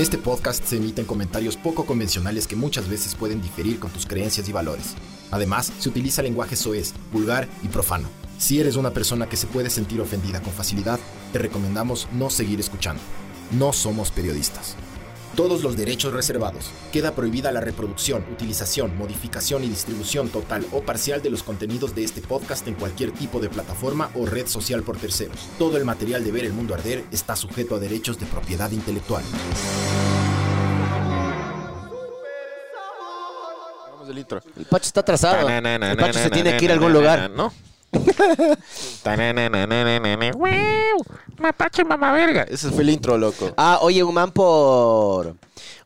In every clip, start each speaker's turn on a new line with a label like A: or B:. A: este podcast se emiten comentarios poco convencionales que muchas veces pueden diferir con tus creencias y valores. Además, se utiliza lenguaje soez, vulgar y profano. Si eres una persona que se puede sentir ofendida con facilidad, te recomendamos no seguir escuchando. No somos periodistas. Todos los derechos reservados. Queda prohibida la reproducción, utilización, modificación y distribución total o parcial de los contenidos de este podcast en cualquier tipo de plataforma o red social por terceros. Todo el material de Ver el Mundo Arder está sujeto a derechos de propiedad intelectual.
B: Vamos del intro.
C: El Pacho está atrasado. El Pacho se tiene que ir a algún lugar.
B: ¿No? ¡Wow! Mapache mamá verga. Ese fue el intro, loco.
C: Ah, oye, un man por.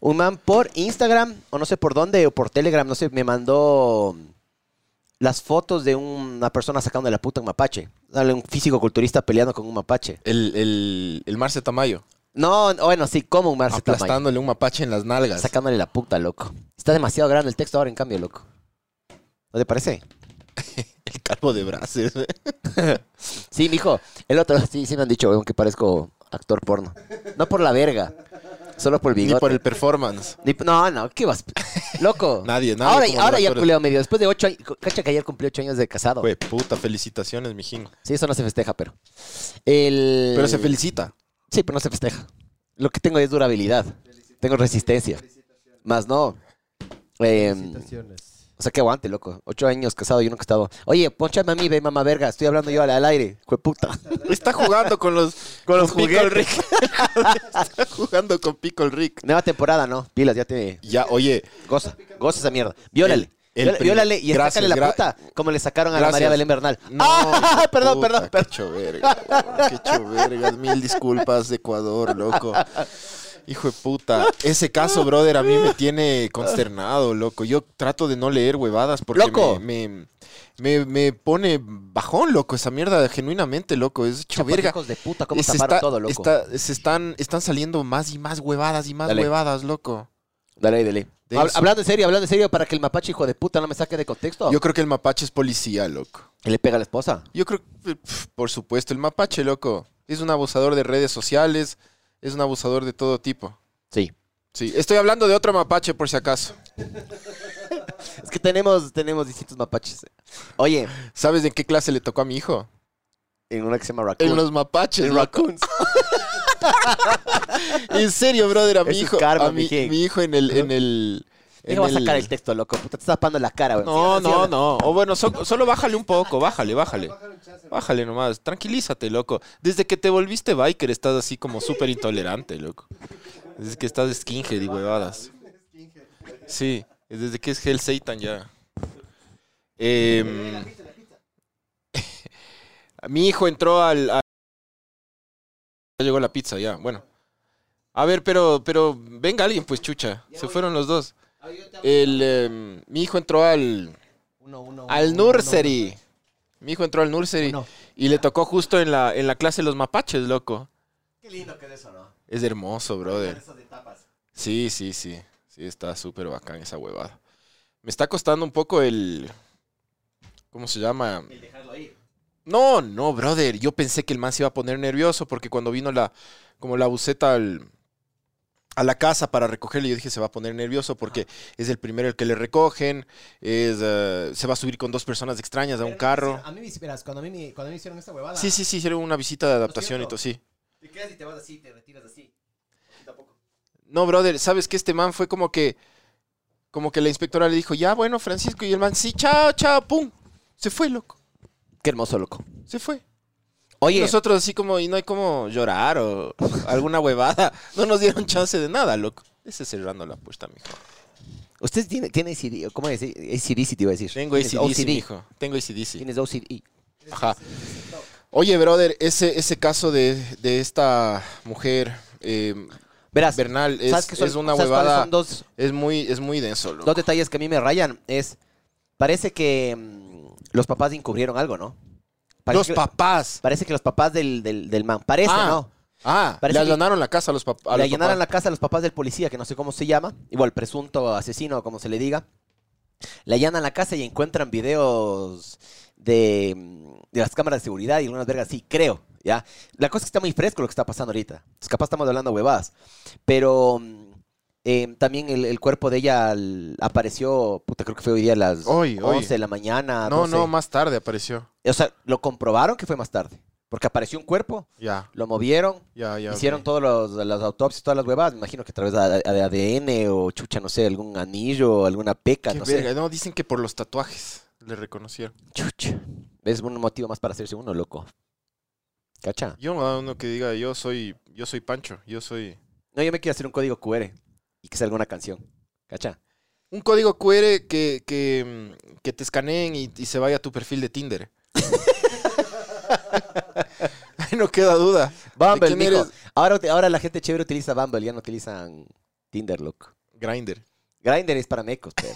C: Un man por Instagram, o no sé por dónde, o por Telegram, no sé, me mandó las fotos de una persona sacando de la puta un mapache. Sale un físico culturista peleando con un mapache.
B: El, el, el Marce Tamayo.
C: No, bueno, sí, como un Marce Tamayo.
B: aplastándole un mapache en las nalgas.
C: Sacándole la puta, loco. Está demasiado grande el texto ahora, en cambio, loco. ¿No te parece?
B: El calvo de brazos.
C: Sí, mijo. El otro, sí, sí me han dicho, weón, que parezco actor porno. No por la verga, solo por el
B: Ni
C: bigote.
B: por el performance.
C: Ni p- No, no, ¿qué vas? Loco.
B: Nadie, nadie
C: Ahora,
B: como
C: ahora
B: los
C: ya
B: actores.
C: culeo medio. Después de ocho años. Cacha que ayer cumplí ocho años de casado.
B: Güey, puta, felicitaciones, mijín.
C: Sí, eso no se festeja, pero. El...
B: Pero se felicita.
C: Sí, pero no se festeja. Lo que tengo es durabilidad. Tengo resistencia. Más no. eh,
D: Felicitaciones.
C: o sea, que aguante, loco. Ocho años casado y uno que estaba. Oye, ponchame a mí, ve, mamá verga. Estoy hablando yo al, al aire. Cueputa.
B: Está jugando con los, con los Pickle Rick. Está jugando con Pickle Rick.
C: Nueva temporada, ¿no? Pilas, ya te.
B: Ya, oye,
C: Goza. Goza esa mierda. Viólale.
B: El- el
C: Viola-
B: prim-
C: Viólale y
B: Gracias,
C: sácale la
B: gra-
C: puta como le sacaron a la
B: Gracias.
C: María Belén Bernal.
B: No,
C: ¡Ah! Perdón,
B: puta,
C: perdón, perdón.
B: Qué choverga, weón, qué choverga. Mil disculpas, Ecuador, loco. Hijo de puta. Ese caso, brother, a mí me tiene consternado, loco. Yo trato de no leer huevadas porque
C: Loco.
B: Me, me, me- me pone bajón, loco, esa mierda, genuinamente, loco. Es choverga.
C: Hijos de puta, cómo
B: Se
C: taparon
B: está-
C: todo, loco.
B: está- se están, están saliendo más y más huevadas y más
C: Dale.
B: huevadas, loco.
C: Dale, dale.
B: De
C: Habla-
B: eso.
C: hablando en serio, hablando en serio, para que el mapache hijo de puta no me saque de contexto.
B: Yo creo que el mapache es policía, loco.
C: Y le pega a la esposa.
B: Yo creo que, pf, por supuesto, el mapache, loco. Es un abusador de redes sociales, es un abusador de todo tipo.
C: Sí.
B: Sí, estoy hablando de otro mapache por si acaso.
C: Es que tenemos, tenemos distintos mapaches. Oye,
B: ¿Sabes de qué clase le tocó a mi hijo?
C: en una que se llama Raccoon.
B: En los mapaches.
C: En
B: loco.
C: Raccoons.
B: En serio, brother, a mi
C: Eso es
B: hijo.
C: karma,
B: a mi,
C: mijín.
B: mi hijo en el. En el en
C: Deja, voy a
B: el-
C: sacar el texto, loco. Puta, te está tapando la cara, güey.
B: No,
C: Sí, sí,
B: no,
C: sí.
B: no. O bueno, so- solo bájale un poco, bájale, bájale. Bájale nomás, tranquilízate, loco. Desde que te volviste biker estás así como súper intolerante, loco. Desde que estás skinhead y huevadas. Sí, es desde que es Hell Satan ya. Em, mi hijo entró al... a- Ya llegó la pizza, ya, bueno. A ver, pero, pero venga alguien, pues chucha. Se fueron los dos. El, em, mi hijo entró al,
D: Uno, uno, uno,
B: al
D: uno,
B: nursery. Mi hijo entró al nursery
D: uno, uno.
B: y le tocó justo en la, en la clase de los mapaches, loco.
C: Qué lindo que es eso, ¿no?
B: Es hermoso, brother.
C: Esas etapas.
B: Sí, sí, sí. Sí, está súper bacán esa huevada. Me está costando un poco el... ¿Cómo se llama?
C: El dejarlo ahí.
B: No, no, brother. Yo pensé que el man se iba a poner nervioso porque cuando vino la, como la buceta al- a la casa para recogerle, yo dije se va a poner nervioso porque es el primero el que le recogen, es, eh, se va a subir con dos personas extrañas a un carro.
D: A mí me hicieron, cuando a mí, me- cuando a mí me hicieron esta huevada.
B: Sí, sí, sí, hicieron una visita de adaptación y
D: cierto?
B: todo, sí.
C: Te quedas y te vas así, te retiras así. Tampoco.
B: No, brother, ¿sabes que Este man fue como que, como que la inspectora le dijo, ya, bueno, Francisco, y el man, sí, chao, chao, pum. Se fue, loco,
C: Qué hermoso, loco.
B: se fue. Y
C: Oye,
B: nosotros así como, y no hay como llorar o alguna huevada. No nos dieron chance de nada, loco. Ese cerrando la puerta, mijo.
C: ¿ustedes tienen, tienen CD? ¿Cómo es? ACD, si te iba a decir.
B: Tengo
C: Tienes
B: ACDC,
C: OCD.
B: mijo. Tengo ACDC.
C: Tienes OCD.
B: Ajá. Oye, brother, ese, ese caso de, de esta mujer, eh,
C: Verás,
B: Bernal,
C: ¿sabes
B: es,
C: qué son-
B: es una
C: ¿sabes cuáles
B: huevada.
C: son dos,
B: Es muy, es muy denso, loco.
C: dos detalles que a mí me rayan? Es, parece que mm, los papás encubrieron algo, ¿no? Parece
B: Los
C: que-
B: papás.
C: Parece que los papás del, del, del man. Parece,
B: Ah,
C: ¿no?
B: Ah,
C: Parece
B: le
C: que-
B: allanaron la casa a los, pap- a
C: le
B: los
C: allanaron
B: papás.
C: la casa a los papás del policía, que no sé cómo se llama, igual presunto asesino, o como se le diga. Le allanan la casa y encuentran videos de, mm, de las cámaras de seguridad y algunas vergas así, creo, Pues ¿ya? La cosa es que está muy fresco lo que está pasando ahorita. Entonces, capaz estamos hablando huevadas. Pero mm, Eh, también el, el cuerpo de ella al- apareció, puta, creo que fue hoy día a las
B: Hoy, hoy.
C: 11 de la mañana.
B: No,
C: 12.
B: no, más tarde apareció.
C: O sea, lo comprobaron que fue más tarde. Porque apareció un cuerpo,
B: Ya,
C: lo movieron,
B: ya, ya.
C: hicieron
B: ok.
C: todos los- las autopsias, todas las huevadas. Me imagino que a través de A- de ADN o chucha, no sé, algún anillo, alguna peca,
B: Qué
C: no
B: verga.
C: sé.
B: No, dicen que por los tatuajes le reconocieron.
C: Chucha. Es un motivo más para hacerse uno, loco. ¿Cacha?
B: Yo no a uno que diga, yo soy, yo soy Pancho, yo soy...
C: No, yo me quiero hacer un código QR y que salga una canción. ¿Cacha?
B: Un código QR que, que, mm, que te escaneen y, y se vaya a tu perfil de Tinder. Ahí no queda duda.
C: Bumble,
B: quién
C: mijo.
B: eres?
C: Ahora, ahora la gente chévere utiliza Bumble, ya no utilizan Tinder, loco.
B: Grinder.
C: Grindr es para mecos, pero.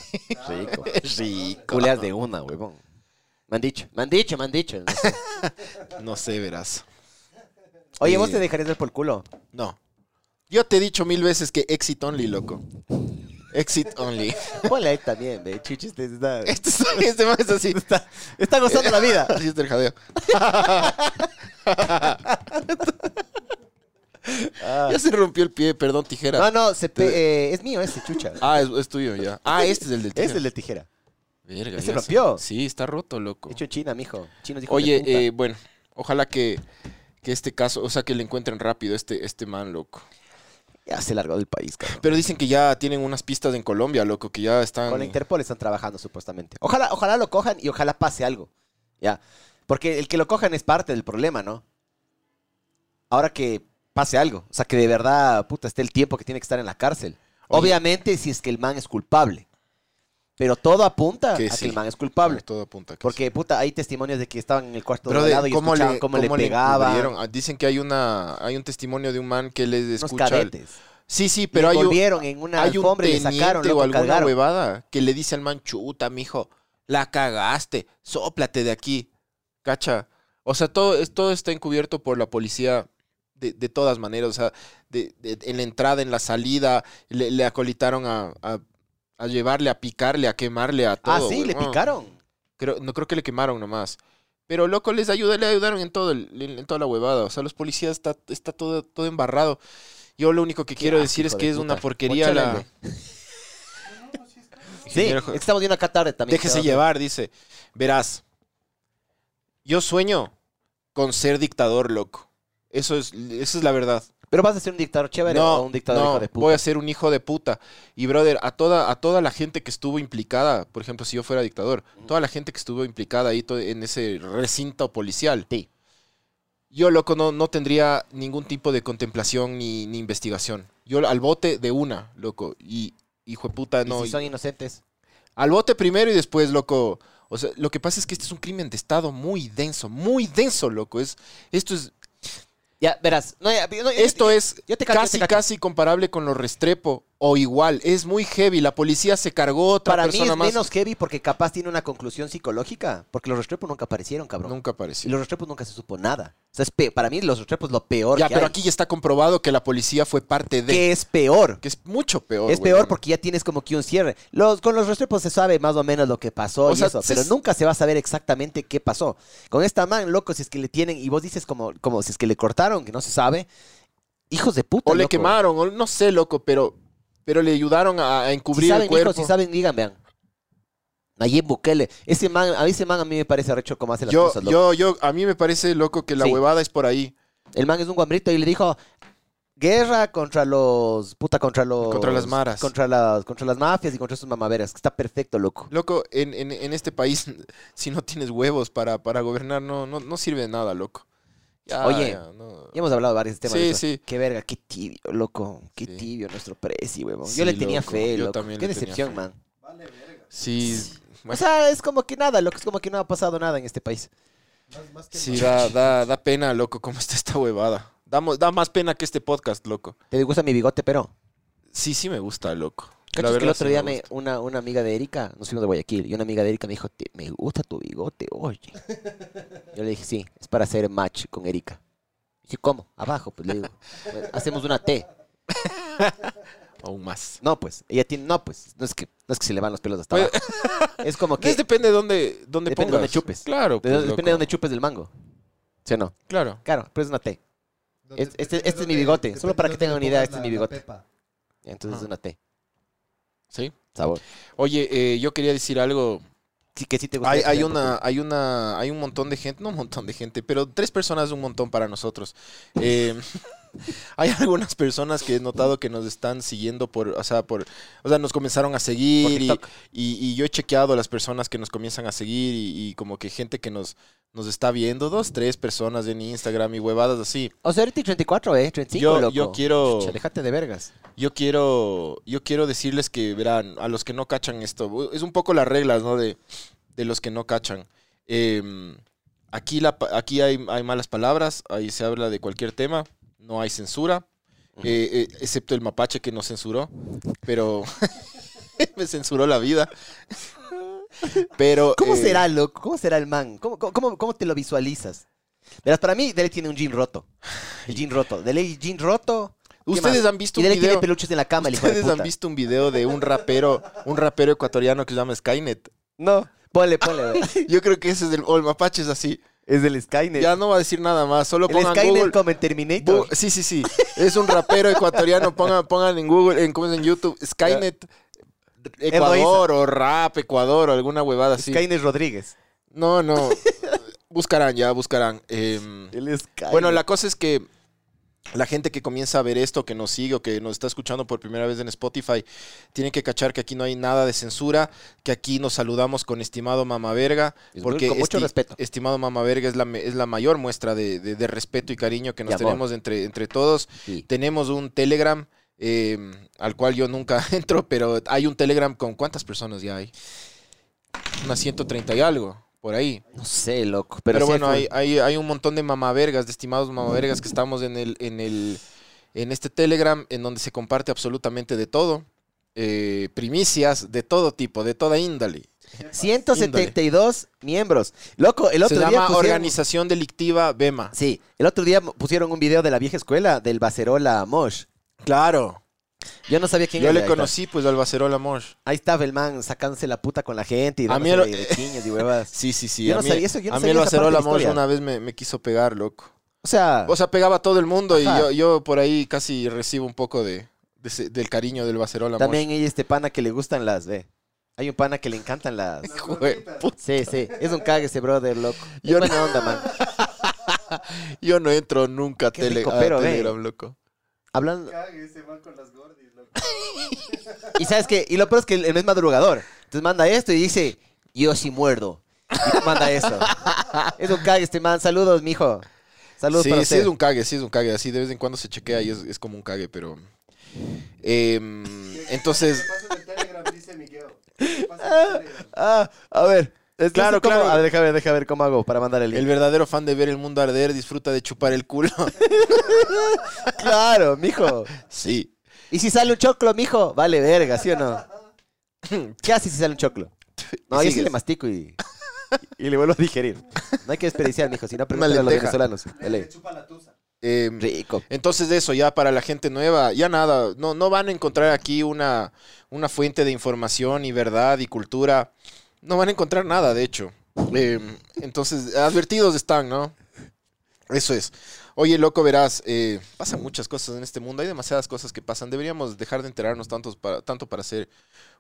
C: Rico. Rico. Culeas de una, huevón. Me han dicho, me han dicho, me han dicho. No sé.
B: No sé, verás.
C: Oye,
B: Sí.
C: vos te dejarías ver por el culo.
B: No. Yo te he dicho mil veces que exit only, loco. Exit only.
C: Ponle ahí también, ve. Chuchi, este está,
B: Este, es- este man es así.
C: está gozando la vida.
B: Así está el jadeo. Ya se rompió el pie, perdón, tijera.
C: Ah. No, no, se pe- eh, es mío ese, chucha.
B: Ah, es, es tuyo ya. Ah, este es el del tijera.
C: Es el de tijera.
B: Verga,
C: ¿Ese
B: ya sé.
C: rompió?
B: Sí, está roto, loco.
C: Hecho en China, mijo. Chinos hijos de
B: Oye,
C: puta.
B: eh, bueno, ojalá que, que este caso, o sea, que le encuentren rápido este, este man, loco.
C: ya se largó del país, cabrón.
B: Pero dicen que ya tienen unas pistas en Colombia, loco, que ya están...
C: Con la Interpol están trabajando supuestamente. Ojalá, ojalá lo cojan y ojalá pase algo. Ya. Porque el que lo cojan es parte del problema, ¿no? Ahora que pase algo. O sea, que de verdad, puta, esté el tiempo que tiene que estar en la cárcel.
B: Oye.
C: Obviamente, si es que el man es culpable. Pero todo apunta
B: Que
C: a
B: sí.
C: que el man es culpable.
B: Todo apunta. a que sí.
C: Porque, puta, hay testimonios de que estaban en el cuarto de
B: Brother,
C: lado y escuchaban cómo, le
B: cómo
C: pegaban.
B: cubrieron? Ah, Dicen que hay una hay un testimonio de un man que les
C: Unos
B: escucha...
C: cadetes.
B: Sí, sí,
C: Pero
B: pero hay un,
C: volvieron en una
B: hay un
C: alfombra y le
B: teniente
C: sacaron,
B: o
C: loco,
B: alguna
C: cargaron.
B: huevada que le dice al man, chuta, mijo, la cagaste, sóplate de aquí, cacha. O sea, todo, es- todo está encubierto por la policía de, de todas maneras, o sea, de- de- en la entrada, en la salida, le, le acolitaron a, a- a llevarle, a picarle, a quemarle, a todo.
C: Ah, sí, le
B: huevón.
C: picaron.
B: Creo- no creo que le quemaron nomás. Pero loco, les ayuda, le ayudaron en todo el- en, en toda la huevada. O sea, los policías está, está todo, todo embarrado. Yo lo único que quiero
C: asco,
B: decir es
C: Ah, hijo
B: que
C: de
B: es una
C: puta.
B: porquería
C: Ponchale,
B: la.
C: hombre. Sí,
B: Ingeniero Jo-
C: estamos viendo acá tarde también.
B: Déjese
C: cabrón.
B: llevar, dice. Verás, yo sueño con ser dictador, loco. Eso es, eso es la verdad.
C: Pero vas a ser un dictador chévere o un dictador
B: no,
C: hijo de puta.
B: voy a ser un hijo de puta. Y brother, a toda, a toda la gente que estuvo implicada, por ejemplo, si yo fuera dictador, toda la gente que estuvo implicada ahí to- en ese recinto policial.
C: Sí.
B: Yo, loco, no, no tendría ningún tipo de contemplación ni, ni investigación. Yo al bote de una, loco. Y hijo de puta,
C: Y
B: no.
C: si son inocentes.
B: Al bote primero y después, loco. O sea, lo que pasa es que este es un crimen de Estado muy denso, muy denso, loco. Es, esto es,
C: Ya, verás. No, Eh, ya, no, yo-
B: esto es
C: yo te cacho,
B: casi,
C: yo te cacho.
B: casi comparable con los Restrepo o igual. Es muy heavy. La policía se cargó a otra
C: Para mí
B: persona
C: es
B: más.
C: menos heavy porque capaz tiene una conclusión psicológica. Porque los restrepos nunca aparecieron, cabrón.
B: Nunca
C: Y
B: apareció.
C: los restrepos nunca se supo nada. O sea, es pe- para mí los restrepos es lo peor
B: Ya,
C: que
B: pero
C: hay.
B: aquí ya está comprobado que la policía fue parte de.
C: Que es peor.
B: Que es mucho peor.
C: es
B: weón.
C: peor porque ya tienes como que un cierre. Los, con los restrepos se sabe más o menos lo que pasó
B: O
C: y
B: sea,
C: eso,
B: se-
C: pero nunca se va a saber exactamente qué pasó. Con esta man, loco, si es que le tienen, y vos dices como, como si es que le cortaron, que no se sabe. Hijos de puta.
B: O le
C: loco.
B: quemaron, o no sé, loco, pero, pero le ayudaron a, a encubrir
C: Si saben,
B: el cuerpo.
C: hijos, si saben, digan, vean. Nayib Bukele. Ese man, a ese man a mí me parece arrecho como hace las
B: yo,
C: cosas, loco.
B: yo, yo, a mí me parece loco que la
C: Sí.
B: huevada es por ahí.
C: El man es un guambrito y le dijo guerra contra los puta contra los
B: Contra las maras.
C: contra las contra las mafias y contra sus mamaveras que está perfecto loco
B: Loco, en, en- en este país, si no tienes huevos para, para gobernar, no, no, no sirve de nada, loco. Ya,
C: Oye,
B: ya, no.
C: Ya hemos hablado de varios temas.
B: Sí,
C: de eso.
B: sí.
C: Qué verga, qué tibio, loco. Qué
B: Sí.
C: tibio nuestro presi, huevón.
B: Sí,
C: yo le tenía
B: loco,
C: fe,
B: yo
C: loco.
B: también
C: qué
B: le tenía
C: decepción,
B: fe.
C: man.
B: sí, bueno,
C: O sea, es como que nada, loco. Es como que no ha pasado nada en este país.
D: Más, más que
B: sí, da, da, da pena, loco, cómo está esta huevada. Da, mo- da más pena que este podcast, loco.
C: Te gusta mi bigote, pero.
B: Sí, sí me gusta, loco. La
C: ¿Cachas que el
B: verdad,
C: otro
B: sí
C: día
B: me
C: me,
B: gusta.
C: una, una amiga de Erika, nos fuimos de Guayaquil, y una amiga de Erika me dijo, "Te- me gusta tu bigote, oye. Yo le dije, sí, es para hacer match con Erika. Dice, ¿cómo? Abajo, pues le digo, hacemos una T.
B: Aún más.
C: No, pues, ella tiene, no, pues, no es que, no es que se le van los pelos hasta
B: Oye.
C: abajo. Es como que,
B: Es depende de dónde,
C: Depende
B: dónde
C: de
B: pongas.
C: dónde chupes.
B: Claro,
C: de-
B: pues,
C: depende
B: loco.
C: de dónde chupes del mango. ¿Sí o no?
B: Claro.
C: Claro, pero es una T.
D: Donde-
C: este-
D: depende
C: este es mi
D: donde-
C: bigote, solo
D: depende
C: para que
D: donde
C: tengan una
D: pongas
C: idea, este es
D: la-
C: mi
D: la
C: bigote.
D: pepa.
C: Entonces es
B: Ah.
C: una T.
B: ¿Sí?
C: Sabor.
B: Oye, eh, yo quería decir algo.
C: Sí, que sí te gusta. este
B: Hay, hay
C: comer,
B: una, hay una, hay un montón de gente, no un montón de gente, pero tres personas es un montón para nosotros. Eh, hay algunas personas que he notado que nos están siguiendo por, o sea, por, o sea, nos comenzaron a
C: Por
B: seguir y,
C: TikTok.
B: y- y yo he chequeado a las personas que nos comienzan a seguir y, y como que gente que nos, nos está viendo, dos, tres personas en Instagram y huevadas así.
C: O sea, ahorita y 34, ¿eh? 35,
B: Yo-
C: loco.
B: yo quiero-
C: Chucha, déjate de vergas.
B: Yo quiero, yo quiero decirles que, verán, a los que no cachan esto, es un poco las reglas, ¿no? De, de los que no cachan. Eh, aquí la, pa- aquí hay, hay malas palabras, ahí se habla de cualquier tema, no hay censura, eh, eh, excepto el mapache que nos censuró, pero me censuró la vida. Pero,
C: ¿Cómo
B: eh,
C: será, loco? ¿Cómo será el man? ¿Cómo, cómo- cómo, cómo te lo visualizas? Verás, para mí, Dele tiene un jean roto. El jean roto. Dele jean roto. ¿Qué
B: Ustedes
C: más?
B: han visto
C: Y
B: un
C: Dele tiene
B: video.
C: peluches en la cama, el hijo de
B: Ustedes
C: puta.
B: han visto un video de un rapero, un rapero ecuatoriano que se llama Skynet.
C: No. Ponle, ponle. güey.
B: Yo creo que ese es el, o el mapache es así.
C: es del Skynet.
B: Ya no va a decir nada más, solo
C: Este, el
B: pongan
C: Skynet
B: Google.
C: como en Terminator.
B: Bu- sí, sí, sí. Es un rapero ecuatoriano, pongan, pongan en Google, en, ¿cómo es? en YouTube, Skynet Ecuador o Rap Ecuador o alguna huevada así.
C: Skynet Rodríguez.
B: No, no. Buscarán, ya buscarán. Em,
C: El Skynet.
B: bueno, la cosa es que la gente que comienza a ver esto, que nos sigue o que nos está escuchando por primera vez en Spotify, tiene que cachar que aquí no hay nada de censura, que aquí nos saludamos con estimado mamá verga,
C: Es
B: porque
C: con mucho respeto.
B: estimado mamá verga es la, me- es la mayor muestra de, de- de respeto y cariño que nos
C: Y amor.
B: tenemos entre, entre todos.
C: Sí.
B: Tenemos un Telegram. eh, al cual yo nunca entro, pero hay un Telegram con cuántas personas ya hay. Unas 130 y algo, por ahí.
C: No sé, loco. Pero,
B: Pero,
C: sí
B: bueno,
C: fue-
B: hay, hay, hay un montón de mamavergas, de estimados mamavergas que estamos en el, en el en este Telegram, en donde se comparte absolutamente de todo. eh, primicias de todo tipo, de toda índole.
C: 172 miembros. Loco, el otro
B: se
C: día
B: llama
C: pusieron-
B: Organización Delictiva Bema.
C: Sí, el otro día pusieron un video de la vieja escuela del Bacerola Mosh.
B: Claro.
C: Yo no sabía quién
B: Yo
C: era.
B: le
C: ahí está.
B: conocí pues al Bacerola Mosh.
C: Ahí estaba el man sacándose la puta con la gente y
B: A mí
C: dándose
B: el-
C: de quiños y huevadas.
B: Sí, sí, sí.
C: Yo
B: a
C: no
B: mí,
C: sabía eso, yo no
B: a mí
C: sabía
B: el
C: esa parte de
B: Bacerola
C: la
B: Mosh
C: historia.
B: una vez me, me quiso pegar, loco.
C: O sea,
B: O sea, pegaba a todo el mundo y
C: Ajá.
B: yo, yo por ahí casi recibo un poco de, de ese- del cariño del Bacerola
C: también hay este pana que le gustan las, ve. Hay un pana que le encantan las.
B: Mosh. Hijo de puta.
C: Sí, sí. Es un cague ese brother, loco. Es
B: Yo no-
C: buena onda, man.
B: Yo no entro nunca a,
C: Qué
B: tele-
C: rico,
B: a
C: pero, ve.
B: Telegram, loco.
C: Hablando.
D: Cague ese man con las gordis, loco.
C: Y sabes que, y lo peor es que él no es madrugador. Entonces manda esto y dice, yo sí muerdo. Y manda eso. Es un cague este man. Saludos, mijo. Saludos
B: sí,
C: para
B: sí
C: usted.
B: es un cague, sí es un cague. Así de vez en cuando se chequea y es, es como un cague, pero... em, entonces...
D: Paso del Telegram, dice Miguel. Paso del Telegram.
C: Ah, a ver. Es-
B: Claro,
C: no sé cómo-
B: claro.
C: A ver, déjame ver, déjame ver cómo hago para mandar el link.
B: El verdadero fan de ver el mundo arder disfruta de chupar el culo.
C: Claro, mijo.
B: Sí.
C: Y si sale un choclo, mijo, vale verga, ¿sí o no? ¿Qué haces si sale un choclo? No, yo sí
B: sigues.
C: le mastico y, y le vuelvo a digerir. No hay que desperdiciar, mijo, si no pregúntale a los
B: lenteja.
C: venezolanos.
D: Le,
C: Dale.
D: le chupa la tusa.
B: Em,
C: Rico.
B: Entonces de eso, ya para la gente nueva, ya nada, no, no van a encontrar aquí una, una fuente de información y verdad y cultura. No van a encontrar nada, de hecho. Eh, entonces, advertidos están, ¿no? Eso es. Oye, loco, verás, eh, pasan muchas cosas en este mundo, hay demasiadas cosas que pasan. Deberíamos dejar de enterarnos tantos para, tanto para ser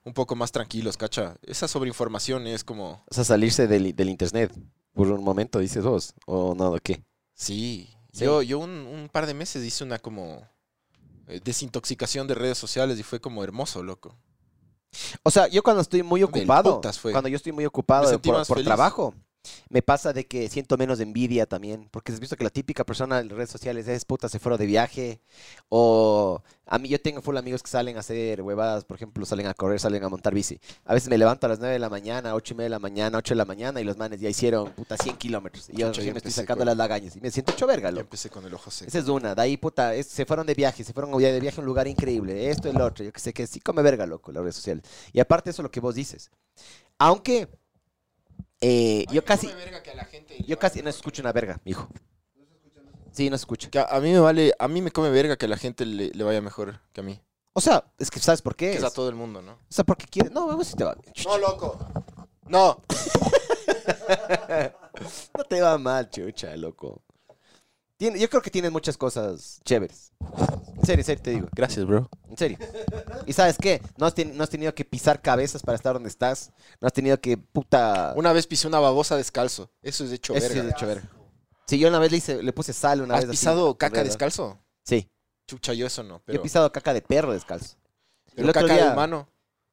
B: un poco más tranquilos, cacha. Esa sobreinformación es como,
C: O sea, salirse del, del internet por un momento, dices vos. O no, ¿qué?
B: sí.
C: Sí.
B: Yo, yo un, un par de meses hice una como eh, desintoxicación de redes sociales y fue como hermoso, loco.
C: O sea, yo cuando estoy muy
B: Del
C: ocupado,
B: putas fue.
C: cuando yo estoy muy
B: Me
C: ocupado de-
B: sentí
C: por,
B: más
C: por
B: feliz.
C: trabajo, me pasa de que siento menos envidia también, porque has visto que la típica persona en las redes sociales es puta, se fueron de viaje, o a mí yo tengo full amigos que salen a hacer huevadas, por ejemplo, salen a correr, salen a montar bici. A veces me levanto a las 9 de la mañana, 8 y media de la mañana, 8 de la mañana, y los manes ya hicieron puta 100 kilómetros, y yo
B: Chucha,
C: recién
B: ya
C: me estoy
B: empecé
C: sacando
B: con-
C: las lagañas, y me siento hecho verga,
B: Ya
C: loco.
B: empecé con el ojo seco.
C: Esa es una. De ahí, puta, es- se fueron de viaje, se fueron de viaje a un lugar increíble. Esto, el otro. Yo que sé que sí come verga, loco, las redes sociales. Y aparte, eso es lo que vos dices. Aunque eh, yo casi, yo casi no escucho una verga, mijo. Sí, no se escucha.
B: Que a, a mí me vale, a mí me come verga que a la gente le, le vaya mejor que a mí.
C: O sea, es que ¿sabes por qué?
B: Que es a
C: O
B: todo el mundo, ¿no?
C: sea, porque quiere. No, vamos si te va.
B: No, loco. No.
C: No te va mal, chucha, loco. Tiene- yo creo que tienes muchas cosas chéveres. En serio, en serio, te digo.
B: Gracias, bro.
C: En serio. ¿Y sabes qué? No has, ten- no has tenido que pisar cabezas para estar donde estás. No has tenido que puta...
B: Una vez pisé una babosa descalzo. Eso es de hecho
C: Eso sí
B: verga.
C: es de hecho verga. Sí, yo una vez le, hice, le puse sal una
B: ¿Has
C: vez así,
B: pisado
C: con
B: caca
C: dedo.
B: descalzo?
C: Sí.
B: Chucha, yo eso no.
C: Yo
B: Pero,
C: he pisado caca de perro descalzo.
B: pero
C: el otro
B: caca de
C: día-
B: humano.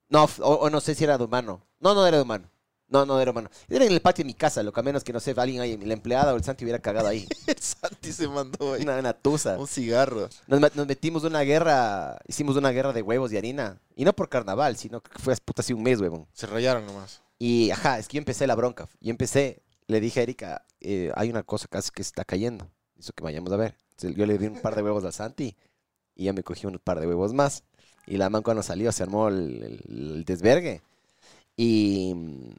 C: No, f- o, o no sé si era de humano. No, no era de humano. No, no era humano. Era en el patio de mi casa, lo que a menos que no sé, alguien ahí, la empleada o el santi hubiera cagado ahí.
B: El Santi se mandó ahí.
C: Una, una tusa.
B: Un cigarro.
C: Nos, met- nos metimos una guerra, hicimos una guerra de huevos y harina. Y no por carnaval, sino que fue puta así un mes, huevón.
B: Se rayaron nomás.
C: Y ajá, es que yo empecé la bronca. Yo empecé, le dije a Erika, eh, hay una cosa casi que está cayendo. Eso que vayamos a ver. Entonces, yo le di un par de huevos al Santi y ya me cogí un par de huevos más. Y la man cuando salió se armó el, el- el desvergue. Y mm,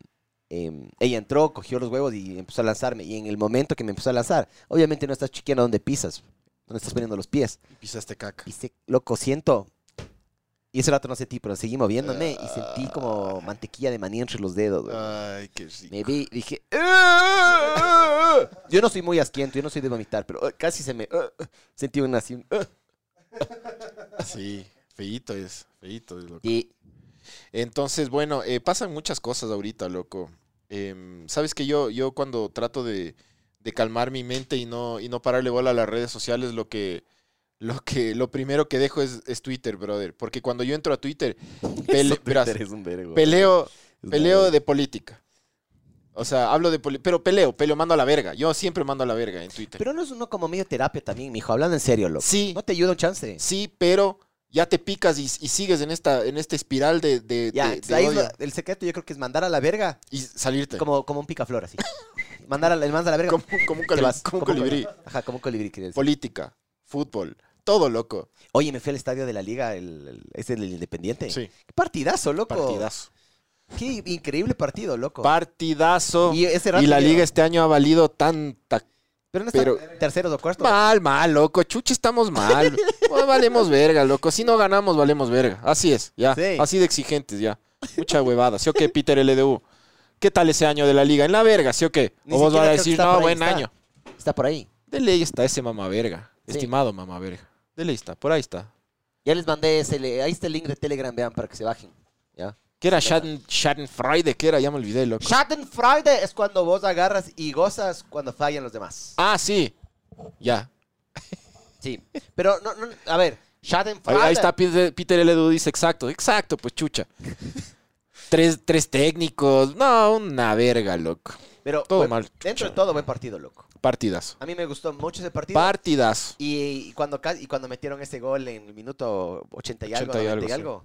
C: em, ella entró, cogió los huevos y empezó a lanzarme. Y en el momento que me empezó a lanzar, obviamente no estás chequeando dónde pisas, dónde estás poniendo los pies.
B: Y pisaste caca.
C: Y se, loco, siento. Y ese rato no sé ti, pero seguí moviéndome y sentí como mantequilla de maní entre los dedos, güey.
B: Ay, qué rico.
C: Me vi, dije. "Ah". Yo no soy muy asquiento, yo no soy de vomitar, pero ah, casi se me. ah, ah, sentí una así. ah.
B: Sí, feíto es. Feíto es, loco.
C: Y
B: Entonces, bueno, eh, pasan muchas cosas ahorita, loco. Em, Sabes que yo, yo cuando trato de, de calmar mi mente y no, y no pararle bola a las redes sociales, lo que, lo que, lo primero que dejo es, es Twitter, brother. Porque cuando yo entro a Twitter, pele- verás,
C: eres un vergo.
B: peleo,
C: Es
B: peleo
C: verdad.
B: de política. O sea, hablo de política, pero peleo, peleo, mando a la verga. Yo siempre mando a la verga en Twitter.
C: Pero no es uno como medio terapia también, mijo. Hablando en serio, loco.
B: sí,
C: No te ayuda un chance.
B: sí, pero ya te picas y, y sigues en esta, en esta espiral de, de-
C: Ya, pues
B: de- de
C: ahí es
B: odio
C: lo- el secreto yo creo que es mandar a la verga
B: y salirte.
C: como, como un picaflor así. Mandar a la, el manda a la verga.
B: Como, como un,
C: te
B: coli-
C: vas,
B: como un
C: como un
B: colibrí.
C: Ajá, como un colibrí. quería decir.
B: Política, fútbol, todo loco.
C: Oye, me fui al estadio de la liga, el, el- ese del Independiente.
B: Sí,
C: Qué partidazo, loco.
B: partidazo.
C: Qué increíble partido, loco.
B: Partidazo. Y,
C: oh. y, ese rato
B: la
C: yo-
B: liga este año ha valido tanta...
C: Pero no está
B: pero-
C: terceros o cuartos.
B: Mal, mal, loco. Chuchi, estamos mal. Bueno, valemos verga, loco. Si no ganamos, valemos verga. Así es, ya.
C: Sí.
B: Así de exigentes, ya. Mucha huevada. ¿Sí o qué, Peter LDU? ¿Qué tal ese año de la liga? En la verga, ¿sí o qué?
C: Ni
B: o vos
C: siquiera creo
B: vas a
C: que
B: decir,
C: está por
B: no,
C: ahí,
B: buen
C: está.
B: año.
C: Está por ahí.
B: De ley está ese mamá verga.
C: Sí.
B: Estimado mamá verga. De ley está, por ahí está.
C: Ya les mandé ese, le- ahí está el link de Telegram, vean, para que se bajen. ¿Ya?
B: ¿Qué era Shaden, Friday? ¿Qué era? Ya me olvidé, loco.
C: Friday es cuando vos agarras y gozas cuando fallan los demás.
B: Ah, sí. Ya.
C: Sí. Pero, no, no, a ver,
B: Ahí,
C: Schadenfreude...
B: ahí está Peter, Peter L. dice, exacto, exacto, pues chucha. Tres, tres técnicos, no, una verga, loco.
C: Pero,
B: Todo
C: bueno,
B: mal.
C: dentro de todo, buen partido, loco.
B: Partidazo.
C: A mí me gustó mucho ese partido.
B: Partidazo.
C: y, y cuando, ca- y cuando metieron ese gol en el minuto 80 y algo,
B: 80 y
C: 90 y
B: algo,
C: algo,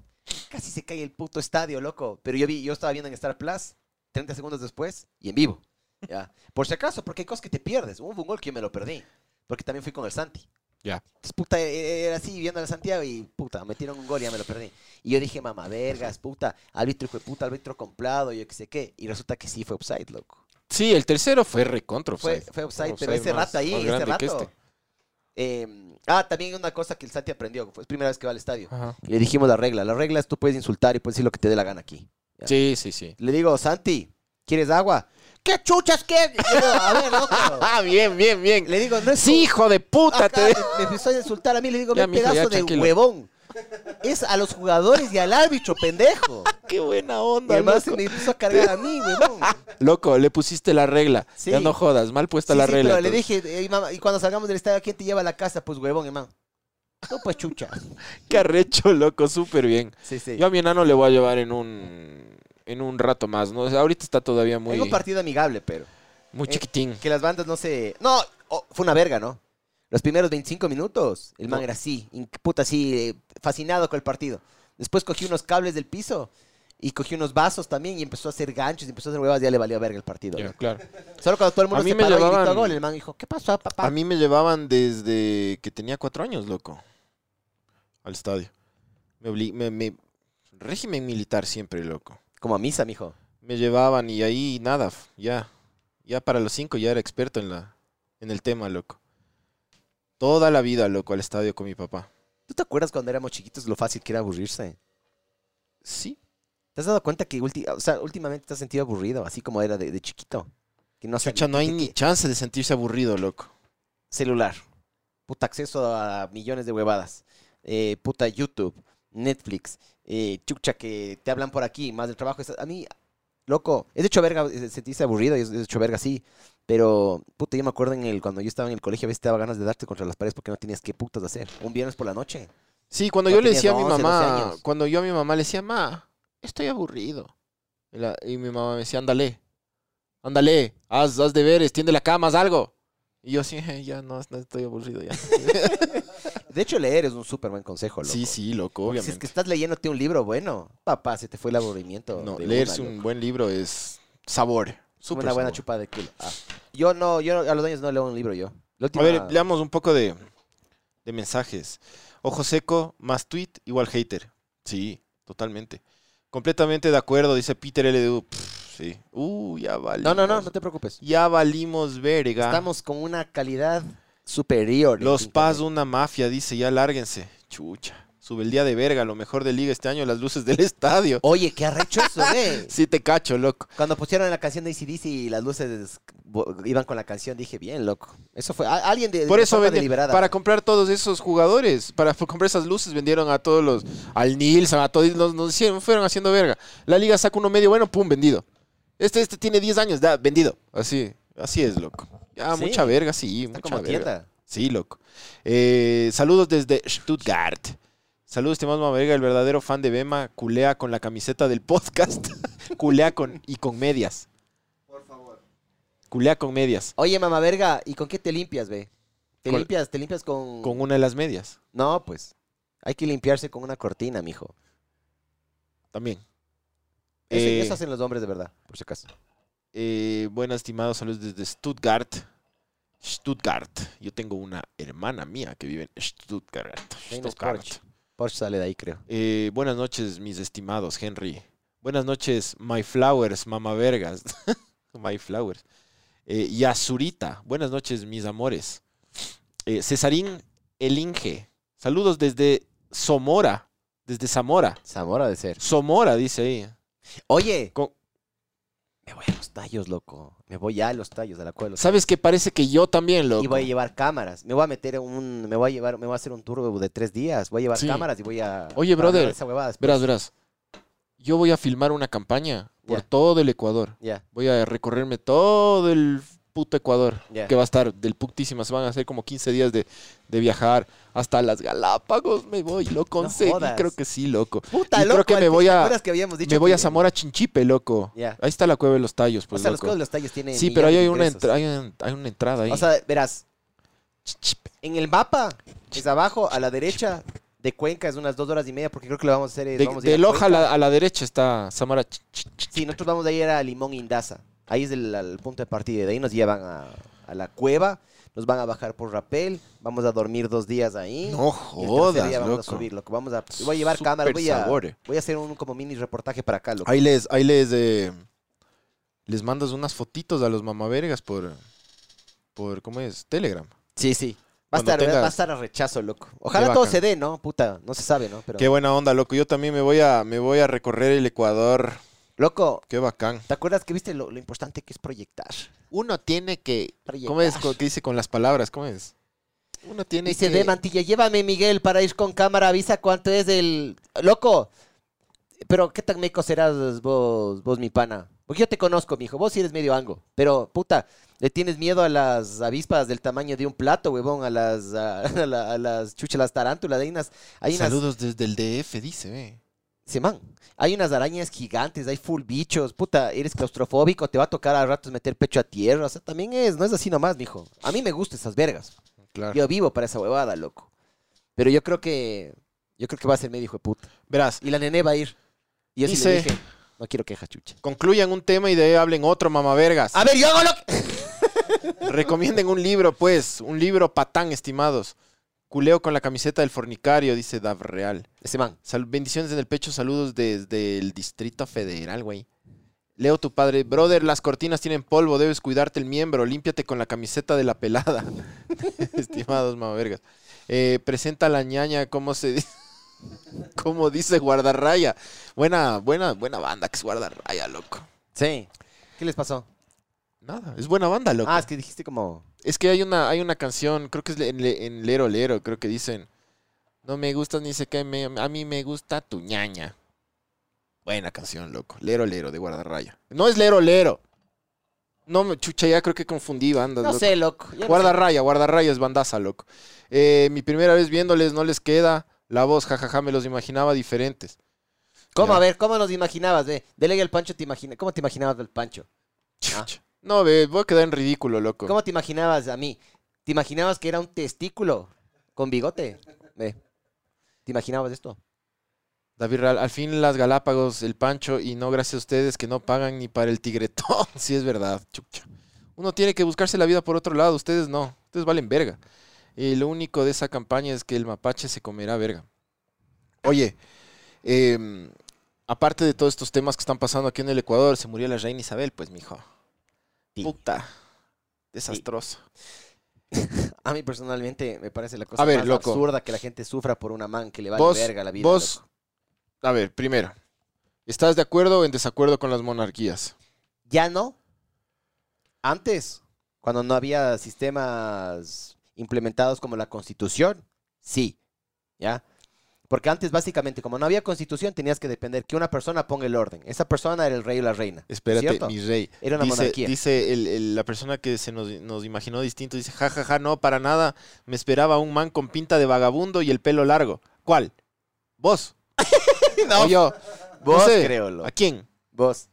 C: casi se cae el puto estadio, loco. Pero yo vi, yo estaba viendo en Star Plus, 30 segundos después, y en vivo. Ya. Por si acaso, porque hay cosas que te pierdes. Hubo un gol que yo me lo perdí, porque también fui con el Santi.
B: Ya.
C: Entonces, puta, e- era así viendo al Santiago y puta, metieron un gol y ya me lo perdí. Y yo dije, mamá, vergas, puta, árbitro hijo de puta, árbitro comprado, yo qué sé qué. Y resulta que sí fue upside, loco.
B: Sí, el tercero fue recontra
C: Fue,
B: offside.
C: fue offside,
B: Offside
C: pero ese
B: más-
C: rato ahí,
B: más
C: ese
B: grande
C: rato.
B: que
C: eh, ah, también una cosa que el Santi aprendió, fue la primera vez que va al estadio.
B: Ajá.
C: Y le dijimos la regla. La regla es tú puedes insultar y puedes decir lo que te dé la gana aquí. Ya.
B: Sí, sí, sí.
C: Le digo, Santi, ¿quieres agua? ¿Qué chuchas que? A ver, loco.
B: Ah, bien, bien, bien.
C: Le digo, no es
B: Sí, hijo de puta.
C: Ajá,
B: Te...
C: me empezó a insultar a mí, le digo, ve
B: Ya, mijo, ya,
C: pedazo de
B: tranquilo.
C: huevón. Es a los jugadores y al árbitro, pendejo.
B: Qué buena
C: Y
B: onda,
C: además se
B: loco.
C: me empezó a cargar a mí, huevón.
B: Loco, le pusiste la regla.
C: Sí.
B: Ya no jodas, mal puesta
C: Sí,
B: la
C: sí,
B: regla. pues.
C: pero le
B: entonces.
C: dije, "Ey, mamá, y cuando salgamos del estadio, ¿quién te lleva a la casa? Pues huevón, hermano. No, pues chucha.
B: Qué arrecho, loco, súper bien.
C: Sí, sí.
B: Yo a mi enano le voy a llevar en un en un rato más, ¿no? O sea, ahorita está todavía muy,
C: Tengo un partido amigable, pero.
B: muy
C: eh,
B: chiquitín.
C: Que las bandas no se. No, oh, fue una verga, ¿no? Los primeros 25 minutos, el man
B: No.
C: era así, in- puta así, eh, fascinado con el partido. Después cogió unos cables del piso y cogió unos vasos también y empezó a hacer ganchos y empezó a hacer huevas. Ya le valió verga el partido.
B: Ya,
C: ¿no?
B: claro.
C: Solo cuando todo el
B: A
C: mundo
B: mí
C: se
B: me
C: paró y
B: llevaban-
C: gritó gol, el man dijo: ¿Qué pasó, papá?
B: A mí me llevaban desde que tenía cuatro años, loco. Al estadio. Me, obli- me- me- régimen militar siempre, loco.
C: Como a misa, mijo.
B: Me llevaban y ahí nada, f- ya. Ya para los cinco ya era experto en la en el tema, loco. Toda la vida, loco, al estadio con mi papá.
C: ¿Tú te acuerdas cuando éramos chiquitos lo fácil que era aburrirse?
B: Sí.
C: ¿Te has dado cuenta que ulti- o sea, últimamente te has sentido aburrido, así como era de, de chiquito? Que no,
B: Chucha,
C: sabía-
B: no hay
C: que-
B: ni
C: que-
B: chance de sentirse aburrido, loco.
C: celular. Puta acceso a millones de huevadas. eh, puta YouTube, Netflix, eh, chucha, que te hablan por aquí, más del trabajo. estás- A mí, loco, es de hecho verga, eh, sentirse aburrido, y es de hecho verga, sí. Pero, puta, yo me acuerdo en el, cuando yo estaba en el colegio, a veces te daba ganas de darte contra las paredes porque no tenías qué putas hacer. Un viernes por la noche.
B: Sí, cuando
C: No
B: yo le
C: tenías
B: decía a mi
C: 11, 12
B: mamá,
C: años.
B: cuando yo a mi mamá le decía, ma, estoy aburrido. Y, la- y mi mamá me decía, ándale, ándale, haz, haz deberes, tiende la cama, haz algo. Y yo así, "Eh, ya no, no estoy aburrido ya.
C: De hecho, leer es un súper buen consejo, loco.
B: sí, sí, loco,
C: Porque Pues Si
B: obviamente.
C: es que estás leyéndote un libro bueno, papá, se te fue el aburrimiento.
B: No,
C: de
B: leerse
C: una,
B: un
C: loco.
B: buen libro es sabor.
C: Como
B: súper
C: una buena
B: sabor.
C: chupa de culo. Ah. Yo no, yo a los años no leo un libro yo. La
B: A
C: última-
B: ver, leamos un poco de, de mensajes. Ojo seco, más tweet, igual hater. Sí, totalmente. Completamente de acuerdo, dice Peter LDU. Pff, sí. Uh, ya valimos.
C: no, no, no, no te preocupes.
B: Ya valimos verga.
C: Estamos con una calidad superior. en
B: Los
C: internet.
B: Paz, una mafia, dice, ya lárguense. Chucha. Sube el día de verga, lo mejor de liga este año, las luces del estadio.
C: Oye, qué arrecho eso, eh.
B: Sí te cacho, loco.
C: Cuando pusieron la canción de ACDC y las luces bo- iban con la canción, dije, bien, loco. Eso fue a- alguien de,
B: Por
C: de
B: eso
C: forma
B: venden-
C: deliberada.
B: para comprar todos esos jugadores, para f- comprar esas luces vendieron a todos los, al Nilsson, a todos, nos, nos hicieron- fueron haciendo verga. La liga saca uno medio bueno, pum, vendido. Este, este tiene 10 años, da, vendido. Así, así es, loco. Ya,
C: Sí.
B: mucha verga, sí,
C: Está
B: mucha
C: como
B: verga.
C: tienda.
B: Sí, loco. Eh, saludos desde Stuttgart. Saludos, estimado Maverga, el verdadero fan de Bema, culea con la camiseta del podcast, culea con y con medias,
D: Por favor.
B: culea con medias,
C: Oye, mamá verga, ¿y con qué te limpias, ve? ¿Te
B: Con-
C: limpias, te limpias con...
B: con una de las medias
C: No, pues. Hay que limpiarse con una cortina, mijo.
B: también.
C: Eso,
B: Eh,
C: eso hacen los hombres de verdad, por si acaso.
B: Eh, buenas, estimados, saludos desde Stuttgart. Stuttgart. Yo tengo una hermana mía que vive en Stuttgart.
C: Menos
B: Stuttgart.
C: Porsche. Porsche sale de ahí, creo.
B: Eh, buenas noches, mis estimados, Henry. Buenas noches, My Flowers, Mama Vergas. my Flowers. Eh, Yasurita. Buenas noches, mis amores. Eh, Cesarín Elinge. Saludos desde Somora. Desde Zamora.
C: Zamora de ser.
B: Somora, dice ahí.
C: Oye,
B: Con-
C: me voy a los tallos, loco. Me voy ya a los tallos, a la cueva de los
B: ¿Sabes que Parece que yo también, loco.
C: Y voy a llevar cámaras. Me voy a meter en un. Me voy a llevar. Me voy a hacer un tour de tres días. Voy a llevar
B: Sí.
C: cámaras y voy a.
B: Oye,
C: para
B: brother,
C: grabar esa huevada después.
B: Verás, verás. Yo voy a filmar una campaña por
C: Ya.
B: todo el Ecuador.
C: Ya.
B: Voy a recorrerme todo el puto Ecuador.
C: Ya.
B: Que va a estar del putísima. Se van a hacer como 15 días de, de viajar. Hasta las Galápagos me voy. Lo conseguí.
C: jodas.
B: creo que sí, loco.
C: Puta,
B: Y creo que
C: al
B: me
C: fin,
B: voy
C: ¿te
B: a-
C: acuerdas que habíamos dicho
B: me voy
C: que-
B: a Zamora Chinchipe, loco.
C: Ya.
B: Ahí está la Cueva de los Tallos,
C: O
B: pues,
C: sea, los
B: loco.
C: cuevas de los tallos tienen.
B: sí, pero ahí
C: millones de
B: hay una,
C: ingresos.
B: entra- hay, un- hay una entrada ahí.
C: O sea, verás.
B: Chinchipe.
C: En el mapa, es abajo, a la derecha de Cuenca, es unas dos horas y media, porque creo que lo vamos a hacer. es-
B: de,
C: vamos a ir
B: de
C: a
B: Loja a
C: Cuenca.
B: la, a la derecha está Zamora Chinchipe.
C: Sí, nosotros vamos a ir a Limón Indaza. Ahí es el, al punto de partida. De ahí nos llevan a, a la cueva. Nos van a bajar por rapel. Vamos a dormir dos días ahí.
B: No
C: Y el tercer
B: jodas,
C: día vamos
B: loco.
C: a subir, loco. Vamos a, voy a llevar
B: Súper
C: cámara, voy a,
B: sabor.
C: voy a hacer un como mini reportaje para acá, loco.
B: Ahí les, ahí les, eh, les mandas unas fotitos a los mamavergas por, por, ¿cómo es? Telegram.
C: Sí, sí. Va a,
B: Cuando
C: estar, va a
B: tengas-
C: estar a rechazo, loco.
B: Qué
C: Ojalá todo
B: bacán.
C: se dé, ¿no? Puta, no se sabe, ¿no? Pero,
B: Qué buena onda, loco. Yo también me voy a, me voy a recorrer el Ecuador.
C: loco,
B: Qué bacán.
C: ¿te acuerdas que viste lo, lo importante que es proyectar?
B: Uno tiene que,
C: Proyectar.
B: ¿cómo es? Co- ¿Qué dice con las palabras? ¿Cómo es? Uno tiene
C: Dice
B: que...
C: de mantilla, llévame Miguel para ir con cámara, avisa cuánto es el... Loco, pero qué tan meco serás vos, vos mi pana. Porque yo te conozco, mijo, vos sí eres medio ango. Pero, puta, le tienes miedo a las avispas del tamaño de un plato, huevón, a las, a, a la- a las chuchas, las tarántulas, hay unas... Hay unas
B: Saludos desde el DF, dice, ve.
C: Sí, man. Hay unas arañas gigantes, hay full bichos, puta, eres claustrofóbico, te va a tocar a ratos meter pecho a tierra, o sea, también es, no es así nomás, mijo. A mí me gustan esas vergas.
B: Claro.
C: Yo vivo para esa huevada, loco. Pero yo creo que. Yo creo que va a ser medio hijo de puta.
B: Verás,
C: Y la nené va a ir. Y yo sí le
B: Dice-
C: dije, no quiero queja, chucha.
B: concluyan un tema y de ahí hablen otro, mamavergas.
C: A ver, yo hago lo que.
B: Recomienden un libro, pues. Un libro patán, estimados. Culeo con la camiseta del fornicario, dice Dav Real.
C: Ese man.
B: Sal- bendiciones en el pecho, saludos desde el Distrito Federal, güey. Leo tu padre, brother, las cortinas tienen polvo, debes cuidarte el miembro, límpiate con la camiseta de la pelada. Estimados mamavergas. Eh, presenta a la ñaña, ¿cómo se dice? ¿Cómo dice guardarraya? Buena, buena, buena banda que es guardarraya, loco.
C: Sí. ¿Qué les pasó?
B: Nada, es buena banda, loco.
C: Ah, es que dijiste como.
B: Es que hay una, hay una canción, creo que es le- en, le- en Lero Lero, creo que dicen No me gustas ni sé qué, me- a mí me gusta tu ñaña. Buena canción, loco. Lero Lero de Guardarraya. No es Lero Lero. No, me- chucha, ya creo que confundí bandas.
C: No
B: loco.
C: sé, loco. yo no sé.
B: Guardarraya, Guardarraya es bandaza, loco. Eh, mi primera vez viéndoles no les queda la voz, jajaja, me los imaginaba diferentes.
C: ¿Cómo?
B: Ya.
C: A ver, ¿cómo nos imaginabas? Ve, dele al Pancho, te imagina... ¿cómo te imaginabas del Pancho?
B: Chucha. No, ve, voy a quedar en ridículo, loco.
C: Ah. ¿Cómo te imaginabas a mí? ¿Te imaginabas que era un testículo con bigote? Ve, ¿te imaginabas esto?
B: David Real, al fin las Galápagos, el Pancho, y no gracias a ustedes que no pagan ni para el tigretón. sí, es verdad, chucha. Uno tiene que buscarse la vida por otro lado, ustedes no, ustedes valen verga. Y lo único de esa campaña es que el mapache se comerá verga. Oye, em, aparte de todos estos temas que están pasando aquí en el Ecuador, se murió la reina Isabel, pues, mijo.
C: Sí.
B: Puta. Desastroso.
C: A mí personalmente me parece la cosa
B: A ver,
C: más
B: loco.
C: absurda que la gente sufra por una man que le vale
B: Vos-
C: verga la vida.
B: vos-
C: loco.
B: A ver, primero, ¿estás de acuerdo o en desacuerdo con las monarquías?
C: Ya no. Antes, cuando no había sistemas implementados como la constitución, sí. ¿Ya? Porque antes, básicamente, como no había constitución, tenías que depender que una persona ponga el orden. Esa persona era el rey o la reina.
B: Espérate,
C: ¿cierto?
B: mi rey.
C: Era una
B: dice,
C: monarquía.
B: Dice el- el- la persona que se nos, nos imaginó distinto, dice, jajaja, no, para nada, me esperaba un man con pinta de vagabundo y el pelo largo. ¿Cuál? ¿Vos? ¿O yo?
C: Vos,
B: no sé,
C: creo, loco.
B: ¿A quién?
C: Vos.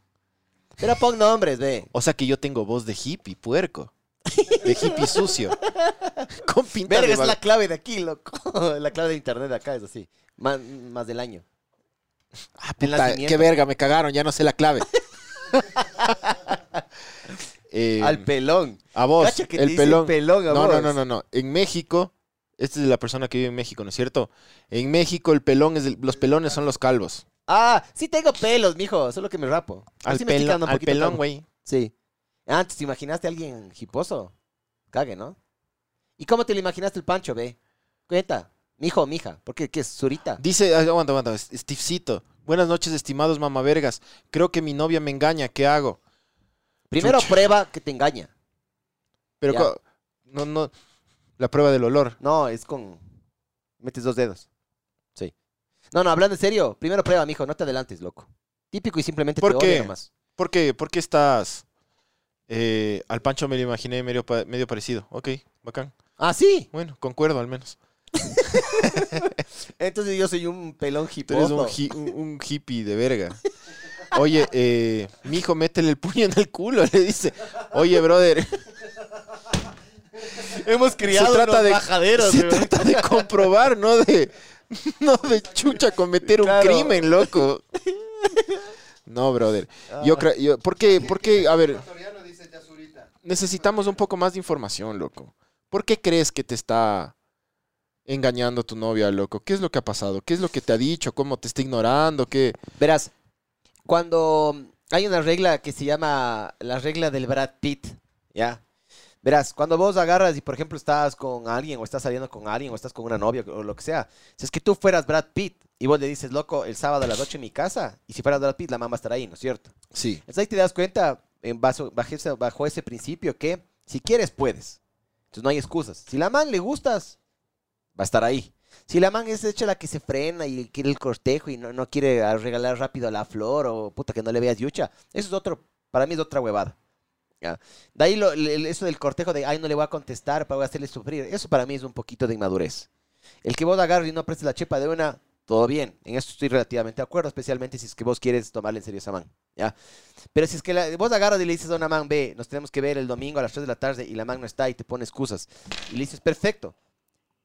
C: Pero pon nombres, ve.
B: O sea que yo tengo voz de hippie, puerco. De hippie sucio. Con pinta
C: Verga,
B: de
C: es la
B: vaga-
C: clave de aquí, loco. La clave de internet de acá es así. Más, más del año.
B: Ah,
C: el
B: puta,
C: nacimiento.
B: qué verga, me cagaron, ya no sé la clave. Eh,
C: Al pelón.
B: a vos,
C: Cacha que te
B: el
C: dice
B: pelón.
C: pelón a
B: No, no,
C: vos.
B: no, no, no. En México, esta es la persona que vive en México, ¿no es cierto? En México el pelón es el- los pelones son los calvos.
C: Ah, sí tengo pelos, mijo. Solo que me rapo.
B: Al,
C: Ah, Sí me estoy
B: pelo-
C: quedando un
B: al
C: poquito
B: pelón,
C: calvo.
B: güey.
C: Sí. Antes, ¿te imaginaste a alguien hiposo? Cague, ¿no? ¿Y cómo te lo imaginaste el Pancho, ve? Cuenta. Mijo o mija. Porque ¿qué es Zurita.
B: Dice, ah, aguanta, aguanta, es- Stevecito. Buenas noches, estimados mamavergas. Creo que mi novia me engaña, ¿qué hago?
C: Primero
B: chucha.
C: prueba que te engaña.
B: Pero
C: Ya.
B: co- no, no, la prueba del olor.
C: No, es con. Metes dos dedos. Sí. No, no, hablando en serio. Primero prueba, mijo. No te adelantes, loco. Típico y simplemente
B: ¿Por
C: te
B: qué?
C: odia nomás.
B: ¿Por qué? ¿Por qué estás? eh, al Pancho me lo imaginé medio, pa- medio parecido. Ok, bacán.
C: Ah, sí.
B: Bueno, concuerdo al menos.
C: Entonces yo soy un pelón
B: Tú
C: hiposo.
B: eres un, hi- un- un hippie de verga. Oye, eh, mi hijo, métele el puño en el culo, le dice. Oye, brother,
C: Hemos criado
B: trata
C: unos
B: de-
C: bajaderos,
B: se
C: weón.
B: trata de comprobar, no de, no de chucha cometer un
C: Claro.
B: crimen, loco. No, brother.
C: Ah.
B: Yo creo, yo, ¿por qué? ¿Por qué? A ver,
D: ecuatoriano dice ya Zurita.
B: necesitamos un poco más de información, loco. ¿Por qué crees que te está engañando tu novia, loco? ¿Qué es lo que ha pasado? ¿Qué es lo que te ha dicho? ¿Cómo te está ignorando? ¿Qué?
C: Verás, cuando hay una regla que se llama la regla del Brad Pitt, ¿ya? Verás, cuando vos agarras y, por ejemplo, estás con alguien o estás saliendo con alguien o estás con una novia o lo que sea, si es que tú fueras Brad Pitt y vos le dices, loco, el sábado a las 8 en mi casa, y si fueras Brad Pitt, la mamá estará ahí, ¿no es cierto?
B: Sí.
C: Entonces ahí te das cuenta, en baso- bajo, ese, bajo ese principio, que si quieres, puedes. Entonces no hay excusas. Si la man le gustas, va a estar ahí. Si la man es hecha la que se frena y quiere el cortejo y no, no quiere a- regalar rápido la flor o puta que no le veas yucha, eso es otro, para mí es otra huevada. Ya. De ahí lo- el- el- eso del cortejo de, ay, no le voy a contestar para voy a hacerle sufrir, eso para mí es un poquito de inmadurez. El que vos agarres y no prestes la chepa de una, todo bien, en eso estoy relativamente de acuerdo, especialmente si es que vos quieres tomarle en serio a esa man. ¿ya? Pero si es que la- vos agarras y le dices a una man, ve, nos tenemos que ver el domingo a las 3 de la tarde y la man no está y te pone excusas. Y le dices, perfecto.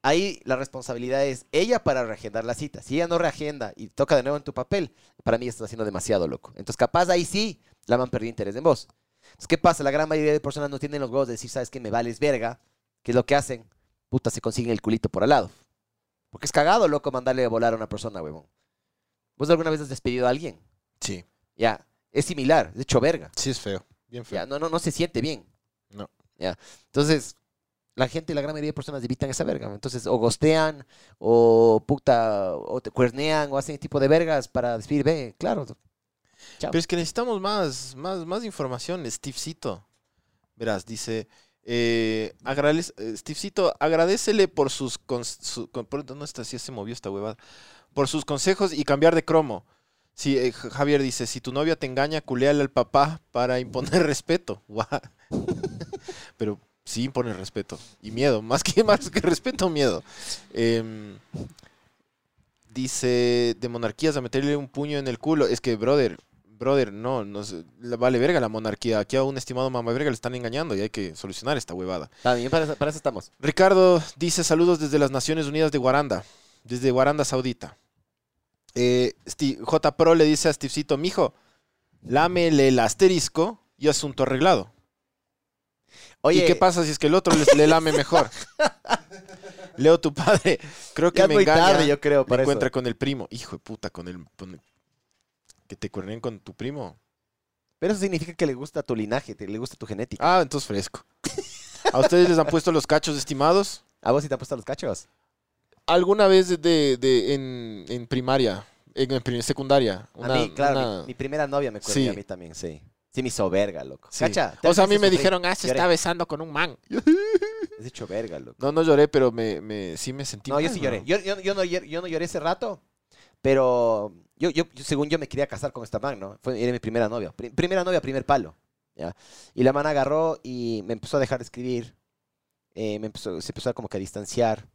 C: Ahí la responsabilidad es ella para reagendar la cita. Si ella no reagenda y toca de nuevo en tu papel, para mí estás haciendo demasiado loco. Entonces, capaz ahí sí, la man perdió interés en vos. Entonces, ¿qué pasa? La gran mayoría de personas no tienen los huevos de decir, sabes que me vales verga. ¿Qué es lo que hacen? Puta, se consiguen el culito por al lado. Porque es cagado, loco, mandarle a volar a una persona, huevón. ¿Vos alguna vez has despedido a alguien?
B: Sí.
C: Ya, es similar, de hecho verga.
B: Sí, es feo. Bien feo.
C: Ya, no, no, no se siente bien.
B: No.
C: Ya. Entonces, la gente, la gran mayoría de personas evitan esa verga. Entonces, o gostean, o puta, o te cuernean, o hacen ese tipo de vergas para decir, ve, claro. Chao.
B: Pero es que necesitamos más, más, más información, Stevecito. Verás, dice, Eh, agrales- eh, Stevecito, agradecele por sus. cons- su- con- por- no está, sí se movió esta huevada. Por sus consejos y cambiar de cromo. Sí, eh, J- Javier dice: si tu novia te engaña, culéale al papá para imponer respeto. Guau. Pero sí impone respeto y miedo, más que, más que respeto, miedo. Em, dice: de monarquías a meterle un puño en el culo. Es que, brother, Brother, no, nos, la- vale verga la monarquía. Aquí a un estimado mamá verga le están engañando y hay que solucionar esta huevada.
C: También para, eso- para eso estamos.
B: Ricardo dice saludos desde las Naciones Unidas de Guaranda, desde Guaranda Saudita. Eh, Sti- J. Pro le dice a Stevecito, mijo, lámele el asterisco y asunto arreglado.
C: Oye,
B: ¿Y qué pasa si es que el otro les- le lame mejor? Leo, tu padre, creo que
C: Ya es
B: me
C: muy
B: engaña.
C: tarde, yo creo,
B: Me
C: para eso.
B: encuentra con el primo. Hijo de puta, con el... con el- que te cuernen con tu primo.
C: Pero eso significa que le gusta tu linaje, te- le gusta tu genética.
B: Ah, entonces fresco. ¿A ustedes les han puesto los cachos estimados?
C: ¿A vos sí te han puesto los cachos?
B: ¿Alguna vez de, de- de- en, en primaria? En, en prim- secundaria.
C: a
B: una-
C: mí, claro,
B: una-
C: mi, mi primera novia me cuelga
B: Sí.
C: a mí también, sí. Sí, me hizo verga, loco.
B: sí.
C: Cacha.
B: O
C: tres
B: sea, a mí
C: veces
B: me
C: sufrí.
B: dijeron, ah, se
C: Lloré.
B: está besando con un man.
C: Has dicho verga, loco.
B: No, no lloré, pero me, me- sí me sentí
C: No, yo
B: mal,
C: sí
B: bro.
C: lloré. Yo, yo- yo no, llor- yo no lloré ese rato, pero yo, yo- yo- según yo me quería casar con esta man, ¿no? Fue, era mi primera novia. Pri- primera novia, primer palo. ¿ya? Y la man agarró y me empezó a dejar de escribir. eh, me empezó, se empezó a como que a distanciar.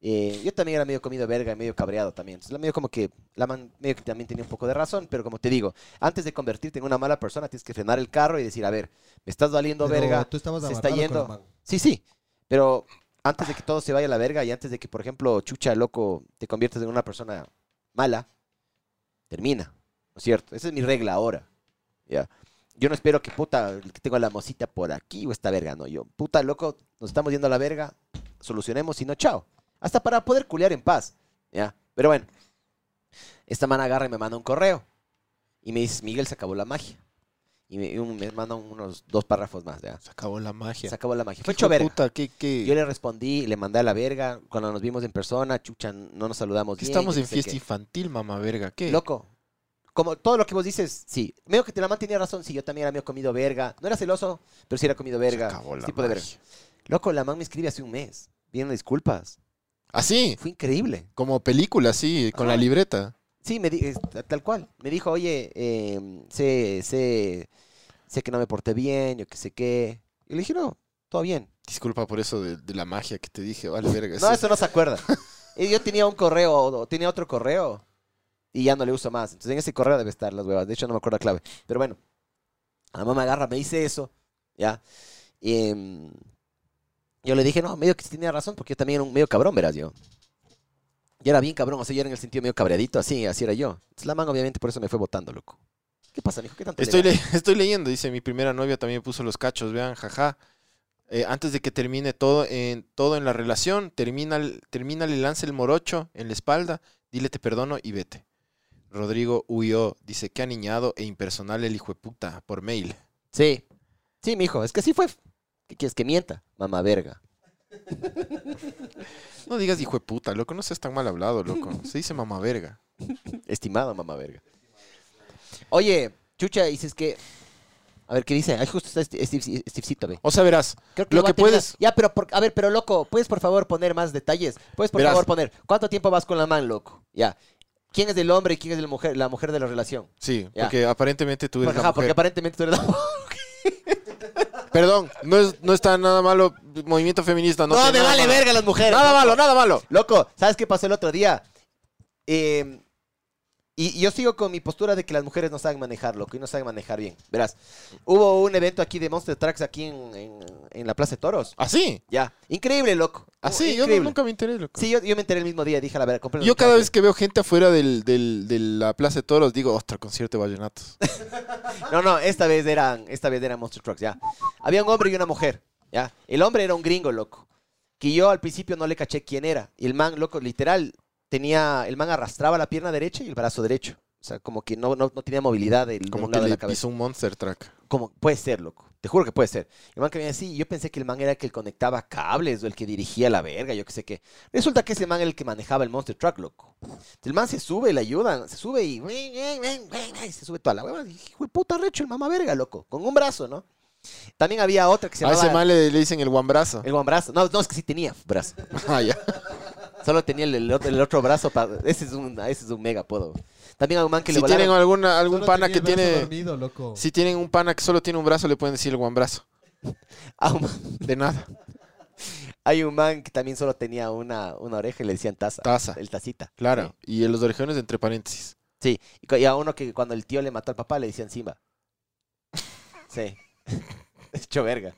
C: Eh, yo también era medio comido verga y medio cabreado también. Entonces, la medio como que la man medio que también tenía un poco de razón, pero como te digo, antes de convertirte en una mala persona tienes que frenar el carro y decir, a ver, me estás valiendo
E: Pero
C: verga.
E: tú estabas
C: se está
E: amarrado con
C: yendo.
E: la man.
C: Sí, sí. Pero antes de que todo se vaya a la verga y antes de que, por ejemplo, chucha loco, te conviertas en una persona mala, termina. ¿No es cierto? Esa es mi regla ahora. Ya. Yo no espero que puta, que tengo la mosita por aquí o esta verga, no. Yo, puta loco, nos estamos yendo a la verga, solucionemos, si no, chao. Hasta para poder culear en paz. Ya. Pero bueno, esta man agarra y me manda un correo. Y me dice, Miguel, se acabó la magia. Y me, y un- me manda unos dos párrafos más, ya.
B: Se acabó la magia.
C: Se acabó la magia.
B: Qué
C: Fue
B: hijo
C: hecho
B: de
C: verga.
B: puta, qué- qué-
C: Yo le respondí, le mandé a la verga. Cuando nos vimos en persona, chucha, no nos saludamos
B: que
C: bien,
B: estamos
C: yo
B: en
C: qué sé
B: fiesta
C: qué.
B: infantil, mamá verga. ¿Qué?
C: Loco, como todo lo que vos dices, sí. Medio que Telamán tenía razón, sí, yo también era medio comido verga. No era celoso, pero sí era comido
B: Se
C: verga.
B: acabó la
C: ese tipo de verga.
B: magia.
C: Loco, la man me escribe hace un mes. Vienen disculpas.
B: Así,
C: Fue increíble.
B: Ah, como película, así, con la
C: Ajá.
B: libreta.
C: Sí, me di- es- tal cual. Me dijo, oye, eh, sé, sé, sé que no me porté bien, yo qué sé qué. Y le dije, no, todo bien.
B: Disculpa por eso de, de la magia que te dije, vale verga.
C: No,
B: sí.
C: eso no se acuerda. Y yo tenía un correo, o tenía otro correo, y ya no le uso más. Entonces en ese correo debe estar las huevas. De hecho, no me acuerdo la clave. Pero bueno, la mamá me agarra, me dice eso, ¿ya? Y, em, yo le dije, no, medio que sí tenía razón, porque yo también era un medio cabrón, verás yo. Yo era bien cabrón, o sea, yo era en el sentido medio cabreadito, así, así era yo. Entonces la man obviamente por eso me fue votando, loco. ¿Qué pasa, mijo? ¿Qué tanto le
B: Estoy,
C: das?
B: le- estoy leyendo, dice mi primera novia también puso los cachos, vean, jaja. Eh, antes de que termine todo en, todo en la relación, termina, el- termina le lance el morocho en la espalda, dile te perdono y vete. Rodrigo huyó, dice que aniñado e impersonal el hijo de puta por mail.
C: Sí, sí, mijo, es que sí fue. ¿Qué quieres que mienta? Mamá verga.
B: No digas hijo de puta, loco, no seas tan mal hablado, loco. Se dice mamá verga.
C: Estimado mamá verga. Oye, chucha, dices que. A ver, ¿qué dice? Ahí justo está Steve- Steve- Stevecito, ve.
B: O sea, verás,
C: Creo
B: Lo
C: va a
B: que
C: terminar.
B: puedes-
C: Ya, pero por- a ver, pero loco, ¿puedes por favor poner más detalles? ¿Puedes por
B: Verás.
C: favor poner cuánto tiempo vas con la man, loco? Ya. ¿Quién es el hombre y quién es la mujer, la mujer de la relación?
B: sí,
C: Ya.
B: porque aparentemente tú eres
C: Porque,
B: la
C: ajá, porque
B: mujer.
C: aparentemente tú eres la
B: Perdón, no, es- no está nada malo movimiento feminista.
C: No,
B: No, tiene
C: me
B: nada
C: vale
B: malo.
C: verga las mujeres.
B: Nada
C: loco.
B: malo, nada malo.
C: Loco, ¿sabes qué pasó el otro día? Eh, y y yo sigo con mi postura de que las mujeres no saben manejar, loco, y no saben manejar bien. Verás, hubo un evento aquí de Monster Trucks aquí en, en- en la Plaza de Toros.
B: Así,
C: Ya, increíble, loco.
B: así, Ah, yo no-
C: Increíble.
B: nunca me enteré, loco.
C: Sí, yo, yo me enteré el mismo día, dije, a la verdad, compré los
B: Yo cada
C: chocolates.
B: vez que veo gente afuera del, del- de la Plaza de Toros digo, ostras, concierto de vallenatos.
C: No, no, esta vez eran, esta vez eran Monster Trucks, ya. Había un hombre y una mujer, ya. El hombre era un gringo, loco. Que yo al principio no le caché quién era. Y el man, loco, literal, tenía, el man arrastraba la pierna derecha y el brazo derecho. O sea, como que no, no, no tenía movilidad del, de
B: Como
C: un
B: que
C: lado de
B: le
C: la cabeza.
B: pisó un monster track.
C: Como, puede ser, loco. Te juro que puede ser. El man que venía así, yo pensé que el man era el que conectaba cables o el que dirigía la verga, yo qué sé qué. Resulta que ese man era el que manejaba el Monster Truck, loco. El man se sube, le ayudan, se sube y... Se sube toda la hueva. Dije, Hijo de puta recho el mamá verga, loco. Con un brazo, ¿no? También había otra que se
B: a
C: llamaba
B: ese man le, le dicen el guambrazo.
C: el guambrazo. No, no, es que sí tenía brazo.
B: Ah, ya.
C: Solo tenía el, el otro, el otro brazo. para- Ese, es un, ese es un mega apodo. También a un man que
B: si
C: le volaron-
B: tienen alguna, algún
E: Solo
B: pana
E: tenía
B: que
E: el brazo
B: tiene.
E: dormido, loco.
B: Si tienen un pana que solo tiene un brazo, le pueden decir el guambrazo.
C: a un man-
B: De nada.
C: hay un man que también solo tenía una, una oreja y le decían taza.
B: Taza.
C: El tacita.
B: Claro. Y en los orejones entre paréntesis.
C: Sí. Y co- Y a uno que cuando el tío le mató al papá le decían Simba. Sí. Hecho verga.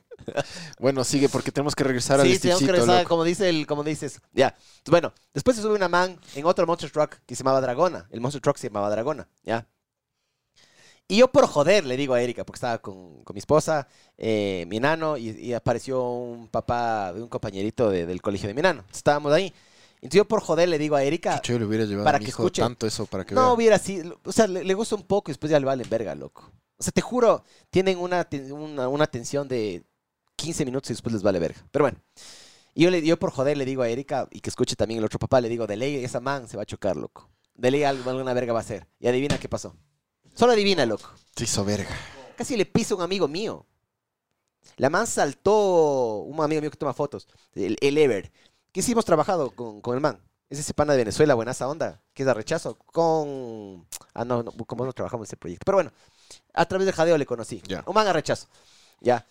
B: Bueno, sigue porque tenemos que regresar al
C: Sí, tenemos que
B: Stitchito,
C: regresar,
B: loco.
C: como dice el, como dices. Ya. Bueno, después se sube una man en otro Monster Truck que se llamaba Dragona. El Monster Truck se llamaba Dragona, ¿ya? Y yo por joder le digo a Erika, porque estaba con, con mi esposa, eh, mi enano, y, y apareció un papá de un compañerito de- del colegio de mi enano. Estábamos ahí. Entonces yo por joder le digo a Erika,
B: Chucho, yo le hubiera llevado
C: Para
B: a mi
C: que
B: hijo
C: escuche.
B: tanto eso para que
C: no
B: vea.
C: hubiera sido. O sea, le, le gusta un poco y después ya le valen verga, loco. O sea, te juro, tienen una, ten- una, una tensión de 15 minutos y después les vale verga. Pero bueno. Y yo, le, yo por joder le digo a Erika y que escuche también el otro papá, le digo, de ley esa man se va a chocar, loco. De ley algo- alguna verga va a hacer. Y adivina qué pasó. Solo adivina, loco.
B: Se hizo verga.
C: Casi le pisa un amigo mío. La man saltó, un amigo mío que toma fotos, el, el Ever. Que sí hemos trabajado con, con el man. Es ese pana de Venezuela, buenaza onda, que es de rechazo. Con. Ah, no, no, como no trabajamos en ese proyecto. Pero bueno, a través del jadeo le conocí.
B: Ya.
C: Un man a rechazo. Ya.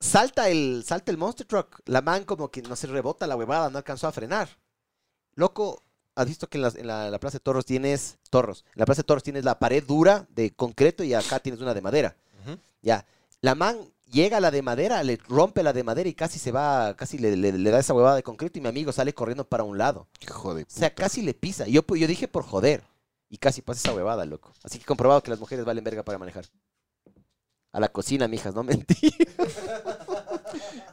C: Salta el, salta el Monster Truck. La man como que no se rebota la huevada, no alcanzó a frenar. Loco, has visto que en, las- en la, la Plaza de Toros tienes. Torros. En la Plaza de Toros tienes la pared dura de concreto y acá tienes una de madera.
B: Ujú.
C: Ya. La man llega a la de madera, le rompe la de madera y casi se va, casi le, le- le da esa huevada de concreto y mi amigo sale corriendo para un lado.
B: Hijo de
C: O sea, casi le pisa. Yo, pu- yo dije por joder. Y casi pasa esa huevada, loco. Así que comprobado que las mujeres valen verga para manejar. A la cocina, mijas, no mentí.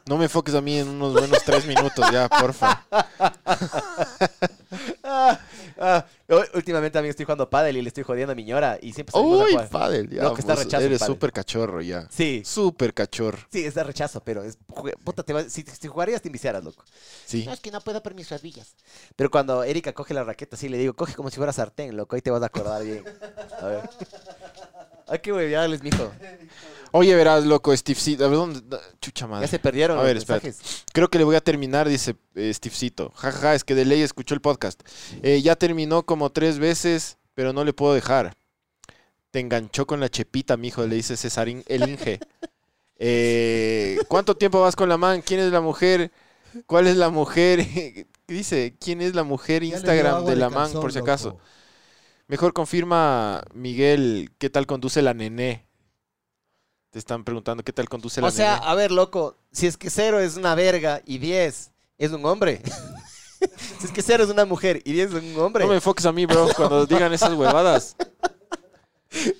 B: No me enfoques a mí en unos buenos tres minutos ya, porfa.
C: Ah, ah, hoy- Últimamente también estoy jugando pádel y le estoy jodiendo a mi ñora y siempre salimos a
B: Uy,
C: jugar.
B: padre, ya.
C: Loco, está
B: vos
C: rechazo,
B: eres
C: padre.
B: súper cachorro ya.
C: Sí,
B: Súper cachorro.
C: sí, es de rechazo, pero es, jue- puta, te vas- si, si jugarías te inviciaras, loco.
B: Sí.
C: No, es que no puedo por mis rodillas. Pero cuando Erika coge la raqueta, sí, le digo, coge como si fuera sartén, loco, ahí te vas a acordar bien. A ver. Hay que huevearles, mijo.
B: Oye, verás, loco, Steve Cito. ¿Dónde? Chucha madre.
C: Ya se perdieron
B: A
C: los
B: ver, espérate.
C: mensajes.
B: Creo que le voy a terminar, dice eh, Stevecito. Jajaja, es que de ley escuchó el podcast. Eh, ya terminó como tres veces, pero no le puedo dejar. Te enganchó con la chepita, mijo, le dice Cesarín el Inge. Eh, ¿Cuánto tiempo vas con la man? ¿Quién es la mujer? ¿Cuál es la mujer? dice, ¿quién es la
E: Ya
B: mujer
E: le dio
B: Instagram
E: agua
B: de la man,
E: calzón,
B: por si
E: loco.
B: acaso? Mejor confirma, Miguel, ¿qué tal conduce la nené? Te están preguntando, ¿qué tal conduce la
C: O sea,
B: nené?
C: a ver, loco, si es que cero es una verga y 10 es un hombre. si es que cero es una mujer y 10 es un hombre.
B: No me enfoques a mí, bro, cuando digan esas huevadas.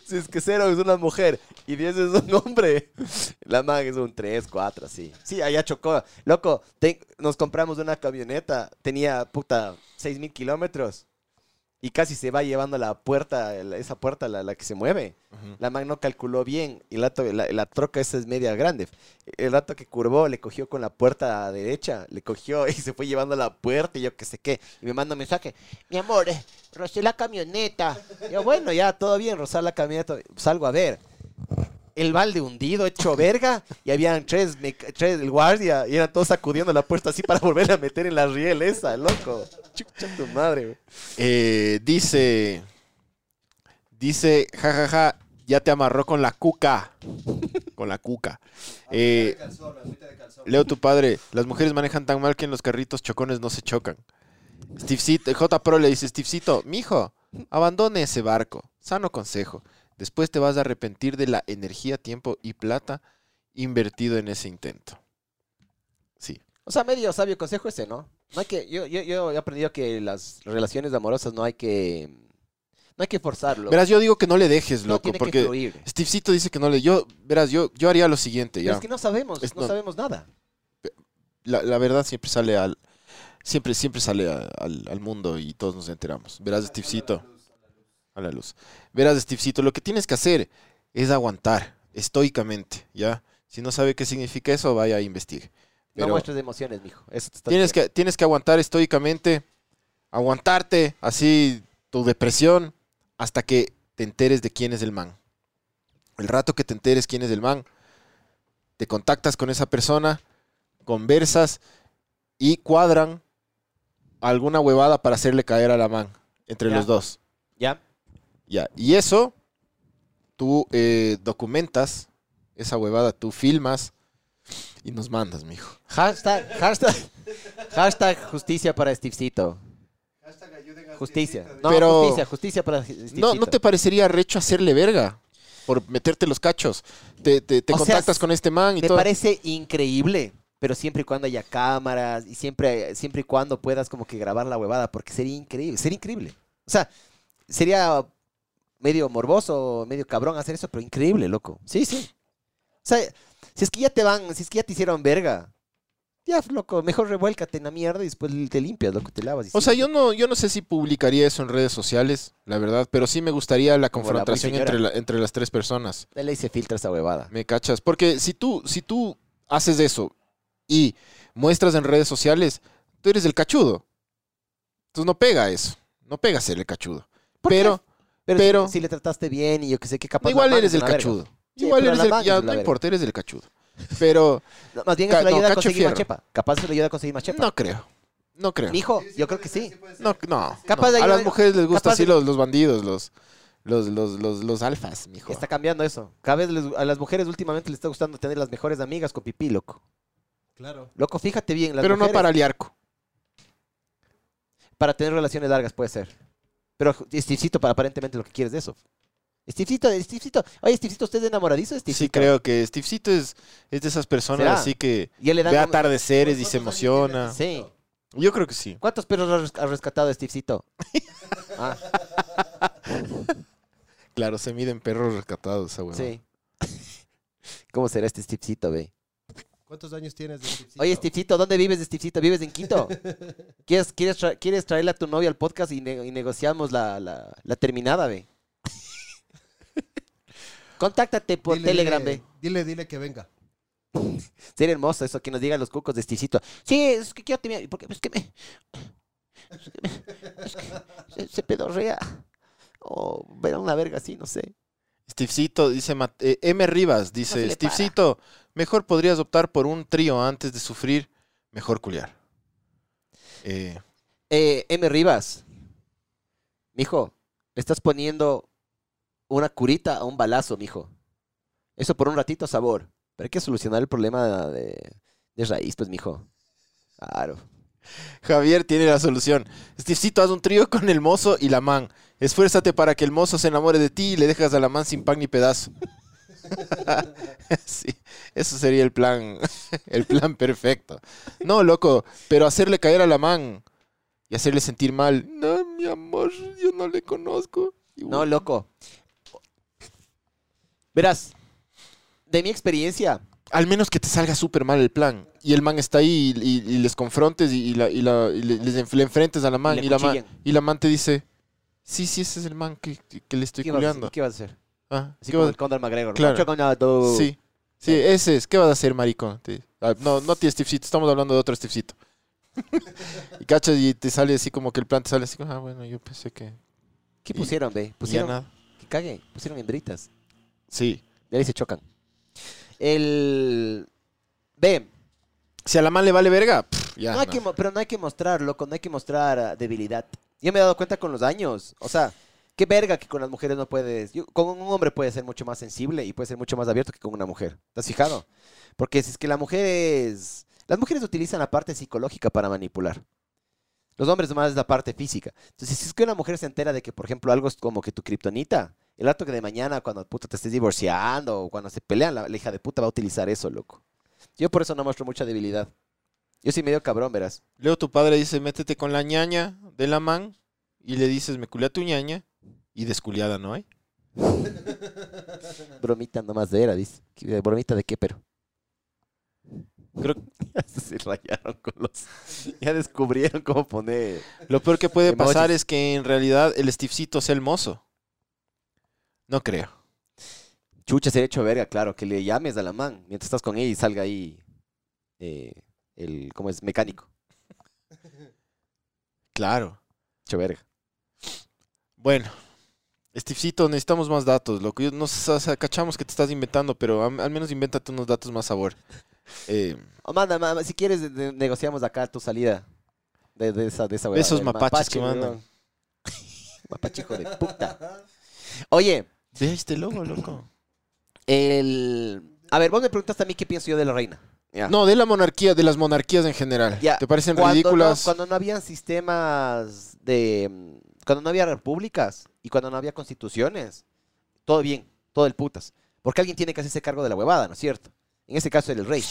C: Si es que cero es una mujer y 10 es un hombre, la man es un 3, 4, así. Sí, allá chocó. Loco, te- nos compramos una camioneta, tenía puta 6 mil kilómetros y casi se va llevando la puerta, la- esa puerta, la, la que se mueve.
B: Ujú.
C: La man no calculó bien y la, to- la, la troca esa es media grande. El rato que curvó, le cogió con la puerta derecha, le cogió y se fue llevando la puerta y yo qué sé qué. Y me manda un mensaje, mi amor, eh, rocé la camioneta. Yo, bueno, ya, todo bien, rozar la camioneta. Salgo a ver. El balde hundido, hecho verga, y habían tres, mec- tres el guardia, y eran todos sacudiendo la puerta así para volver a meter en la riel esa, loco. Chucha tu madre, güey.
B: Eh, dice, dice, jajaja, ya te amarró con la cuca. Con la cuca. Eh,
D: de calzón, agüita de calzón.
B: Leo, tu padre, las mujeres manejan tan mal que en los carritos chocones no se chocan. Stevecito, J. Pro le dice, Stevecito, mijo, abandone ese barco. Sano consejo. Después te vas a arrepentir de la energía, tiempo y plata invertido en ese intento. Sí.
C: O sea, medio sabio consejo ese, ¿no? No hay que, yo, yo, yo he aprendido que las relaciones amorosas no hay que, no hay que forzarlo.
B: Verás, yo digo que no le dejes,
C: no
B: loco,
C: tiene que
B: porque
C: fluir.
B: Stevecito dice que no le... Yo, verás, yo, yo haría lo siguiente,
C: Pero
B: ya.
C: es que no sabemos,
B: Es-
C: no,
B: no.
C: sabemos nada.
B: la, la verdad siempre sale al siempre siempre sale a- al, al mundo y todos nos enteramos. Verás Stevecito a la luz. Verás Stevecito, lo que tienes que hacer es aguantar estoicamente, ¿ya? Si no sabe qué significa eso, vaya e investigue. Pero
C: no muestres emociones, mijo. Eso te está
B: tienes que tienes que aguantar estoicamente, aguantarte así tu depresión hasta que te enteres de quién es el man. El rato que te enteres quién es el man, te contactas con esa persona, conversas y cuadran alguna huevada para hacerle caer a la man entre
C: Ya.
B: los dos.
C: ¿Ya?
B: Ya, y eso tú eh, documentas esa huevada, tú filmas y nos mandas, mijo.
C: Hashtag, hashtag, hashtag justicia para Stevecito.
D: Hashtag ayuden a
C: Justicia.
D: Stevecito,
C: No,
D: dice.
B: Pero-
C: justicia, justicia para Stevecito.
B: No, ¿No te parecería recho hacerle verga por meterte los cachos? Te, te- te
C: O sea,
B: contactas con este man y
C: Me
B: todo.
C: parece increíble, pero siempre y cuando haya cámaras y siempre, siempre y cuando puedas como que grabar la huevada, porque sería increíble, sería increíble. O sea, sería medio morboso, medio cabrón hacer eso, pero increíble, loco. Sí, sí. O sea, si es que ya te van, si es que ya te hicieron verga, ya, loco, mejor revuélcate en la mierda y después te limpias, loco, te lavas. y
B: O
C: sí.
B: sea, yo no, yo no sé si publicaría eso en redes sociales, la verdad, pero sí me gustaría la
C: Como la muy
B: confrontación
C: señora.
B: entre, la- entre las tres personas.
C: De ley se filtra esa huevada.
B: ¿Me cachas? Porque si tú, si tú haces eso y muestras en redes sociales, tú eres el cachudo. Entonces no pega eso. No pega ser el cachudo.
C: ¿Por qué?
B: Pero
C: Pero,
B: pero-
C: si, si le trataste bien y yo que sé qué capaz. la
B: igual
C: man
B: eres
C: es
B: el
C: una verga.
B: cachudo.
C: Sí,
B: igual
C: pero
B: eres
C: la
B: el
C: man es
B: ya,
C: una
B: No
C: verga.
B: importa, eres el cachudo. Pero
C: No, más bien
B: Ca-
C: eso le
B: no,
C: ayuda a
B: Cacho
C: conseguir más
B: Fierro.
C: chepa. Capaz eso le ayuda a conseguir más chepa.
B: no creo. No creo.
C: Mi hijo,
D: Sí, sí
C: yo creo
D: puede
C: que
D: ser,
C: sí.
D: puede ser.
B: No, no.
C: Capaz
B: no.
C: de
B: A
C: ayudar-
B: las mujeres les gusta
C: capaz
B: así
C: de-
B: los, los bandidos, los, los, los, los, los alfas, mijo.
C: Está cambiando eso. Cada vez les- a las mujeres últimamente les está gustando tener las mejores amigas con pipí, loco.
D: Claro.
C: Loco, fíjate bien. Las
B: Pero no
C: mujeres,
B: para liarco.
C: para tener relaciones largas puede ser. Pero Stevecito, para aparentemente lo que quieres de eso. Stevecito, Stevecito. Oye, Stevecito, ¿usted es enamoradizo de Stevecito?
B: Sí, creo que Stevecito es, es de esas personas
C: ¿Será?
B: así que
C: Y él le dan
B: ve
C: como-
B: atardeceres y se
D: ¿Cuántos años tiene
B: emociona.
C: Sí.
B: Yo creo que sí.
C: ¿Cuántos perros ha res- ha rescatado Stevecito? ah,
B: Claro, se miden perros rescatados esa huevada.
C: sí. ¿Cómo será este Stevecito, ve?
D: ¿Cuántos años tienes de Stevecito?
C: Oye, Stevecito, ¿dónde vives, Stevecito? ¿Vives en Quito? ¿Quieres, quieres, tra- quieres traerle a tu novia al podcast y, ne- y negociamos la, la- la terminada, ve? Contáctate por
D: Dile,
C: Telegram,
D: dile,
C: ve.
D: dile, dile que venga.
C: Sería hermoso eso, que nos digan los cucos de Stevecito. Sí, es que quiero terminar. Porque, es que me... es que me- es que se, se pedorrea. O ver una verga así, no sé.
B: Stevecito, dice Mat- eh, M. Rivas,
C: se
B: dice,
C: le
B: Stevecito, mejor podrías optar por un trío antes de sufrir, mejor culiar. Eh,
C: Eh, M. Rivas. Mijo, le estás poniendo una curita a un balazo, mijo. Eso por un ratito sabor. Pero hay que solucionar el problema de, de raíz, pues, mijo. Claro.
B: Javier tiene la solución. Stevecito, haz un trío con el mozo y la man. Esfuérzate para que el mozo se enamore de ti y le dejas a la man sin pan ni pedazo. sí, eso sería el plan, el plan perfecto. No, loco, pero hacerle caer a la man y hacerle sentir mal. No, mi amor, yo no le conozco. Y
C: No, loco. Verás, de mi experiencia,
B: Al menos que te salga súper mal el plan. Y el man está ahí y, y- y les confrontes y, y la- y la- y le- les enf- le enfrentes a la man.
C: Le
B: Y, la man
C: cuchillan.
B: y la man te dice, sí, sí, ese es el man que, que- que le estoy
C: ¿qué vas, a,
B: culeando.
C: qué vas a hacer?
B: Ah,
C: Así Eh.
B: ¿qué
C: como
B: vas-
C: el Condor McGregor.
B: Claro.
C: Macho ganado.
B: Sí, sí, ese es. ¿Qué vas a hacer, maricón? Te- ah, no, no tienes Stevecito, estamos hablando de otro Stevecito. y cachas y te sale así como que el plan te sale así como, ah, bueno, yo pensé que...
C: ¿Qué pusieron, ve?
B: pues ya
C: Pusieron,
B: nada.
C: que cague, pusieron hembritas.
B: Sí.
C: De ahí se chocan. El. Ve.
B: Si a la man le vale verga, pff, ya.
C: no hay
B: no.
C: que mo- pero no hay que mostrar, loco, no hay que mostrar ah, debilidad. Yo me he dado cuenta con los años. O sea, qué verga que con las mujeres no puedes. yo- con un hombre puedes ser mucho más sensible y puedes ser mucho más abierto que con una mujer. ¿Te has fijado? Porque si es que la mujer es. Las mujeres utilizan la parte psicológica para manipular. Los hombres más la parte física. Entonces, si es que una mujer se entera de que, por ejemplo, algo es como que tu kriptonita, el rato que de mañana, cuando puta te estés divorciando o cuando se pelean, la, la hija de puta va a utilizar eso, loco. Yo por eso no muestro mucha debilidad. Yo soy medio cabrón, verás.
B: Luego tu padre dice, métete con la ñaña de la man y le dices, me culé a tu ñaña y desculiada no ¿Eh? hay.
C: Bromita nomás de era, dice. ¿Qué- de ¿Bromita de qué, pero?
B: Creo-
C: Se rayaron con los... Ya descubrieron cómo poner...
B: Lo peor que puede
C: Emojis.
B: pasar es que en realidad el Stevecito sea el mozo. No creo.
C: Chucha, se ha hecho verga, claro. Que le llames a la man mientras estás con ella y salga ahí... eh, el... ¿Cómo es? Mecánico.
B: Claro.
C: Hecho verga.
B: Bueno, Stevecito, necesitamos más datos, loco. Yo- Nos o sea, cachamos que te estás inventando, pero am- al menos invéntate unos datos más sabor. Eh,
C: O manda, manda, si quieres, de- de- negociamos acá tu salida de, de esa, de esa
B: De
C: huevada,
B: esos
C: del
B: mapaches que
C: weón.
B: mandan.
C: mapache, hijo de puta. Oye,
B: Ve este logo, loco.
C: el... A ver, vos me preguntaste a mí qué pienso yo de la reina. Ya.
B: No, de la monarquía, de las monarquías en general.
C: Ya,
B: ¿Te parecen
C: cuando
B: ridículas?
C: No, cuando no habían sistemas de... mm, Cuando no había repúblicas y cuando no había constituciones, todo bien, todo el putas. Porque alguien tiene que hacerse cargo de la huevada, ¿no es cierto? En este caso era el rey.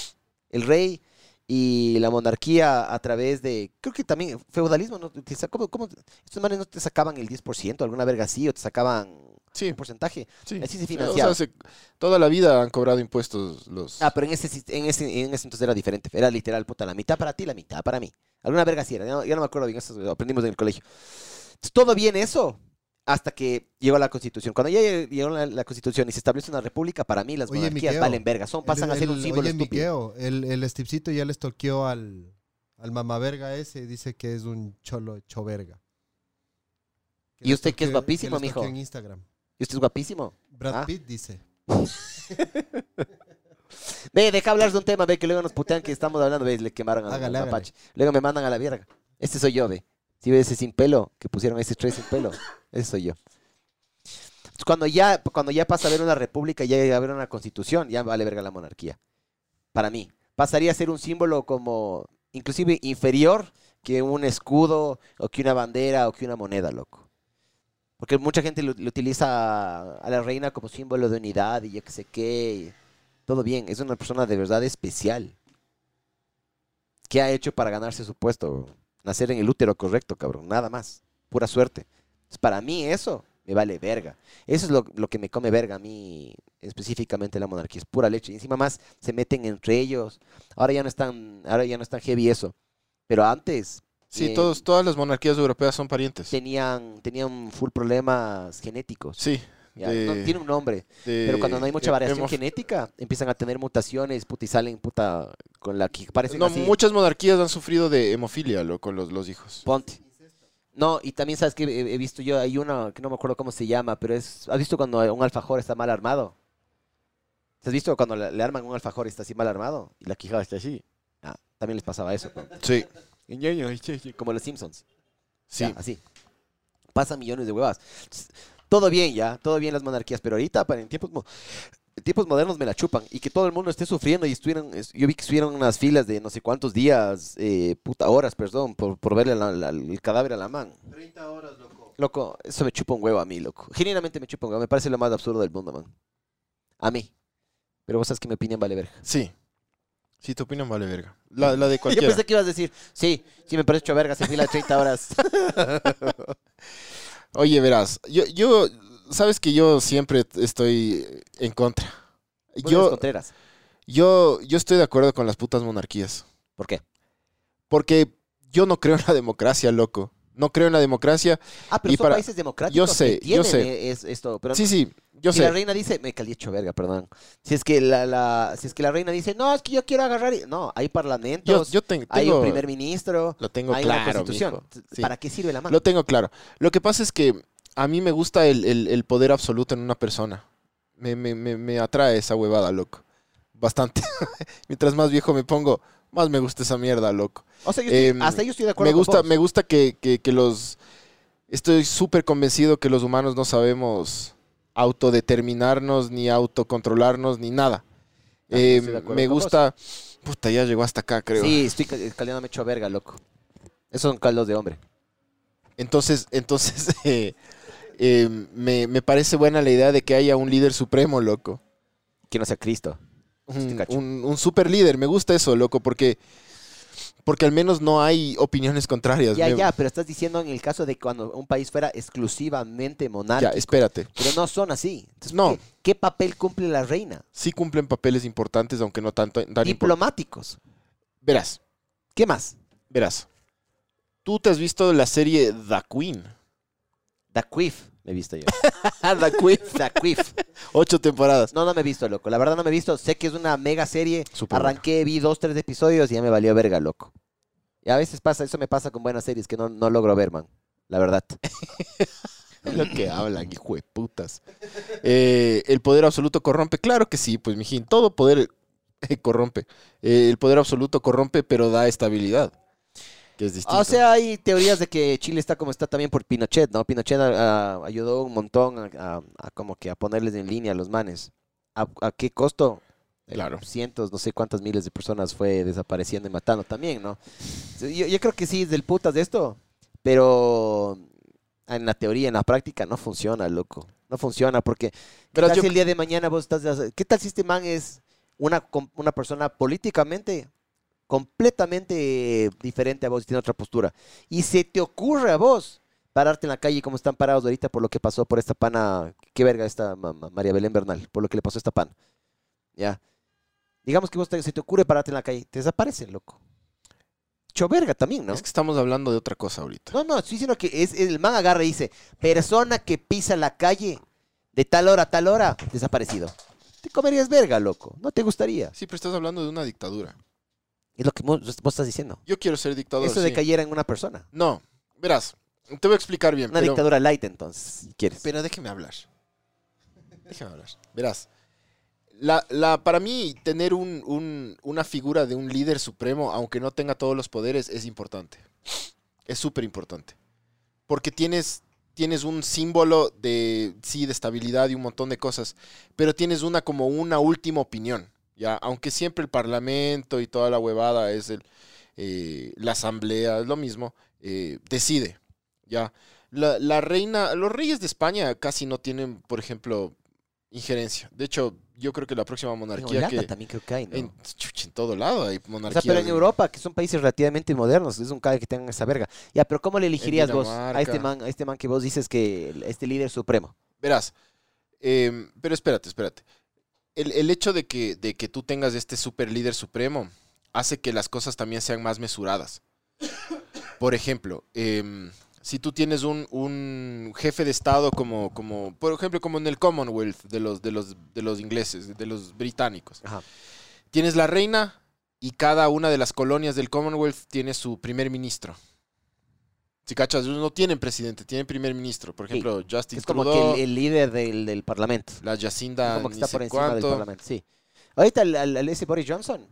C: El rey y la monarquía a través de... Creo que también feudalismo, ¿no? Te sa- ¿Cómo, cómo? Estos manes no te sacaban el 10%, alguna verga así, o te sacaban un
B: Sí,
C: porcentaje.
B: sí.
C: así se
B: O sea,
C: financiaba.
B: se- toda la vida han cobrado impuestos los...
C: Ah, pero en ese, sis- en ese, en ese entonces era diferente. Era literal, puta, la mitad para ti, la mitad para mí. Alguna verga así era. Ya, no- ya no me acuerdo bien, eso lo aprendimos en el colegio. Entonces, Todo bien eso hasta que llegó la constitución. Cuando ya lleg- llegó la, la constitución y se estableció una república, para mí las
D: Oye,
C: monarquías
D: Miqueo,
C: valen verga. Son, pasan
D: El-
C: a ser un
D: el-
C: símbolo
D: Oye,
C: estúpido.
D: Miqueo, el, el Stevecito ya les toqueó al, al mamaverga ese. Dice que es un cholo choverga.
C: ¿Y
D: les
C: usted que es
D: toqueó-
C: guapísimo,
D: les toqueó
C: mijo?
D: en Instagram.
C: Y usted es guapísimo.
D: Brad
C: Ah.
D: Pitt dice.
C: Ve, deja hablar de un tema, ve, que luego nos putean que estamos hablando. Ve, le quemaron a
D: Hágale,
C: la
D: hágale.
C: mapache. Luego me mandan a la verga. Este soy yo, ve. Si ves ese sin pelo, que pusieron ese tres sin pelo, ese soy yo. Entonces, Cuando ya, cuando ya pasa a haber una república, ya llega a haber una constitución, ya vale verga la monarquía. Para mí. Pasaría a ser un símbolo como, inclusive inferior que un escudo, o que una bandera, o que una moneda, loco. Porque mucha gente lo, lo utiliza a la reina como símbolo de unidad y yo qué sé qué. y todo bien, es una persona de verdad especial. ¿Qué ha hecho para ganarse su puesto? Nacer en el útero correcto, cabrón, nada más. Pura suerte. Entonces, para mí eso me vale verga. Eso es lo, lo que me come verga a mí, específicamente la monarquía. Es pura leche. Y encima más se meten entre ellos. Ahora ya no están, ahora ya no es tan heavy eso. Pero antes
B: Sí,
C: eh,
B: todos, todas las monarquías europeas son parientes.
C: tenían, tenían full problemas genéticos.
B: Sí.
C: ya.
B: de-
C: No, tiene un nombre.
B: de-
C: Pero cuando no hay mucha
B: em-
C: variación
B: hemo-
C: genética, empiezan a tener mutaciones, puta, y salen, puta, con la que parecen
B: No,
C: así.
B: muchas monarquías han sufrido de hemofilia, loco, los, los hijos.
C: Ponte. No, y también sabes que he, he visto yo, hay una que no me acuerdo cómo se llama, pero es, ¿has visto cuando un alfajor está mal armado? ¿Has visto cuando le, le arman un alfajor y está así mal armado? Y la quijada está así. Ah, también les pasaba eso. ponte.
B: Sí,
C: Como los Simpsons.
B: sí.
C: Ya, así. Pasa millones de huevas. Entonces, Todo bien ya, todo bien las monarquías, pero ahorita para en tiempos, mo- en tiempos modernos me la chupan y que todo el mundo esté sufriendo y estuvieron, es- yo vi que estuvieron unas filas de no sé cuántos días, eh, puta horas, perdón, por, por verle la- la- el cadáver a la man.
D: 30 horas, loco.
C: Loco, eso me chupa un huevo a mí, loco. Genuinamente me chupa un huevo, me parece lo más absurdo del mundo, man. A mí. Pero vos sabes que mi opinión vale verga.
B: Sí. Si tu opinión vale verga. La, la de
C: Yo
B: cualquiera.
C: pensé que ibas a decir, sí, sí me parece hecho verga, se fila 30 horas.
B: Oye, verás, yo, yo, sabes que yo siempre t- estoy en contra.
C: Vos eres
B: Yo,
C: Contreras.
B: yo, yo estoy de acuerdo con las putas monarquías.
C: ¿Por qué?
B: Porque yo no creo en la democracia, loco. No creo en la democracia.
C: Ah, pero
B: Y
C: son
B: para-
C: países democráticos
B: yo sé,
C: que
B: yo
C: tienen
B: sé.
C: eh, es- esto. Pero
B: Sí, sí, yo
C: si la
B: sé.
C: reina dice, me calí hecho verga, perdón. Si es que la, la- si es que la reina dice, no, es que yo quiero agarrar. y-". No, hay
B: Yo,
C: parlamentos,
B: yo ten- tengo,
C: hay un primer ministro,
B: lo tengo
C: hay una
B: claro,
C: constitución.
B: mijo. Sí.
C: ¿Para qué sirve la mano?
B: Lo tengo claro. Lo que pasa es que a mí me gusta el, el- el poder absoluto en una persona. Me, me- me- me atrae esa huevada, loco. Bastante. Mientras más viejo me pongo, más me gusta esa mierda, loco.
C: O sea, yo estoy-
B: em,
C: hasta yo estoy de acuerdo
B: Me gusta,
C: con vos.
B: me gusta que, que- que los... Estoy súper convencido que los humanos no sabemos autodeterminarnos, ni autocontrolarnos, ni nada.
C: También
B: Eh,
C: estoy de acuerdo
B: me
C: con vos.
B: gusta... Puta, ya llegó hasta acá, creo.
C: Sí, estoy cal- caliéndome hecho verga, loco. Esos son caldos de hombre.
B: Entonces, entonces eh, eh, me, me parece buena la idea de que haya un líder supremo, loco.
C: Que no sea Cristo. te
B: Un,
C: Este cacho.
B: un- un super líder. Me gusta eso, loco, porque, porque al menos no hay opiniones contrarias.
C: Ya,
B: Me-
C: ya, pero estás diciendo en el caso de cuando un país fuera exclusivamente
B: ya,
C: monárquico.
B: espérate.
C: Pero no son así. Entonces,
B: No.
C: ¿qué- ¿Qué papel cumple la reina?
B: Sí cumplen papeles importantes, aunque no tanto. Tan impor-
C: Diplomáticos.
B: verás,
C: ¿Qué más?
B: verás. Tú te has visto la serie The Queen.
C: Da Quiff, me he visto yo.
B: The Queen.
C: Da Quiff.
B: Ocho temporadas.
C: No, no me he visto, loco. La verdad no me he visto. Sé que es una mega serie.
B: Súper
C: Arranqué, vi dos, tres episodios y ya me valió verga, loco. Y a veces pasa, eso me pasa con buenas series que no, no logro ver, man. La verdad.
B: Lo que hablan, hijo de putas. Eh, ¿El poder absoluto corrompe? Claro que sí, pues, mijín. Todo poder eh, corrompe. Eh, el poder absoluto corrompe, pero da estabilidad. Que es distinto.
C: Ah, O sea, hay teorías de que Chile está como está también por Pinochet, ¿no? Pinochet ah, ah, ayudó un montón a, a- a como que a ponerles en línea a los manes. ¿A, a qué costo? Eh,
B: Claro.
C: Cientos, no sé cuántas miles de personas fue desapareciendo y matando también, ¿no? Yo, yo creo que sí es del putas de esto, pero en la teoría, en la práctica, no funciona, loco. No funciona porque ¿Qué
B: Pero
C: tal
B: yo-
C: si el día de mañana vos estás... ¿Qué tal si este man es una, com- una persona políticamente completamente diferente a vos y tiene otra postura? Y se te ocurre a vos pararte en la calle como están parados ahorita por lo que pasó por esta pana... Qué verga esta ma- ma- María Belén Bernal, por lo que le pasó a esta pana. Ya. Digamos que vos te- se te ocurre pararte en la calle, te desaparece, loco. Choverga también, ¿no?
B: Es que estamos hablando de otra cosa ahorita.
C: No, no, estoy diciendo que es, el man agarra y dice, persona que pisa la calle de tal hora a tal hora, desaparecido. Te comerías verga, loco. No te gustaría.
B: Sí, pero estás hablando de una dictadura.
C: Es lo que vos, vos estás diciendo.
B: Yo quiero ser dictador.
C: Eso de
B: sí.
C: cayera en una persona.
B: No, verás, te voy a explicar bien.
C: Una
B: pero-
C: dictadura light, entonces, si quieres.
B: Pero déjeme hablar. Déjeme hablar. Verás. La, la- para mí, tener un- un- una figura de un líder supremo, aunque no tenga todos los poderes, es importante. Es súper importante. Porque tienes, tienes un símbolo de, sí, de estabilidad y un montón de cosas, pero tienes una como una última opinión. ¿ya? Aunque siempre el parlamento y toda la huevada es el, eh, la asamblea, es lo mismo, eh, decide. ¿ya? la, la reina, los reyes de España casi no tienen, por ejemplo, injerencia. De hecho, yo creo que la próxima
C: en
B: monarquía
C: Holanda
B: que...
C: también creo que hay, ¿no?
B: En, chuch, en todo lado hay
C: O
B: monarquía.
C: sea, pero en Europa, que son países relativamente modernos, es un cague que tengan esa verga. Ya, pero ¿cómo le elegirías vos a este
B: Dinamarca.
C: man, a este man que vos dices que el- este líder supremo?
B: Verás, em, pero espérate, espérate. El, el hecho de que, de que tú tengas este super líder supremo hace que las cosas también sean más mesuradas. Por ejemplo, em, si tú tienes un, un jefe de Estado como, como, por ejemplo, como en el Commonwealth de los, de los, de los ingleses, de los británicos.
C: Ajá.
B: Tienes la reina y cada una de las colonias del Commonwealth tiene su primer ministro. Si cachas, ellos no tienen presidente, tienen primer ministro. Por
C: Sí,
B: ejemplo, Justin
C: Es como
B: Trudeau.
C: que el, el líder del, del parlamento.
B: La Jacinda,
C: como que
B: ni
C: está
B: sé
C: por encima del
B: cuánto.
C: Parlamento, sí. Ahorita al, al- al ese Boris Johnson,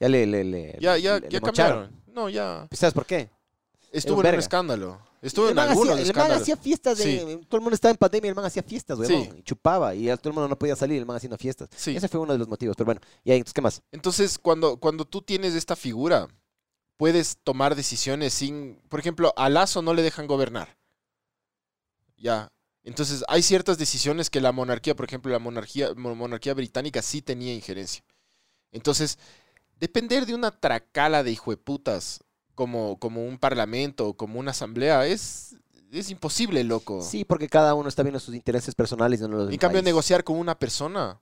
C: ya le, le, le-
B: Ya, ya,
C: le- le
B: ya
C: mocharon.
B: cambiaron. No, ya.
C: ¿Sabes por qué?
B: Estuvo en
C: verga.
B: un escándalo. Estuvo
C: el
B: en
C: man,
B: algunos
C: hacía, el man
B: escándalos.
C: hacía fiestas, de,
B: Sí.
C: todo el mundo estaba en pandemia, el man hacía fiestas,
B: Sí.
C: huevón, y chupaba, y ya todo el mundo no podía salir, el man haciendo fiestas.
B: Sí.
C: Ese fue uno de los motivos, pero bueno, y ahí, entonces, ¿qué más?
B: Entonces, cuando, cuando tú tienes esta figura, puedes tomar decisiones sin. Por ejemplo, a Lazo no le dejan gobernar. Ya. Entonces, hay ciertas decisiones que la monarquía, por ejemplo, la monarquía, mo- monarquía británica sí tenía injerencia. Entonces, depender de una tracala de hijueputas como, como un parlamento o como una asamblea es, es imposible, loco.
C: Sí, porque cada uno está viendo sus intereses personales y no los del
B: En cambio,
C: país.
B: negociar con una persona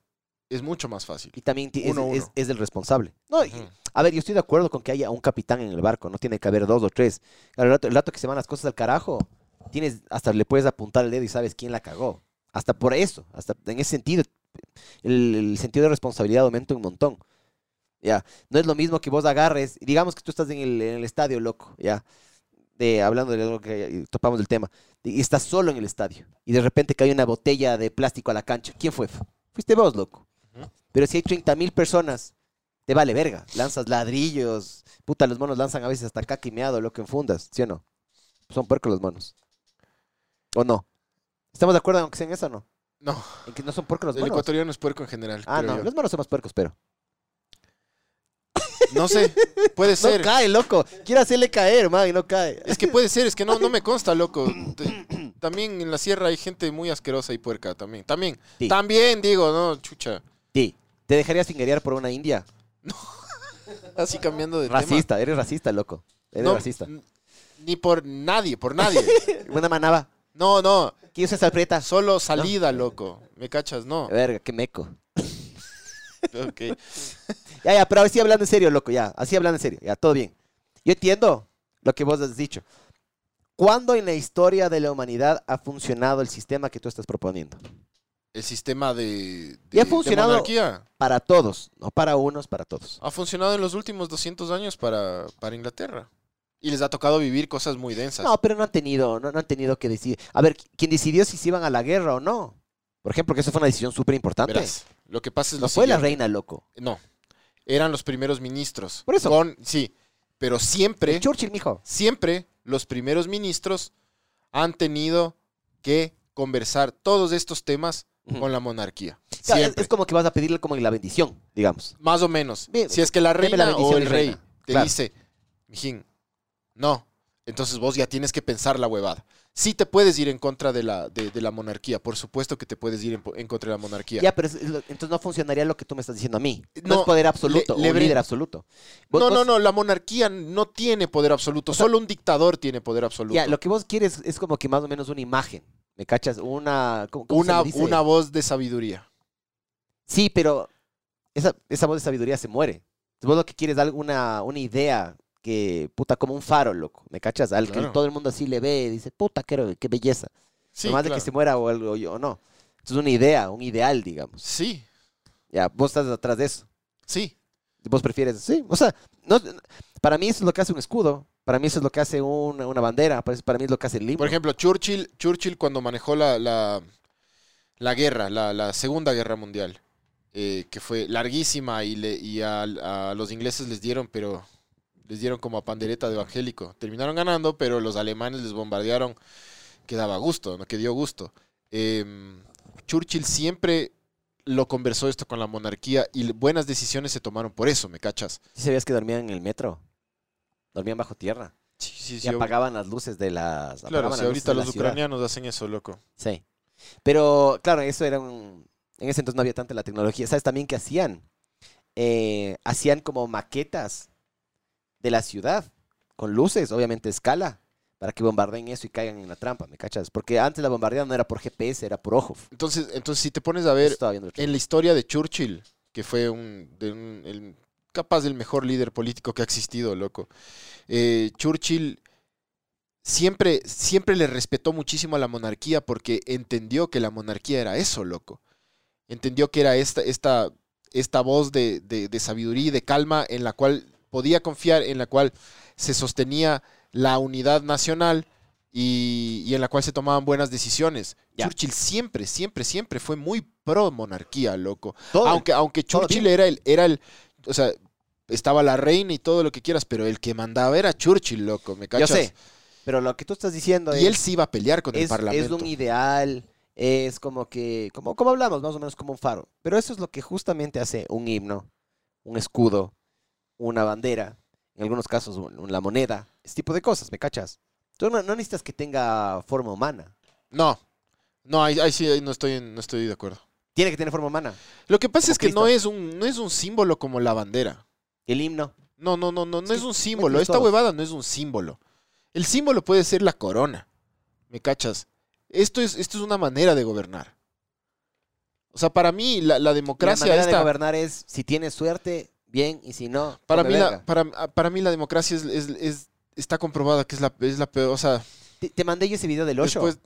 B: es mucho más fácil.
C: Y también ti- es,
B: Uno,
C: es-
B: uno.
C: es el responsable. No, y-
B: Ujú.
C: a ver, yo estoy de acuerdo con que haya un capitán en el barco, no tiene que haber dos o tres. Al rato, el rato que se van las cosas al carajo, tienes, hasta le puedes apuntar el dedo y sabes quién la cagó. Hasta por eso, hasta en ese sentido, el, el sentido de responsabilidad aumenta un montón. Ya, no es lo mismo que vos agarres, digamos que tú estás en el, en el estadio, loco, ya, de, hablando de lo que eh, topamos del tema, y estás solo en el estadio, y de repente cae una botella de plástico a la cancha. ¿Quién fue? Fuiste vos, loco.
B: Ujú.
C: Pero si hay 30 mil personas te vale verga. Lanzas ladrillos. Puta, los monos lanzan a veces hasta caca y meado, loco, en fundas, ¿sí o no? Son puercos los monos. ¿O no? ¿Estamos de acuerdo aunque sea en eso o no?
B: No,
C: En que no son puercos los
B: el
C: monos.
B: ecuatoriano es puerco en general.
C: Ah,
B: creo
C: no,
B: yo.
C: los monos son más puercos, pero.
B: No sé, puede
C: No
B: ser.
C: cae, loco. Quiero hacerle caer, man, y no cae.
B: es que puede ser, es que no, no me consta, loco. Te- También en la sierra hay gente muy asquerosa y puerca también. También,
C: Sí.
B: también digo, no, chucha.
C: Sí. ¿Te dejarías fingerear por una india?
B: Así cambiando de tema.
C: Racista, eres racista, loco. Eres
B: No,
C: racista.
B: n- Ni por nadie, por nadie.
C: Una manaba.
B: No, no,
C: ¿Quién usa salprieta?
B: solo salida, loco. ¿Me cachas? No.
C: Verga, qué meco. Eh.
B: Ok.
C: Ya, ya, pero así hablando en serio, loco, ya. Así hablando en serio, ya, todo bien. Yo entiendo lo que vos has dicho. ¿Cuándo en la historia de la humanidad ha funcionado el sistema que tú estás proponiendo?
B: El sistema de,
C: Y
B: de,
C: ha
B: de
C: funcionado.
B: monarquía
C: Para todos, no para unos, para todos.
B: ha funcionado en los últimos 200 años para, para Inglaterra. Y les ha tocado vivir cosas muy densas.
C: No, pero no han tenido, no, no han tenido que decidir. A ver, quien decidió si se iban a la guerra o no. Por ejemplo, que eso fue una decisión súper importante.
B: Verás, lo que pasa es lo
C: No fue la
B: siguiente.
C: reina, loco.
B: No, eran los primeros ministros.
C: Por eso.
B: Con- sí, pero siempre,
C: Churchill, mijo.
B: siempre los primeros ministros han tenido que conversar todos estos temas
C: Ujú.
B: con la monarquía.
C: Claro, es-
B: Siempre.
C: Es como que vas a pedirle como la bendición, digamos.
B: Más o menos.
C: Bien,
B: si es que la
C: deme la
B: reina o
C: bendición
B: el
C: y
B: rey
C: reina.
B: te
C: Claro.
B: dice, mijín, no, entonces vos ya tienes que pensar la huevada. Sí te puedes ir en contra de la, de, de la monarquía, por supuesto que te puedes ir en, po- en contra de la monarquía.
C: Ya, pero es- es lo- entonces no funcionaría lo que tú me estás diciendo a mí. No,
B: No,
C: es poder absoluto,
B: le-
C: o un
B: Lebrin-
C: líder absoluto. Vos-
B: no,
C: vos-
B: no, no, la monarquía no tiene poder absoluto,
C: sea-
B: solo un dictador tiene poder absoluto.
C: Ya, lo que vos quieres es como que más o menos una imagen. ¿Me cachas? Una. ¿cómo- cómo se
B: una,
C: le dice?
B: una voz de sabiduría.
C: Sí, pero esa, esa voz de sabiduría se muere. Vos lo que quieres es dar una, una idea que, puta, como un faro, loco. ¿Me cachas? Al que
B: Claro.
C: todo el mundo así le ve y dice, puta, qué, qué belleza.
B: Sí,
C: Nomás de
B: claro.
C: que se muera o algo o no. Es una idea, un ideal, digamos.
B: sí,
C: Ya, vos estás atrás de eso.
B: sí.
C: Vos prefieres, sí. O sea, no- para mí eso es lo que hace un escudo. Para mí eso es lo que hace una, una bandera. Para, para mí es lo que hace el libro.
B: Por ejemplo, Churchill, Churchill cuando manejó la, la, la guerra, la, la Segunda Guerra Mundial, eh, que fue larguísima y, le, y a, a los ingleses les dieron, pero les dieron como a pandereta de evangélico. Terminaron ganando, pero los alemanes les bombardearon, que daba gusto, ¿no? que dio gusto. Em, Churchill siempre lo conversó esto con la monarquía y buenas decisiones se tomaron por eso, ¿me cachas?
C: ¿Sí sabías que dormían en el metro? Dormían bajo tierra.
B: Sí, sí,
C: y apagaban las luces de las.
B: Claro,
C: apagaban
B: si
C: las luces
B: ahorita
C: de la
B: los
C: ciudad.
B: ucranianos hacen eso, loco.
C: Sí. Pero, claro, eso era un... En ese entonces no había tanta la tecnología. ¿Sabes también qué hacían? Eh, hacían como maquetas de la ciudad, con luces, obviamente a escala, para que bombardeen eso y caigan en la trampa, ¿me cachas? Porque antes la bombardeada no era por GPS, era por ojo.
B: Entonces, entonces si te pones a ver
C: Estaba viendo el
B: en
C: otro
B: la historia de Churchill, que fue un, de un- el- capaz el mejor líder político que ha existido, loco. eh, Churchill siempre, siempre le respetó muchísimo a la monarquía porque entendió que la monarquía era eso, loco. Entendió que era esta, esta, esta voz de, de- de sabiduría y de calma en la cual podía confiar, en la cual se sostenía la unidad nacional y, y en la cual se tomaban buenas decisiones.
C: Ya.
B: Churchill siempre, siempre, siempre fue muy pro monarquía, loco.
C: Todo-
B: aunque, aunque
C: todo
B: Churchill
C: bien.
B: era el, era el, o sea, estaba la reina y todo lo que quieras, pero el que mandaba era Churchill, loco, ¿me
C: Yo
B: cachas?
C: sé, pero lo que tú estás diciendo
B: Y él
C: es,
B: sí iba a pelear con el
C: es, es
B: parlamento.
C: un ideal, es como que, como, como hablamos, más o menos como un faro. Pero eso es lo que justamente hace un himno, un escudo, una bandera, en algunos casos un- un- la moneda, ese tipo de cosas, ¿me cachas? Tú no, no necesitas que tenga forma humana.
B: No, no, ahí, ahí sí ahí no estoy, en- no estoy de acuerdo.
C: Tiene que tener forma humana.
B: Lo que pasa
C: Como
B: es que no
C: Cristo.
B: es, un, no es un símbolo como la bandera.
C: El himno.
B: No, no, no, no, no
C: Sí,
B: es un símbolo.
C: mételes
B: Esta
C: todos.
B: huevada no es un símbolo. El símbolo puede ser la corona. ¿Me cachas? Esto es, esto es una manera de gobernar. O sea, para mí la, la
C: la
B: democracia
C: manera de
B: esta...
C: gobernar es, si tienes suerte, bien, y si no,
B: Para
C: come
B: mí, la,
C: verga.
B: para, para mí la democracia es, es- es- está comprobada que es la, es la peor. O sea,
C: Te, te mandé yo ese video del 8.
B: después...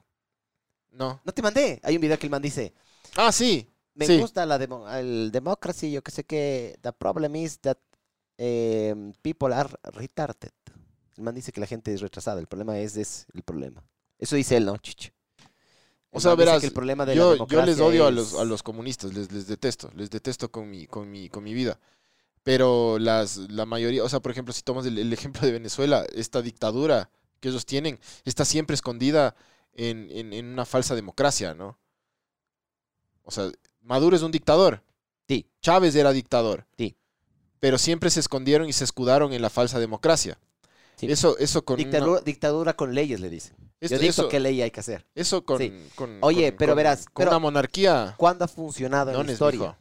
B: No.
C: No te mandé. Hay un video que el man dice,
B: Ah, sí.
C: me
B: Sí.
C: gusta la demo- el democracy, yo que sé que the problem is that em, people are retarded. El man dice que la gente es retrasada, el problema es, es el problema. Eso dice él, ¿no, Chicho?
B: O
C: El
B: sea,
C: man dice
B: verás,
C: que el problema de la
B: yo, yo les
C: democracia
B: odio a, los,
C: es-
B: a los comunistas, les, les detesto, les detesto con mi, con mi, con mi vida. Pero las, la mayoría, o sea, por ejemplo, si tomas el, el ejemplo de Venezuela, esta dictadura que ellos tienen está siempre escondida en, en- en una falsa democracia, ¿no? O sea, Maduro es un dictador.
C: Sí.
B: Chávez era dictador.
C: Sí.
B: Pero siempre se escondieron y se escudaron en la falsa democracia.
C: Sí.
B: Eso, eso con. una-
C: Dictadura, dictadura con leyes, le dicen.
B: esto-
C: yo dicto
B: eso,
C: qué ley hay que hacer.
B: eso con,
C: sí.
B: con-
C: Oye,
B: con-
C: pero
B: con-
C: verás,
B: Con
C: pero-
B: una monarquía.
C: ¿Cuándo ha funcionado en
B: No,
C: la
B: les
C: historia?
B: dijo.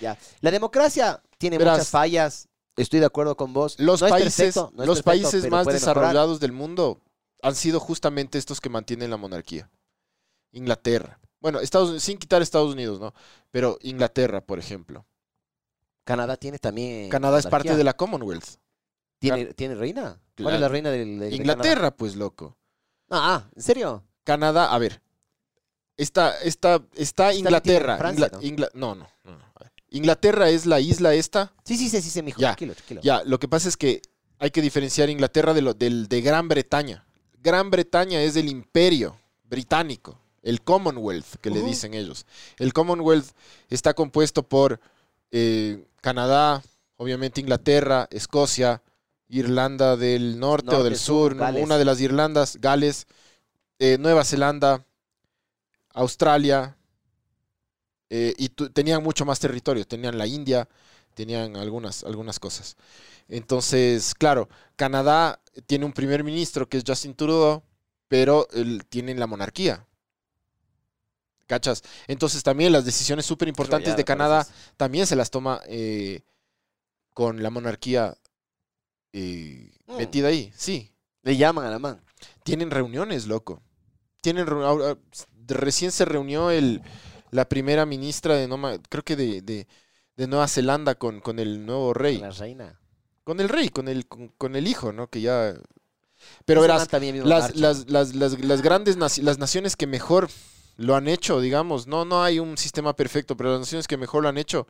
C: Ya. La democracia tiene
B: Verás.
C: muchas fallas. Estoy de acuerdo con vos.
B: Los
C: No es
B: países,
C: perfecto, no es
B: los
C: perfecto,
B: países
C: pero
B: más
C: puede mejorar.
B: desarrollados del mundo han sido justamente estos que mantienen la monarquía. Inglaterra. Bueno, Estados Unidos, sin quitar Estados Unidos, ¿no? Pero Inglaterra, por ejemplo.
C: Canadá tiene también.
B: Canadá es parte
C: Eh, monarquía.
B: de la Commonwealth.
C: ¿Tiene, tiene reina? ¿Cuál
B: Claro.
C: es la reina del, de- de Canadá?
B: Inglaterra, pues, loco.
C: Ah, ah, ¿en serio?
B: Canadá, a ver. Está, está, está Inglaterra.
C: metida en Francia, ¿no?
B: Ingla- Ingla- no, no, no, no. Inglaterra es la isla esta.
C: Sí, sí, sí, sí, sí, mijo.
B: Ya,
C: Tranquilo, tranquilo.
B: Ya, lo que pasa es que hay que diferenciar Inglaterra de, lo- del- de Gran Bretaña. Gran Bretaña es el imperio británico, el Commonwealth, que le
D: Ujú.
B: dicen ellos. El Commonwealth está compuesto por eh, Canadá, obviamente Inglaterra, Escocia, Irlanda del Norte, o
C: Norte,
B: del
C: Sur,
B: Sur,
C: Gales.
B: una de las Irlandas, Gales, eh, Nueva Zelanda, Australia, eh, y tu- tenían mucho más territorio, tenían la India, tenían algunas, algunas cosas. Entonces, claro, Canadá tiene un primer ministro que es Justin Trudeau, pero él- tienen la monarquía. ¿Cachas? Entonces también las decisiones súper importantes de Canadá también se las toma eh, con la monarquía eh,
C: Mm.
B: metida ahí. Sí,
C: Le llaman a la man.
B: tienen reuniones, loco. Tienen reu- ahora- recién se reunió el, la primera ministra de no ma- creo que de, de- de Nueva Zelanda con, con el nuevo rey.
C: La reina.
B: Con el rey, con el, con, con el hijo, ¿no? Que ya. Pero
C: Esa
B: verás,
C: man también vive en
B: las,
C: Archa.
B: las, las, las, las grandes naci- las naciones que mejor lo han hecho, digamos, no, no hay un sistema perfecto, pero las naciones que mejor lo han hecho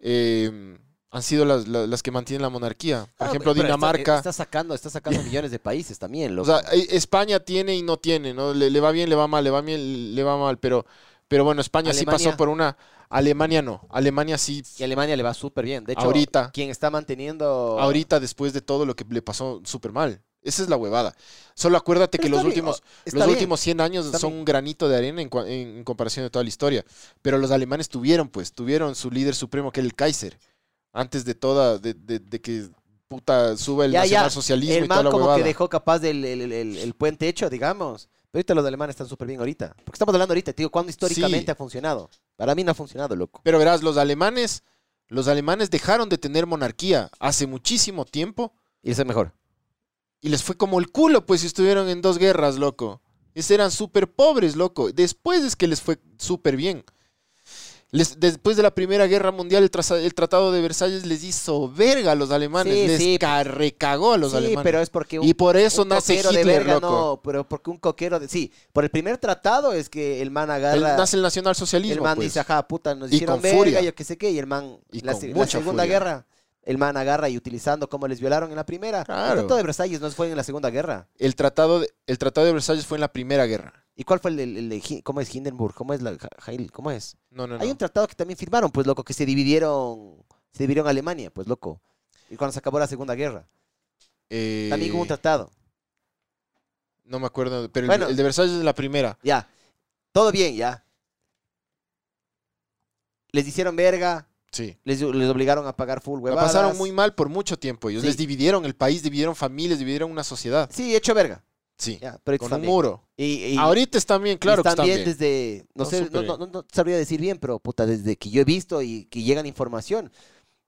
B: eh, han sido las, las, las que mantienen la monarquía. Por
C: Ah,
B: ejemplo,
C: pero está-
B: Dinamarca.
C: Está, sacando, está sacando millones de países también,
B: O
C: loco.
B: sea, e- España tiene y no tiene, ¿no? Le, le va bien, le va mal, le va bien, le va mal, pero, pero bueno, España sí pasó
C: Alemania.
B: por una. Alemania no. Alemania sí.
C: y a Alemania le va súper bien. De hecho,
B: Ahorita.
C: quien está manteniendo...
B: Ahorita, después de todo lo que le pasó súper mal. Esa es la huevada. Solo acuérdate
C: Pero
B: que
C: está
B: los
C: bien,
B: últimos,
C: o- está
B: los
C: bien.
B: últimos 100 años
C: Está
B: son
C: bien.
B: un granito de arena en, cua- en- en comparación de toda la historia. Pero los alemanes tuvieron, pues, tuvieron su líder supremo, que era el Kaiser. Antes de toda, de, de- de que puta suba el
C: Ya, ya,
B: nacionalsocialismo
C: El
B: y toda
C: man
B: la
C: como
B: huevada.
C: que dejó capaz del, el, el- el- el puente hecho, digamos. Pero ahorita los alemanes están súper bien ahorita. Porque estamos hablando ahorita, te digo, ¿cuándo históricamente
B: Sí.
C: ha funcionado? Para mí no ha funcionado, loco.
B: Pero verás, los alemanes, los alemanes dejaron de tener monarquía hace muchísimo tiempo
C: Y eso es mejor.
B: y les fue como el culo, pues si estuvieron en dos guerras, loco. Es- eran súper pobres, loco. Después es que les fue súper bien. Les- después de la Primera Guerra Mundial, el, traza- el Tratado de Versalles les hizo verga a los alemanes.
C: Sí,
B: les
C: sí.
B: ca- recagó a los
C: sí,
B: alemanes.
C: pero es porque un,
B: y por eso
C: un
B: nace
C: coquero
B: Hitler,
C: de verga,
B: loco.
C: no, pero porque un coquero de... Sí, por el primer tratado es que el man
B: El-
C: agarra...
B: nace el
C: El
B: nacionalsocialismo.
C: man
B: pues.
C: dice, ajá, puta, nos
B: Y
C: hicieron
B: con
C: verga,
B: furia.
C: yo qué sé qué. Y el man,
B: Y
C: la,
B: con
C: se- la
B: mucha
C: segunda
B: furia.
C: guerra, el man agarra y utilizando como les violaron en la primera.
B: Claro.
C: El tratado de Versalles no fue en la segunda guerra.
B: el, tratado de, el Tratado de Versalles fue en la Primera Guerra.
C: ¿Y cuál fue el, el- el de Hi- ¿Cómo es Hindenburg? ¿Cómo es la Ja- Heil- ¿Cómo es?
B: No, no, no.
C: Hay un tratado que también firmaron, pues, loco, que se dividieron, se dividieron Alemania, pues, loco. Y cuando se acabó la segunda guerra.
B: Eh,
C: También hubo un tratado.
B: No me acuerdo, pero el-
C: Bueno.
B: el, de Versalles es la primera.
C: Ya. Todo bien, ya. Les hicieron verga,
B: Sí.
C: les, les obligaron a pagar full,
B: La
C: huevadas.
B: pasaron muy mal por mucho tiempo. Ellos
C: Sí.
B: les dividieron el país, dividieron familias, dividieron una sociedad.
C: Sí, hecho verga.
B: Sí.
C: Ya, pero
B: Con
C: están
B: un
C: bien.
B: muro.
C: Y, y-
B: Ahorita están bien, claro que
C: están
B: están
C: bien
B: bien.
C: desde, no
B: Están
C: sé, no,
B: súper
C: no- no- no sabría decir bien, pero puta, desde que yo he visto y que llegan información,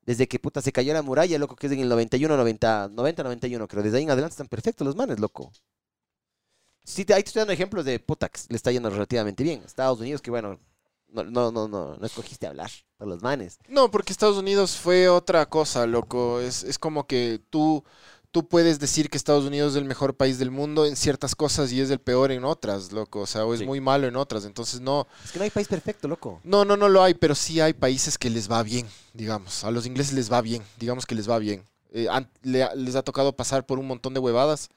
C: desde que puta se cayó la muralla, loco, que es en el 91, 90, 90, 91, creo, desde ahí en adelante están perfectos los manes, loco. Sí, te- ahí te estoy dando ejemplos de puta, que le está yendo relativamente bien. Estados Unidos, que bueno, no, no, no, no, no escogiste hablar por los manes.
B: No, porque Estados Unidos fue otra cosa, loco. Es, es como que tú, tú puedes decir que Estados Unidos es el mejor país del mundo en ciertas cosas y es el peor en otras, loco. O sea, o es
C: Sí.
B: muy malo en otras. Entonces no,
C: Es que no hay país perfecto, loco.
B: No, no, no lo hay, pero sí hay países que les va bien, digamos. A los ingleses les va bien, digamos que les va bien. Eh, han- le ha- les ha tocado pasar por un montón de huevadas,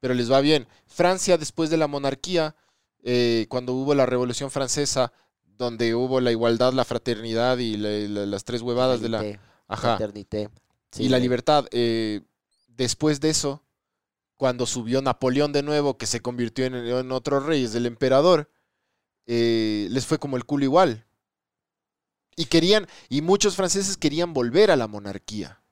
B: pero les va bien. Francia, después de la monarquía, eh, cuando hubo la Revolución Francesa, donde hubo la igualdad, la fraternidad y la- la- las tres huevadas de la...
C: Fraternité,
B: Ajá
C: fraternité.
B: y
C: Sí,
B: la
C: sí.
B: libertad. eh, después de eso, cuando subió Napoleón de nuevo, que se convirtió en, en otro rey, es el emperador, eh, les fue como el culo igual. Y querían, y muchos franceses querían volver a la monarquía.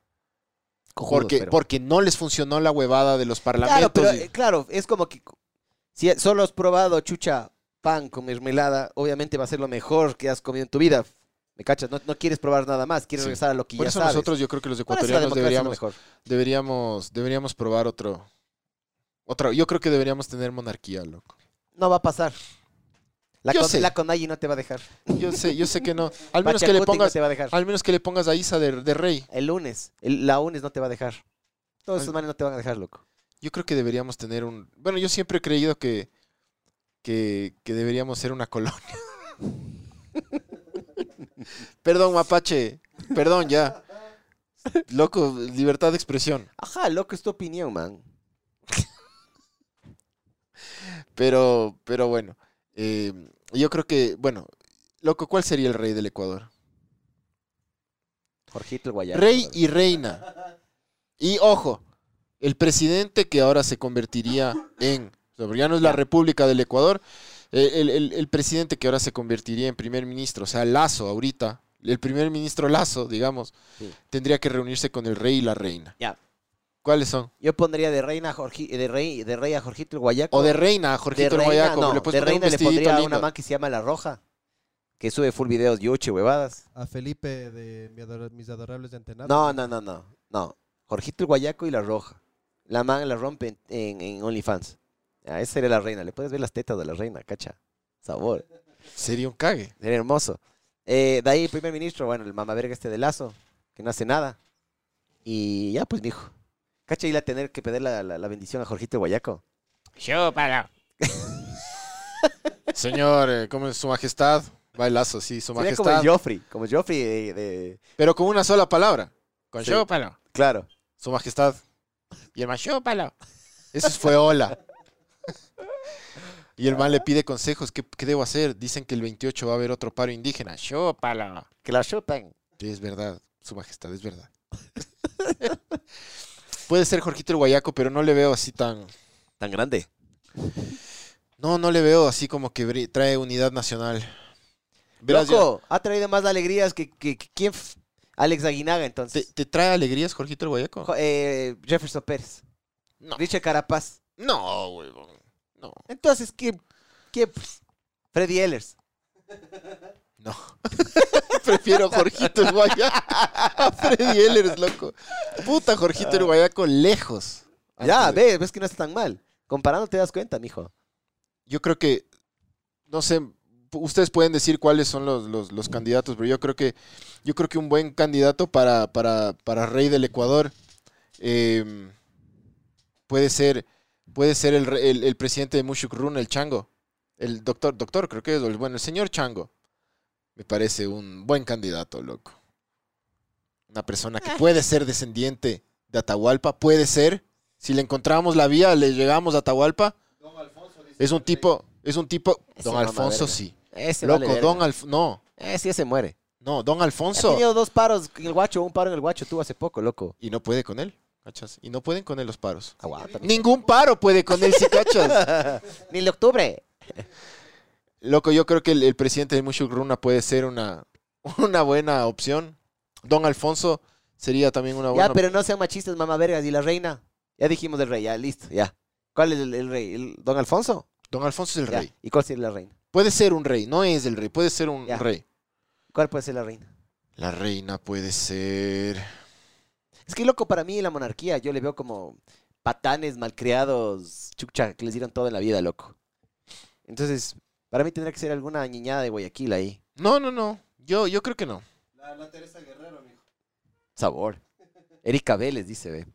C: Cojudos,
B: Porque,
C: pero-
B: porque no les funcionó la huevada de los
C: Claro,
B: parlamentos.
C: pero
B: y-
C: eh, claro, es como que si solo has probado chucha pan con mermelada, obviamente va a ser lo mejor que has comido en tu vida. ¿Me cachas? No, no quieres probar nada más, quieres
B: Sí.
C: regresar a lo que
B: por
C: ya
B: eso
C: sabes.
B: nosotros yo creo que los
C: Por eso la
B: ecuatorianos
C: democracia es lo
B: deberíamos,
C: mejor.
B: deberíamos, deberíamos probar otro, otro. Yo creo que deberíamos tener monarquía, loco.
C: No va a pasar. La,
B: Yo
C: con,
B: sé.
C: la Conalle no te va a dejar.
B: Yo sé, yo sé que no. Al menos que
C: Pachacuti
B: le pongas,
C: no te va a dejar.
B: al menos que le pongas a Isa de- de rey.
C: El lunes, el- la UNES no te va a dejar. Todos esos
B: Al-
C: manes no te van a dejar, loco.
B: Yo creo que deberíamos tener un. Bueno, yo siempre he creído que, que, que deberíamos ser una colonia. Perdón, mapache. Perdón, ya. Loco, libertad de expresión.
C: Ajá, loco, es tu opinión, man.
B: Pero, pero bueno, eh, yo creo que, bueno, loco, ¿cuál sería el rey del Ecuador?
C: Jorgito el Guayabo.
B: Rey y reina. Y ojo, el presidente que ahora se convertiría en, o sea, porque ya no es la República del Ecuador, eh, el, el- el presidente que ahora se convertiría en primer ministro, o sea, Lazo ahorita, el primer ministro Lazo, digamos,
C: Sí.
B: tendría que reunirse con el rey y la reina.
C: Ya.
B: ¿Cuáles son?
C: Yo pondría de reina a Jorgi- de rey, de rey a Jorgito el Guayaco.
B: O de reina, Jorgito el
C: reina,
B: Guayaco.
C: no,
B: le puedes
C: de
B: poner un
C: reina le
B: vestidito
C: pondría a
B: lindo.
C: una man que se llama La Roja, que sube full videos yoche, huevadas.
D: A Felipe de mi adora- mis adorables de antenados.
C: No, no, no, no. No. Jorgito el Guayaco y La Roja. La man la rompe en, en- en OnlyFans. Ah, esa sería la reina. Le puedes ver las tetas de la reina, cacha. Sabor.
B: Sería un cague.
C: Sería hermoso. Eh, de ahí el primer ministro, bueno, el mamaverga este de Lazo, que no hace nada. Y ya, pues, mijo. Cacha, ir a tener que pedir la, la- la bendición a Jorgito el Guayaco.
B: Señor, eh, ¿cómo es su majestad? Bailazo, sí, su
C: Sería como
B: majestad.
C: el Joffrey, como el Joffrey de, de-
B: Pero con una sola palabra. Con
C: Sí.
B: chúpalo.
C: Claro.
B: Su majestad. Y el man, chúpalo. Eso fue hola. Y el man le pide consejos. ¿Qué, qué debo hacer? Dicen que el 28 va a haber otro paro indígena. Chúpalo.
C: Que la chupen.
B: Sí, es verdad, su majestad, es verdad. Puede ser Jorgito el Guayaco, pero no le veo así tan...
C: Tan grande.
B: No, no le veo así como que bri- trae unidad nacional. Verás, ya-
C: Loco, ha traído más alegrías que, que, que- quién. f- Alex Aguinaga,
B: ¿Te,
C: entonces.
B: te trae alegrías Jorgito el Guayaco?
C: Jo- eh, Jefferson Pérez.
B: No.
C: Richard Carapaz.
B: No, huevón. No.
C: Entonces, ¿qué? ¿Qué? pues? Freddy Ehlers.
B: No. Prefiero Jorgito el Guayaco a Freddy Ehlers, loco. Puta, Jorgito el Guayaco lejos.
C: Ah, ya,
B: Antes de-
C: ves, ves que no está tan mal. Comparando te das cuenta, mijo.
B: Yo creo que, no sé, ustedes pueden decir cuáles son los, los- los candidatos, pero yo creo que, yo creo que un buen candidato para, para, para Rey del Ecuador eh, puede ser, puede ser el, re- el- el presidente de Mushuk Run, el Chango. El doctor, doctor, creo que es, o el- bueno, el señor Chango. Me parece un buen candidato, loco. Una persona
C: Ah.
B: que puede ser descendiente de Atahualpa, puede ser. Si le encontramos la vía, le llegamos a Atahualpa. Es un tipo, es un tipo.
C: Ese
B: Don
C: mamá
B: Alfonso
C: verga.
B: sí.
C: Ese
B: Loco,
C: vale verga.
B: Don Alfonso. No,
C: Eh, sí, ese muere.
B: no, Don
C: Ha
B: Alfonso.
C: tenido dos paros en el guacho, un paro en el guacho tú hace poco, loco.
B: Y no puede con él, cachas. Y no pueden con él los paros.
C: Aguanta.
B: Ningún paro puede con él, si cachas.
C: Ni el de octubre.
B: Loco, yo creo que el, el presidente de Mushuk Runa puede ser una, una buena opción. Don Alfonso sería también una buena
C: Ya, pero no sean machistas, mamá vergas. ¿Y la reina? Ya dijimos del rey, ya, listo, ya. ¿Cuál es el, el rey? ¿El ¿Don Alfonso?
B: Don Alfonso es el
C: Ya.
B: rey.
C: ¿Y cuál sería la reina?
B: Puede ser un rey, no es el rey, puede ser un
C: Ya.
B: rey.
C: ¿Cuál puede ser la reina?
B: La reina puede ser.
C: Es que, loco, para mí la monarquía yo le veo como patanes malcriados, chucha, que les dieron todo en la vida, loco. Entonces, para mí tendría que ser alguna niñada de Guayaquil ahí.
B: No, no, no. Yo, yo creo que no.
D: La, Teresa Guerrero, mijo.
C: Sabor. Erika Vélez dice, ve.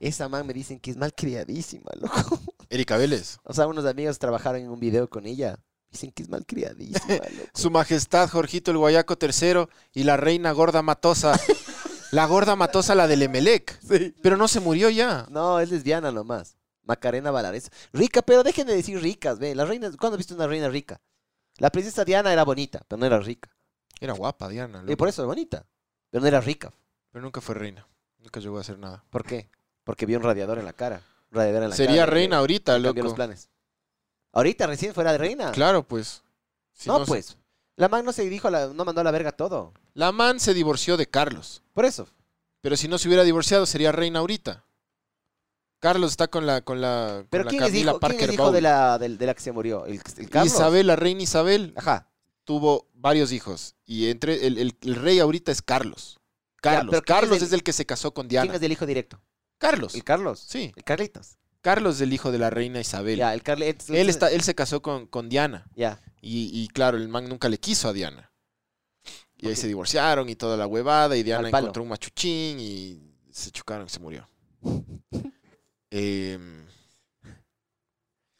C: Esa man me dicen que es malcriadísima, loco.
B: Erika Vélez.
C: O sea, unos amigos trabajaron en un video con ella. Dicen que es malcriadísima, loco.
B: Su Majestad Jorgito el Guayaco III y la reina gorda matosa. la gorda matosa, la del Emelec. Pero no se murió ya.
C: No, es lesbiana nomás. Macarena Valares. Rica, pero dejen de decir ricas, ve. Las reinas, ¿cuándo has visto una reina rica? La princesa Diana era bonita, pero no era rica.
B: Era guapa, Diana.
C: Y
B: loco,
C: por eso es bonita. Pero no era rica.
B: Pero nunca fue reina. Nunca llegó a hacer nada.
C: ¿Por qué? Porque vio un radiador en la cara. Un radiador en la
B: Sería
C: cara.
B: reina
C: y-
B: ahorita,
C: y cambió los
B: loco.
C: planes. Ahorita recién fuera de reina.
B: Claro, pues. Si
C: no,
B: se-
C: pues. La man no se dijo, a la- no mandó a la verga todo.
B: La man se divorció de Carlos.
C: Por eso.
B: Pero si no se hubiera divorciado, sería reina ahorita. Carlos está con la. Con la con
C: Pero
B: la
C: ¿quién es
B: Camila
C: hijo, quién es
B: Parker
C: hijo
B: Bowles.
C: de, la, del- de la que se murió? ¿El, el Carlos?
B: Isabel, la reina Isabel,
C: Ajá.
B: tuvo varios hijos. Y entre el, el- el rey ahorita es Carlos. Carlos.
C: pero ¿quién es
B: Carlos
C: el-
B: es el que se casó con Diana.
C: ¿Quién es del hijo directo?
B: Carlos.
C: ¿El Carlos?
B: Sí.
C: ¿El Carlitos?
B: Carlos es el hijo de la reina Isabel.
C: Ya, el Carlitos.
B: Él, está, él se casó con, con Diana.
C: Ya.
B: Y, y claro, el man nunca le quiso a Diana. Y ahí
C: Ok.
B: se divorciaron y toda la huevada. Y Diana
C: Al palo.
B: encontró un machuchín y se chocaron y se murió. Em,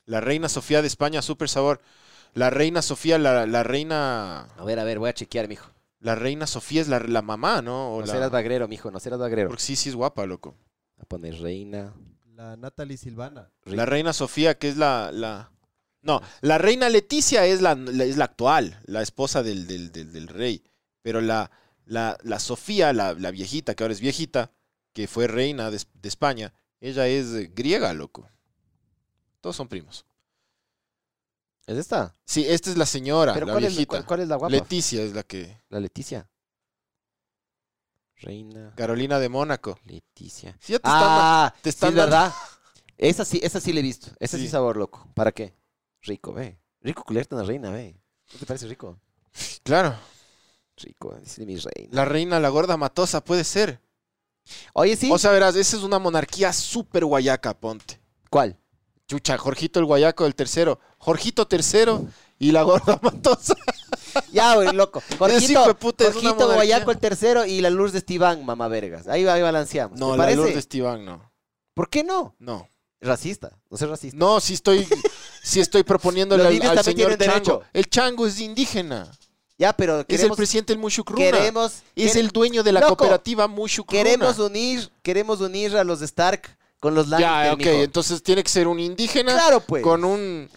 B: la reina Sofía de España, super sabor. La reina Sofía, la, la reina.
C: A ver, a ver, voy a chequear, mijo.
B: La reina Sofía es la, la mamá, ¿no? O
C: No
B: la-
C: serás bagrero, mijo, no serás bagrero.
B: Porque sí, sí es guapa, loco.
C: A poner reina.
D: La Natalie Silvana.
B: La reina Sofía, que es la... la- No, la reina Leticia es la, la- es la actual, la esposa del, del- del- del rey. Pero la, la, la Sofía, la, la viejita, que ahora es viejita, que fue reina de, de España, ella es eh, griega, loco. Todos son primos.
C: ¿Es esta?
B: Sí, esta es la señora,
C: ¿Pero
B: la
C: cuál es,
B: viejita.
C: cuál- cuál es la guapa?
B: Leticia es la que...
C: La Leticia. Reina.
B: Carolina de Mónaco.
C: Leticia.
B: Sí, ya te están-
C: Ah,
B: te
C: te
B: están
C: sí,
B: dando-
C: ¿verdad? Esa sí, esa sí la he visto. Esa sí.
B: Sí.
C: sabor, loco. ¿Para qué? Rico, ve. Rico culiarte a una reina, ve. ¿No te parece rico?
B: Claro.
C: Rico, decirle mi reina.
B: La reina, la gorda matosa, puede ser.
C: Oye, sí.
B: O sea, verás, esa es una monarquía súper guayaca, ponte.
C: ¿Cuál?
B: Chucha, Jorgito el guayaco, el tercero. Jorgito tercero y la gorda matosa.
C: Ya, güey, loco.
B: hijo de
C: Jorgito,
B: puta, es una
C: Jorgito
B: monarquía.
C: Guayaco el tercero y la Luz de Esteban, mamá vergas. Ahí, ahí balanceamos.
B: No,
C: ¿Te
B: la
C: parece?
B: Lourdes Esteban, no.
C: ¿Por qué no?
B: No.
C: Racista. No ser racista.
B: No, sí estoy, sí estoy proponiéndole
C: Los
B: al,
C: indios
B: al
C: también
B: señor
C: tienen
B: Chango.
C: derecho.
B: El Chango es indígena.
C: Ya, pero
B: es el
C: queremos...
B: presidente del Mushukruna.
C: queremos
B: es
C: quere-
B: el dueño de la
C: Loco,
B: cooperativa Mushukruna.
C: Queremos unir, queremos unir a los Stark con los Lannister,
B: Ya, ok,
C: mijo.
B: entonces tiene que ser un indígena
C: Claro, pues.
B: con un...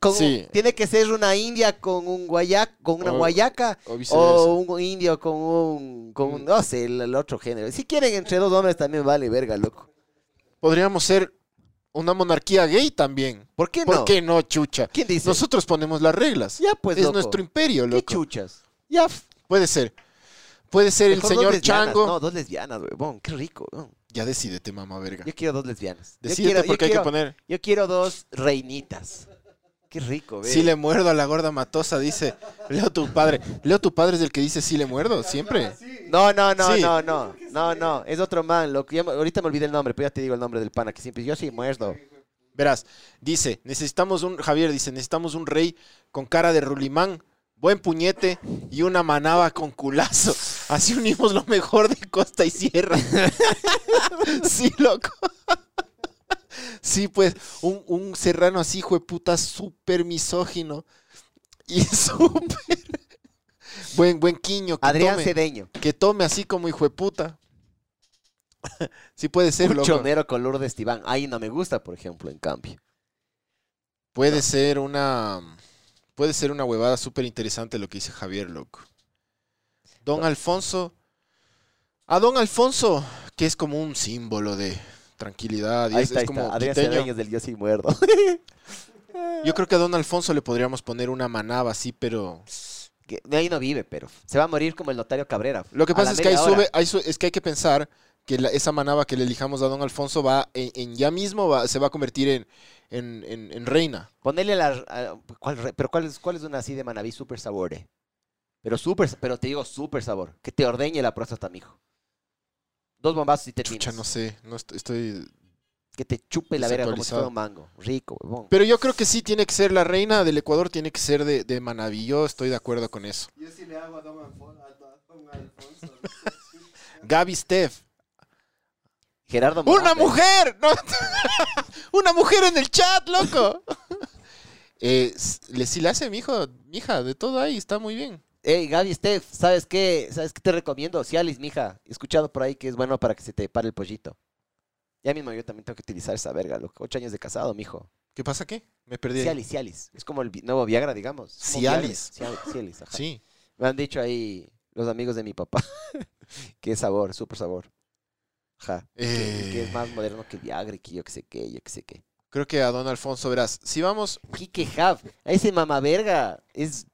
C: Con un-
B: sí.
C: tiene que ser una india con un guayac, con una
B: O-
C: guayaca
B: o viceversa. Mm.
C: o un indio con un, con un- no sé, el, el otro género. Si quieren entre dos hombres también vale verga, loco.
B: Podríamos ser una monarquía gay también.
C: ¿Por qué no?
B: ¿Por qué no, chucha?
C: ¿Quién dice?
B: Nosotros ponemos las reglas.
C: Ya, pues,
B: es
C: loco.
B: nuestro imperio,
C: ¿Qué
B: loco.
C: chuchas?
B: Ya, f- puede ser. Puede ser el
C: Mejor dos
B: señor
C: lesbianas.
B: Chango.
C: No, dos lesbianas, weón. Qué rico, weón.
B: Ya decídete, mamá verga.
C: Yo quiero dos lesbianas. Yo
B: Decídete
C: quiero- yo
B: porque hay
C: quiero-
B: que poner.
C: Yo quiero dos reinitas. Qué rico, ve.
B: Si le muerdo a la gorda matosa, dice Leo tu padre. Leo tu padre es el que dice si le muerdo, siempre.
C: No, no, no,
B: Sí.
C: no, no. No, no. Es otro man, loco. Ya me- ahorita me olvidé el nombre, pero ya te digo el nombre del pana que siempre. Yo sí muerdo.
B: Verás, dice, necesitamos un, Javier dice, necesitamos un rey con cara de rulimán, buen puñete y una manaba con culazo. Así unimos lo mejor de costa y sierra. sí, loco. sí, pues, un, un serrano así, hijo de puta, súper misógino. Y súper... buen, buen quiño. Que
C: Adrián
B: tome,
C: Cedeño.
B: que tome así como hijo de puta. sí puede ser,
C: Un
B: loco.
C: chonero con Lourdes Esteban. Ahí no me gusta, por ejemplo, en cambio.
B: Puede ser una. Puede ser una huevada súper interesante lo que dice Javier, loco. Don Alfonso. A Don Alfonso, que es como un símbolo de tranquilidad. y
C: Ahí
B: es,
C: está,
B: es
C: ahí
B: como
C: está. Adrián
B: quiteño.
C: Cedeño es del Yo sí muerdo.
B: Yo creo que a Don Alfonso le podríamos poner una manaba así, pero.
C: Que- de ahí no vive, pero se va a morir como el notario Cabrera.
B: Lo que
C: A
B: pasa
C: la
B: es que ahí
C: media hora.
B: sube, ahí su- es que hay que pensar que la- esa manaba que le elijamos a Don Alfonso va en, en- ya mismo va- se va a convertir en, en- en- en reina.
C: Ponele la. a- ¿cuál re- pero cuál es, cuál es una así de manabí súper sabore? Pero súper, pero te digo súper sabor. Que te ordeñe la próstata, mijo. Dos bombazos y te
B: Chucha,
C: tiras.
B: no sé. No estoy- estoy
C: Que te chupe la verga como si
B: Desactualizado.
C: fuera un mango. Rico, huevón.
B: Pero yo creo que sí tiene que ser la reina del Ecuador, tiene que ser de, de Manabí. Yo estoy de acuerdo con eso.
D: Yo sí le hago a Don Alfonso. Alfonso.
B: Gaby Steph.
C: Gerardo
B: ¡Una
C: Morales.
B: mujer! ¡No! ¡Una mujer en el chat, loco! eh, s- le, si le hace mi hijo, mija, de todo ahí, está muy bien.
C: Ey, Gaby Steph, ¿sabes qué? ¿Sabes qué te recomiendo? Cialis, mija. He escuchado por ahí que es bueno para que se te pare el pollito. Ya mismo yo también tengo que utilizar esa verga, loco. Ocho años de casado, mijo.
B: ¿Qué pasa qué? Me perdí. ahí.
C: Cialis, Cialis. Es como el vi- nuevo Viagra, digamos. Es como
B: Cialis.
C: Viagra. Cialis, Cialis, ajá.
B: Sí.
C: Me han dicho ahí los amigos de mi papá. qué sabor, súper sabor. Ajá. Que, que es
B: Eh.
C: más moderno que Viagra y que yo que sé qué, yo que sé qué.
B: Creo que a don Alfonso, verás. Si vamos.
C: Kike Hav, ese mamá verga es...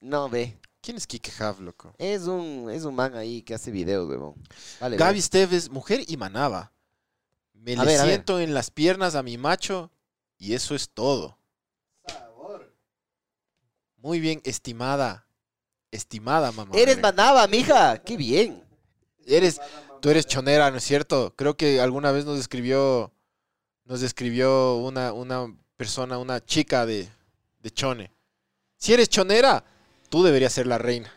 C: No, ve.
B: ¿Quién es Kike Hav, loco?
C: Es un, es un man ahí que hace videos, huevón. Vale,
B: Gaby
C: ve.
B: Steph es mujer y Manaba. Me
C: A
B: le
C: ver, a ver.
B: siento en las piernas a mi macho y eso es todo.
D: Sabor.
B: Muy bien, estimada. Estimada mamá.
C: Eres
B: verga.
C: manaba, mija. Qué bien.
B: Eres, tú eres chonera, ¿no es cierto? Creo que alguna vez nos describió, nos describió una, una persona, una chica de, de chone. Si eres chonera, tú deberías ser la reina.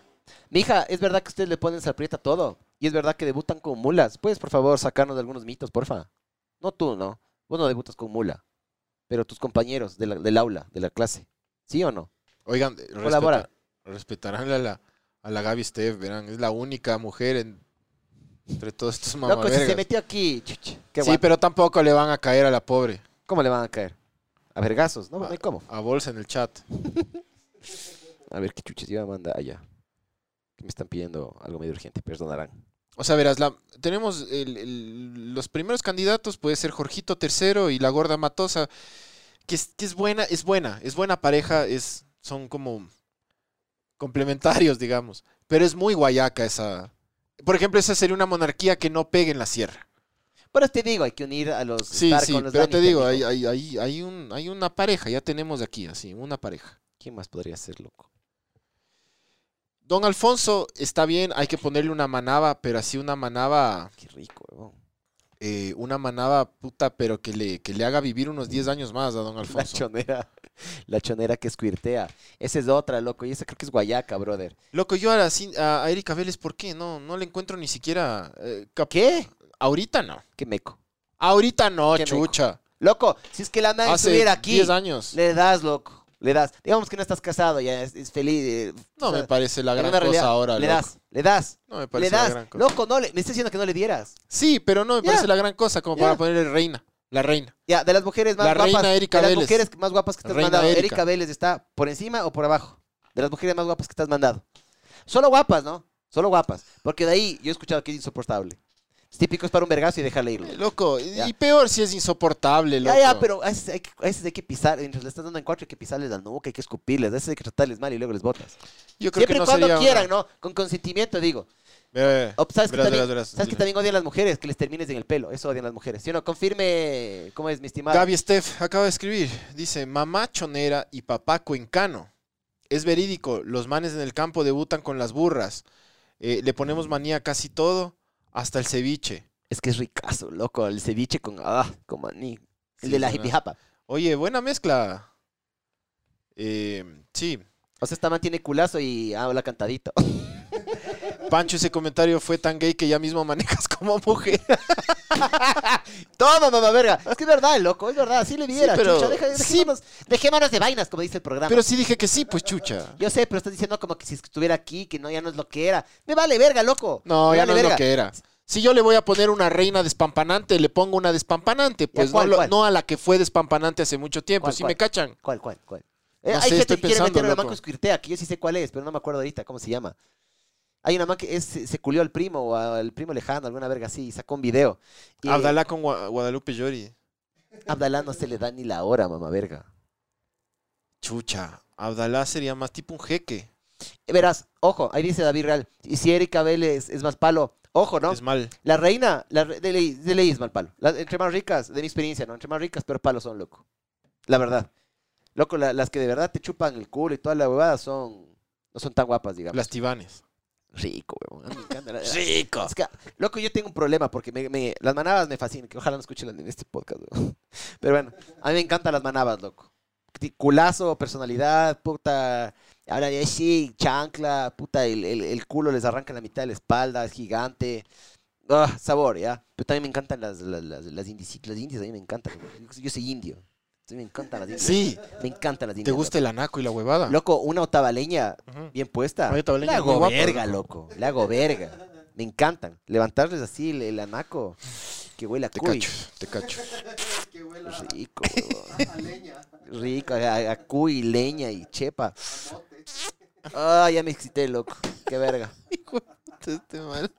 C: Mija, es verdad que ustedes le ponen salprieta a todo. Y es verdad que debutan con mulas. ¿Puedes, por favor, sacarnos de algunos mitos, porfa? No tú, no. Vos no debutas con mula. Pero tus compañeros de la- del aula, de la clase. ¿Sí o no?
B: Oigan, eh, respeta-
C: Colabora.
B: respetarán a la, A la Gaby Steph, verán. Es la única mujer en- entre todos estos
C: Loco, si se
B: mamavergas.
C: metió aquí, chuch, qué
B: Sí,
C: guapo.
B: pero tampoco le van a caer a la pobre.
C: ¿Cómo le van a caer? A vergazos,
B: Ah.
C: no, no hay cómo.
B: A bolsa en el chat.
C: A ver qué chuches iba a mandar allá. Que Me están pidiendo algo medio urgente, perdonarán.
B: O sea, verás, la- tenemos el- el- los primeros candidatos, puede ser Jorgito III y la gorda Matosa, que es, que es buena, es buena, es buena pareja, es, son como complementarios, digamos. Pero es muy guayaca esa. Por ejemplo, esa sería una monarquía que no pegue en la sierra.
C: Pero te digo, hay que unir a los
B: Sí,
C: Stark
B: sí,
C: con los
B: pero te
C: Lannister,
B: digo,
C: mijo.
B: hay, hay, hay, hay un, hay una pareja, ya tenemos aquí, así, una pareja.
C: ¿Quién más podría ser, loco?
B: Don Alfonso está bien, hay que ponerle una manaba, pero así una manaba...
C: Qué rico, huevón.
B: eh, una manada puta, pero que le, que le haga vivir unos 10 años más a don
C: La
B: Alfonso.
C: chonera, la chonera que escuirtea. Esa es otra, loco, y esa creo que es guayaca, brother.
B: Loco, yo a, la Cin- a, a Erika Vélez, ¿por qué? No, no le encuentro ni siquiera... eh, cap-
C: ¿Qué?
B: Ahorita no.
C: Qué meco.
B: Ahorita no,
C: Qué meco.
B: chucha.
C: Loco, si es que la nadie
B: Hace
C: estuviera aquí,
B: 10 años.
C: le das, loco, le das. Digamos que no estás casado, ya es, es feliz. eh,
B: No
C: o sea,
B: me parece la
C: en
B: gran
C: una realidad,
B: cosa ahora,
C: Le
B: loco.
C: das, le das,
B: No me
C: le
B: parece la gran
C: das.
B: cosa.
C: Loco, no, le, me estás diciendo que no le dieras.
B: Sí, pero no me
C: Ya.
B: parece la gran cosa como
C: Ya.
B: para ponerle reina. La reina.
C: Ya, de las mujeres más
B: La
C: guapas.
B: reina Erika
C: de las
B: Vélez.
C: mujeres más guapas que te has
B: Reina
C: mandado.
B: Erika.
C: Erika Vélez está por encima o por abajo. De las mujeres más guapas que te has mandado. Solo guapas, ¿no? Solo guapas. Porque de ahí yo he escuchado que es insoportable. Es típico es para un vergazo y dejarle irlo.
B: Eh, Loco, y-
C: Ya.
B: y peor si es insoportable, loco.
C: Ya, ya, pero a veces hay que, a veces hay que pisar. Mientras le estás dando en cuatro, hay que pisarles la nuca, hay que escupirles. A veces hay que tratarles mal y luego les botas.
B: Yo creo
C: Siempre
B: que
C: y
B: no
C: cuando
B: sería
C: quieran, Oh,
B: una-
C: ¿no? Con consentimiento, digo.
B: Ve, ve, ve.
C: O, pues, ¿Sabes, que
B: Verás,
C: también,
B: verás, verás.
C: ¿sabes que también odian las mujeres? Que les termines en el pelo. Eso odian las mujeres. Si no, confirme. ¿Cómo es, mi estimado?
B: Gaby Steph acaba de escribir. Dice, mamá chonera y papá cuencano. Es verídico, los manes en el campo debutan con las burras. Eh, le ponemos manía a casi todo, hasta el ceviche.
C: Es que es ricazo, loco. El ceviche con. Ah, con maní. El
B: Sí,
C: de la
B: suena.
C: jipijapa.
B: Oye, buena mezcla. Eh, sí,
C: O sea, esta man tiene culazo y ah, habla cantadito.
B: Pancho, ese comentario fue tan gay que ya mismo manejas como mujer.
C: Toma, mamá verga. Es que es verdad, loco. Es verdad. Así le viera.
B: Sí, pero-
C: chucha, deja-
B: sí.
C: dejémonos, dejémonos de vainas, como dice el programa.
B: Pero sí dije que sí, pues chucha.
C: Yo sé, pero estás diciendo como que si estuviera aquí, que no, ya no es lo que era. Me vale verga, loco.
B: No,
C: Me
B: ya
C: vale
B: no es lo
C: verga.
B: que era. Si yo le voy a poner una reina despampanante, le pongo una despampanante, pues no,
C: cuál,
B: lo-
C: cuál?
B: no a la que fue despampanante hace mucho tiempo,
C: ¿Cuál,
B: si
C: cuál?
B: me cachan.
C: ¿Cuál, cuál, cuál? Eh,
B: No
C: hay
B: sé,
C: gente
B: estoy
C: que quiere
B: pensando,
C: meter a una
B: loco.
C: man con Squirtea, que yo sí sé cuál es, pero no me acuerdo ahorita cómo se llama. Hay una man que es- se, se culió al primo o al primo lejano, alguna verga así, y sacó un video. Y, eh,
B: Abdalá con Gua- Guadalupe Llori.
C: Abdalá no se le da ni la hora, mamá verga.
B: Chucha, Abdalá sería más tipo un jeque.
C: Eh, Verás, ojo, ahí dice David Real. Y si Erika Vélez es más palo, ojo, ¿no?
B: Es mal.
C: La reina, la re- de, ley, de ley es mal palo. Las- entre más ricas, de mi experiencia, ¿no? Entre más ricas, peor palo son, loco. La verdad. Loco, la- las que de verdad te chupan el culo y toda la huevada son. No son tan guapas, digamos.
B: Las tibanes.
C: Rico, huevón. A mí me encanta. la-
B: Rico.
C: Es que, loco, yo tengo un problema porque me- me- las manabas me fascinan. Que ojalá no escuchen en este podcast, huevón. Pero bueno, a mí me encantan las manabas, loco. Ti- Culazo, personalidad, puta. Ahora ya sí, chancla, puta, el, el- el culo les arranca la mitad de la espalda, es gigante. Ah, sabor, ya. Pero también me encantan las, las, las, las indici- las indias, a mí me encantan. loco. Yo, yo soy indio. Entonces me encantan las indias.
B: Sí,
C: Me encantan las indias.
B: te gusta el anaco y la huevada.
C: loco. Loco, una otavaleña
B: Ah. Ujú.
C: bien puesta.
B: Oye, Tabaleño
C: Le
B: es muy
C: hago
B: guapo,
C: verga, loco. Le hago verga. Me encantan. Levantarles así el, el anaco. Que huele a
B: Te
C: cuy.
B: cacho, te cacho.
C: Rico, huevón. Rico, a, a cuy, leña y chepa. Ah, ya me excité, loco. Qué verga.
B: Este man.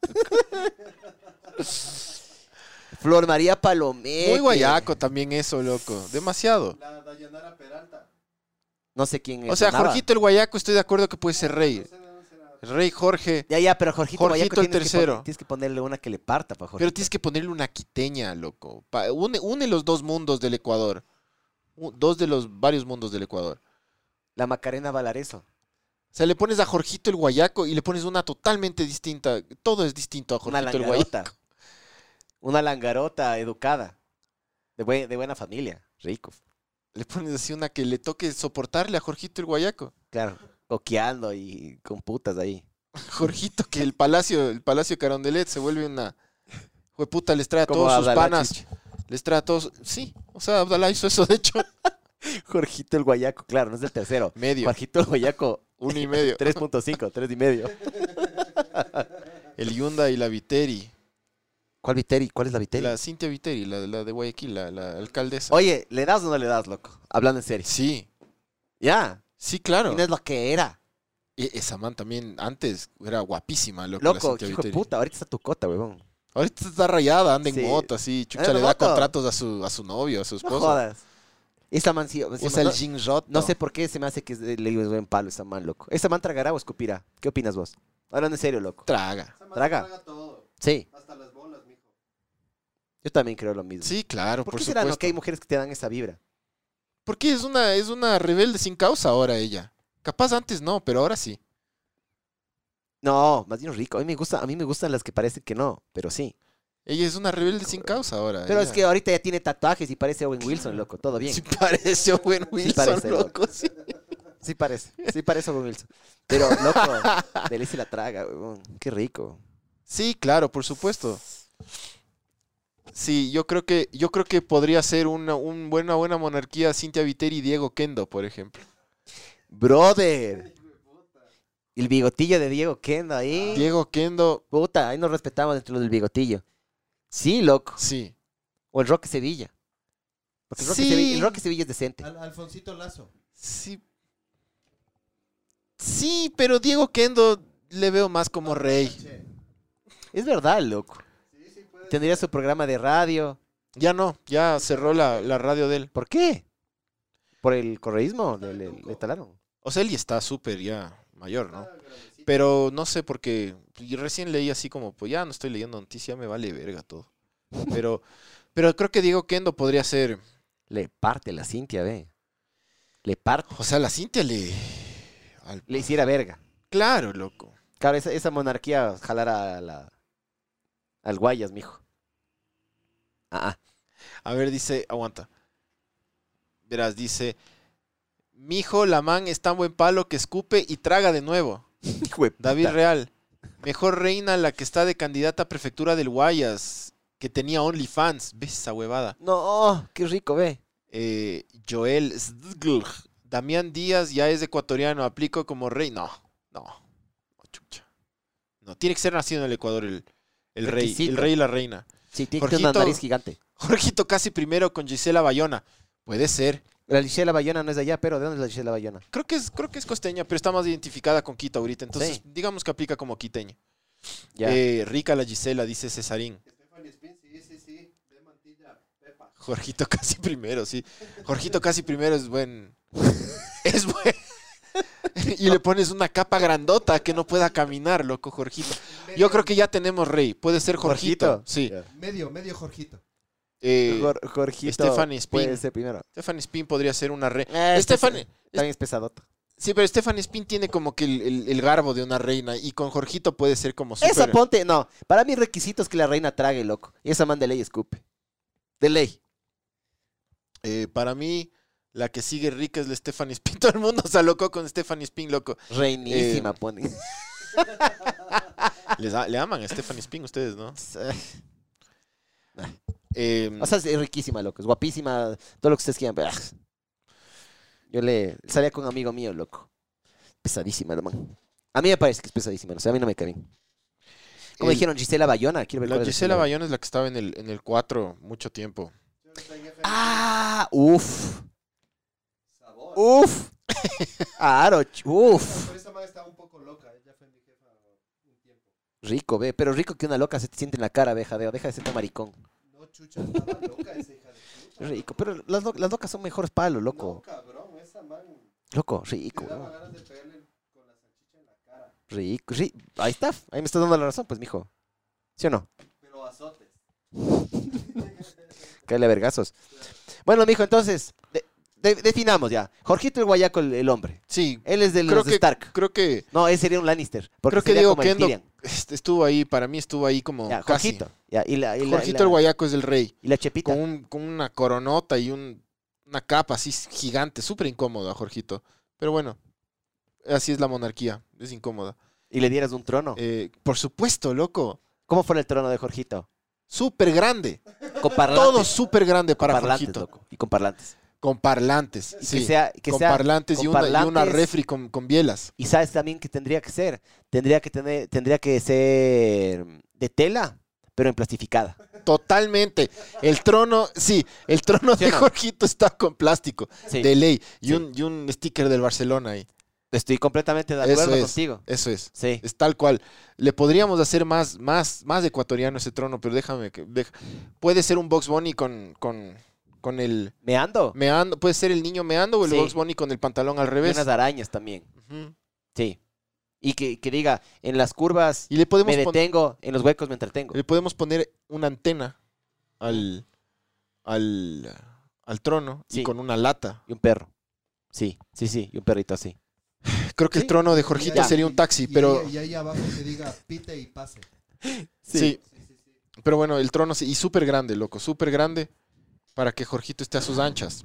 C: Flor María Palomé.
B: Muy guayaco también eso, loco. Demasiado.
D: La Dayanara Peralta.
C: No sé quién es.
B: O sea,
C: sonaba.
B: Jorgito el guayaco, estoy de acuerdo que puede ser rey. Rey Jorge.
C: Ya, ya, pero Jorgito,
B: Jorgito
C: Guayaco
B: el
C: tienes que
B: tercero.
C: pon- tienes que ponerle una que le parta para Jorgito.
B: Pero tienes que ponerle una quiteña, loco. Pa- une, une los dos mundos del Ecuador. U- Dos de los varios mundos del Ecuador.
C: La Macarena Valareso.
B: O sea, le pones a Jorgito el guayaco y le pones una totalmente distinta. Todo es distinto a
C: Una
B: Jorgito el guayaco.
C: langarota. Una langarota educada. De, buen- de buena familia. Rico.
B: Le pones así una que le toque soportarle a Jorgito el Guayaco.
C: Claro. Coqueando y con putas ahí.
B: Jorgito, que el palacio, el palacio Carondelet se vuelve una. Jueputa, les trae a
C: Como
B: todos sus
C: Abdalá
B: panas.
C: Chuch.
B: Les trae a todos. Sí, o sea, Abdalá hizo eso, de hecho.
C: Jorgito el Guayaco, claro, no es el tercero.
B: Medio.
C: Jorgito el Guayaco
B: Uno y medio.
C: 3.5, 3 y medio.
B: El Hyundai y la Viteri.
C: ¿Cuál Viteri? ¿Cuál es la Viteri?
B: La Cintia Viteri, la, de- la de Guayaquil, la, la alcaldesa.
C: Oye, ¿le das o no le das, loco? Hablando en serio.
B: Sí,
C: Ya.
B: sí, claro.
C: Y no es lo que era.
B: E- Esa man también antes era guapísima, loco. la
C: Loco,
B: Cintia
C: hijo de
B: Viteri.
C: puta, ahorita está tu cota, huevón.
B: Ahorita está rayada, anda en
C: Sí.
B: moto, así. Chucha
C: Anda en
B: le da
C: moto.
B: contratos a su, a su novio, a su
C: No
B: esposo.
C: jodas. Esta man sí- sí,
B: Usa
C: no-
B: el jean roto.
C: No sé por qué se me hace que es- le digo es buen palo esa man, loco. ¿Esa man tragará o escupirá? ¿Qué opinas vos? Hablando en serio, loco.
B: Traga.
C: Traga.
D: todo,
C: Sí,
D: hasta las bolas, mijo.
C: yo también creo lo mismo.
B: Sí, claro,
C: ¿Por,
B: por,
C: qué será
B: supuesto.
C: no, que hay mujeres que te dan esa vibra?
B: Porque es una, es una rebelde sin causa ahora ella. Capaz antes no, pero ahora sí.
C: No, más bien rico. A mí me gusta, a mí me gustan las que parecen que no, pero sí.
B: Ella es una rebelde sin causa ahora.
C: Pero es
B: ella.
C: que ahorita ya tiene tatuajes y parece Owen Wilson, loco. Todo bien.
B: Sí
C: Sí,
B: parece Owen Wilson,
C: parece,
B: loco. sí.
C: parece. Sí parece Owen Wilson. Pero, loco, de ley se la traga, weón. Qué rico.
B: Sí, claro, por supuesto. Sí, yo creo que, yo creo que podría ser una, un buena, buena monarquía Cintia Viteri y Diego Kendo, por ejemplo.
C: Brother. El bigotillo de Diego Kendo ahí.
B: Diego Kendo,
C: Puta, ahí nos respetamos dentro del bigotillo. Sí, loco.
B: sí.
C: O el Roque Sevilla. Porque el Roque,
B: Sí.
C: Sevilla, el Roque Sevilla es decente.
D: Al- Alfonsito Lazo.
B: Sí. Sí, pero Diego Kendo le veo más como rey.
D: Che.
C: Es verdad, loco. Tendría su programa de radio.
B: Ya no, ya cerró la, la radio de él.
C: ¿Por qué? Por el correísmo le, le- le talaron.
B: O sea, él ya está súper ya mayor, ¿no? Pero no sé, porque y recién leí así como, pues ya no estoy leyendo noticias, me vale verga todo. Pero, pero creo que Diego Kendo podría ser.
C: Le parte la Cintia, ve. Le parte.
B: O sea, la Cintia le. al-
C: Le hiciera verga.
B: Claro, loco.
C: Claro, esa, esa monarquía jalara a la, al Guayas, mijo. Ah, ah.
B: A ver, dice, aguanta. Verás, dice. Mijo, la man es tan buen palo que escupe y traga de nuevo.
C: Hijo de puta.
B: David Real. Mejor reina la que está de candidata a prefectura del Guayas, que tenía OnlyFans. ¿Ves esa huevada?
C: No, qué rico, ve.
B: Eh, Joel Zdglj. Damián Díaz ya es ecuatoriano, aplico como rey. No, no. No, chucha. No, tiene que ser nacido en el Ecuador el, el rey. El
C: Requisito.
B: rey y la reina.
C: Sí, tiene que tener
B: Jorgito.
C: una nariz gigante.
B: Jorgito casi primero con Gisela Bayona. Puede ser.
C: La Lichela Bayona no es de allá, pero ¿de dónde es la Lichela Bayona?
B: Creo que es, creo que es costeña, pero está más identificada con Quito ahorita. Entonces,
C: Sí.
B: digamos que aplica como quiteña.
C: Ya.
B: Eh, rica la Gisela, dice Cesarín.
D: Stephanie Spin, sí, sí, sí. De mantilla, Pepa.
B: Jorgito casi primero, sí. Jorgito casi primero es buen. Es buen. Y le pones una capa grandota que no pueda caminar, loco, Jorgito. Yo creo que ya tenemos rey. Puede ser Jorgito. Sí.
C: Ya.
D: Medio, medio Jorgito.
B: Eh,
C: Jor- Jorgito
B: Stephanie Spin.
C: puede ser primero.
B: Stephanie Spin podría ser una rey.
C: Eh,
B: Stephanie.
C: También es pesadota.
B: Sí, pero Stephanie Spin tiene como que el, el- el garbo de una reina. Y con Jorgito puede ser como super...
C: Esa ponte, no. Para mí requisito es que la reina trague, loco. Y esa man de ley escupe. De ley.
B: Eh, para mí, la que sigue rica es la Stephanie Spin. Todo el mundo se alocó con Stephanie Spin, loco.
C: Reinísima, pone. Ah.
B: Les a- le aman a Stephanie Spin ustedes, ¿no? Eh,
C: o sea, es riquísima, loco. Es guapísima. Todo lo que ustedes quieran. pero, ah. Yo le salía con un amigo mío, loco. Pesadísima, la man. A mí me parece que es pesadísima. O sea, a mí no me cae bien. Como
B: el-
C: dijeron, Gisela Bayona. Quiero ver
B: La
C: cuál es
B: Gisela Bayona es la que estaba en el, en el 4 mucho tiempo.
C: Ah, uff. Uff. Claro, ch- uff.
D: esa madre estaba un poco loca. Ella fue mi jefa un tiempo.
C: Rico, ve. Pero rico que una loca se te siente en la cara, ve, jadeo. Deja de ser tan maricón.
D: No, chucha, estaba loca esa hija de puta.
C: Rico. Pero las, lo- las locas son mejores palos,
D: No,
C: loco.
D: cabrón, esa man.
C: Loco,
D: Te
C: rico.
D: daba
C: weón.
D: ganas de pegarle con la salchicha en la cara.
C: Rico. ri- Ahí está. Ahí me estás dando la razón, pues, mijo. ¿Sí o no?
D: Pero azotes.
C: Cáele a vergazos. Bueno, mijo, entonces, de- de- definamos ya. Jorgito el Guayaco, el, el hombre.
B: Sí,
C: Él es de los
B: creo que,
C: Stark.
B: creo que
C: No, él sería un Lannister. Porque
B: creo que
C: sería
B: Diego
C: como el
B: Kendo
C: Tyrion.
B: est- estuvo ahí, para mí estuvo ahí como
C: Ya,
B: casi.
C: Jorgito. Ya, y la, y la- y
B: Jorgito
C: la-
B: el Guayaco es el rey,
C: y la Chepita.
B: con, un- con una coronota y un- una capa así gigante, súper incómoda, Jorgito. Pero bueno, así es la monarquía, es incómoda.
C: y le dieras un trono.
B: Eh, por supuesto, loco,
C: ¿Cómo fue el trono de Jorgito?
B: súper grande,
C: Con parlantes.
B: todo súper grande
C: con
B: para
C: parlantes,
B: Jorgito.
C: loco. Y con parlantes.
B: Con parlantes,
C: Y
B: sí.
C: que sea, que
B: con
C: sea-
B: parlantes,
C: con
B: y, una, y una
C: parlantes.
B: refri con, con bielas.
C: Y sabes también que tendría que ser, tendría que tener, tendría que ser de tela, pero en plastificada.
B: Totalmente. El trono, sí, el trono
C: ¿Sí o
B: de
C: no?
B: Jorgito está con plástico,
C: Sí.
B: de ley. Y,
C: Sí.
B: un, y un sticker del Barcelona ahí.
C: Estoy completamente de
B: Eso
C: acuerdo
B: es.
C: contigo.
B: Eso es.
C: Sí.
B: Es tal cual. Le podríamos hacer más, más, más ecuatoriano ese trono, pero déjame que. deja- Puede ser un Box Bunny con, con, con el
C: Me ando.
B: meando. Puede ser el niño meando o el
C: Sí.
B: Box Bunny con el pantalón al
C: Y
B: revés.
C: unas arañas también.
B: Ujú.
C: Sí. Y que, que diga, en las curvas
B: Y le podemos,
C: me
B: pon-
C: detengo, en los huecos me entretengo.
B: le podemos poner una antena al, al, al trono y
C: Sí.
B: con una lata.
C: Y un perro. Sí, sí, sí. Y un perrito así.
B: Creo que el
D: Sí.
B: trono de Jorgito
C: Ya.
B: sería un taxi, pero.
D: Y, ahí abajo que diga pite y pase.
B: Sí. Pero bueno, el trono sí, y súper grande, loco, súper grande para que Jorgito esté a sus anchas.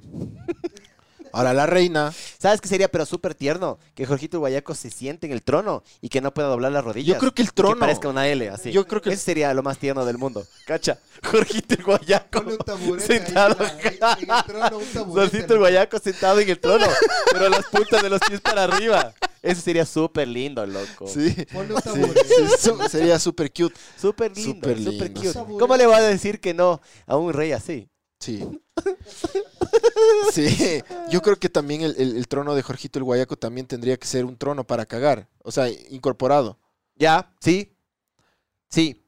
B: Ahora la reina,
C: ¿Sabes qué sería? Pero súper tierno. Que Jorgito el Guayaco se siente en el trono y que no pueda doblar las rodillas.
B: yo creo que el
C: Y
B: trono
C: Que parezca una L, así.
B: Yo creo que-
C: Ese sería lo más tierno del mundo. Cacha, Jorgito el Guayaco.
D: Ponle un taburete ahí
C: Sentado.
D: en la- en el trono, un taburete.
C: Jorgito el Guayaco sentado en el trono, pero las puntas de los pies para arriba. Ese sería súper lindo, loco.
B: sí,
D: Ponle un
B: sí,
D: taburete.
B: sí, su- sería súper cute.
C: Súper lindo,
B: Súper
C: súper
B: lindo.
C: cute.
D: Sabores.
C: ¿Cómo le va a decir que no a un rey así?
B: Sí. Sí, yo creo que también el, el- el trono de Jorgito el Guayaco también tendría que ser un trono para cagar, o sea, incorporado.
C: Ya, sí. Sí.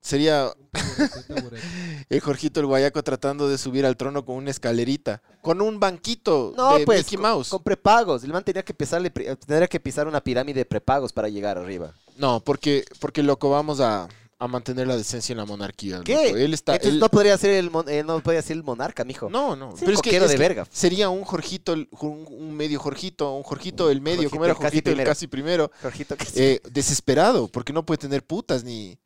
B: Sería
D: Un taburete, un taburete.
B: el Jorgito el Guayaco tratando de subir al trono con una escalerita, con un banquito
C: No,
B: de
C: pues.
B: Mickey
C: con-
B: Mouse.
C: Con, prepagos. El man tenía que, pisarle, pri- tendría que pisar una pirámide de prepagos para llegar arriba.
B: No, porque, porque loco, vamos a, a mantener la decencia en la monarquía.
C: ¿Qué?
B: loco. Él está.
C: Entonces
B: él-
C: no podría ser el, mon- eh, no podría ser el monarca, mijo.
B: no, no.
C: Es un
B: Pero es que,
C: coquero
B: es
C: de
B: que
C: verga.
B: sería un Jorgito, el- un, un medio Jorgito, un Jorgito el medio,
C: Jorgito,
B: como era
C: el casi
B: Jorgito el
C: primero.
B: casi primero,
C: Jorgito que
B: eh, desesperado, porque no puede tener putas ni,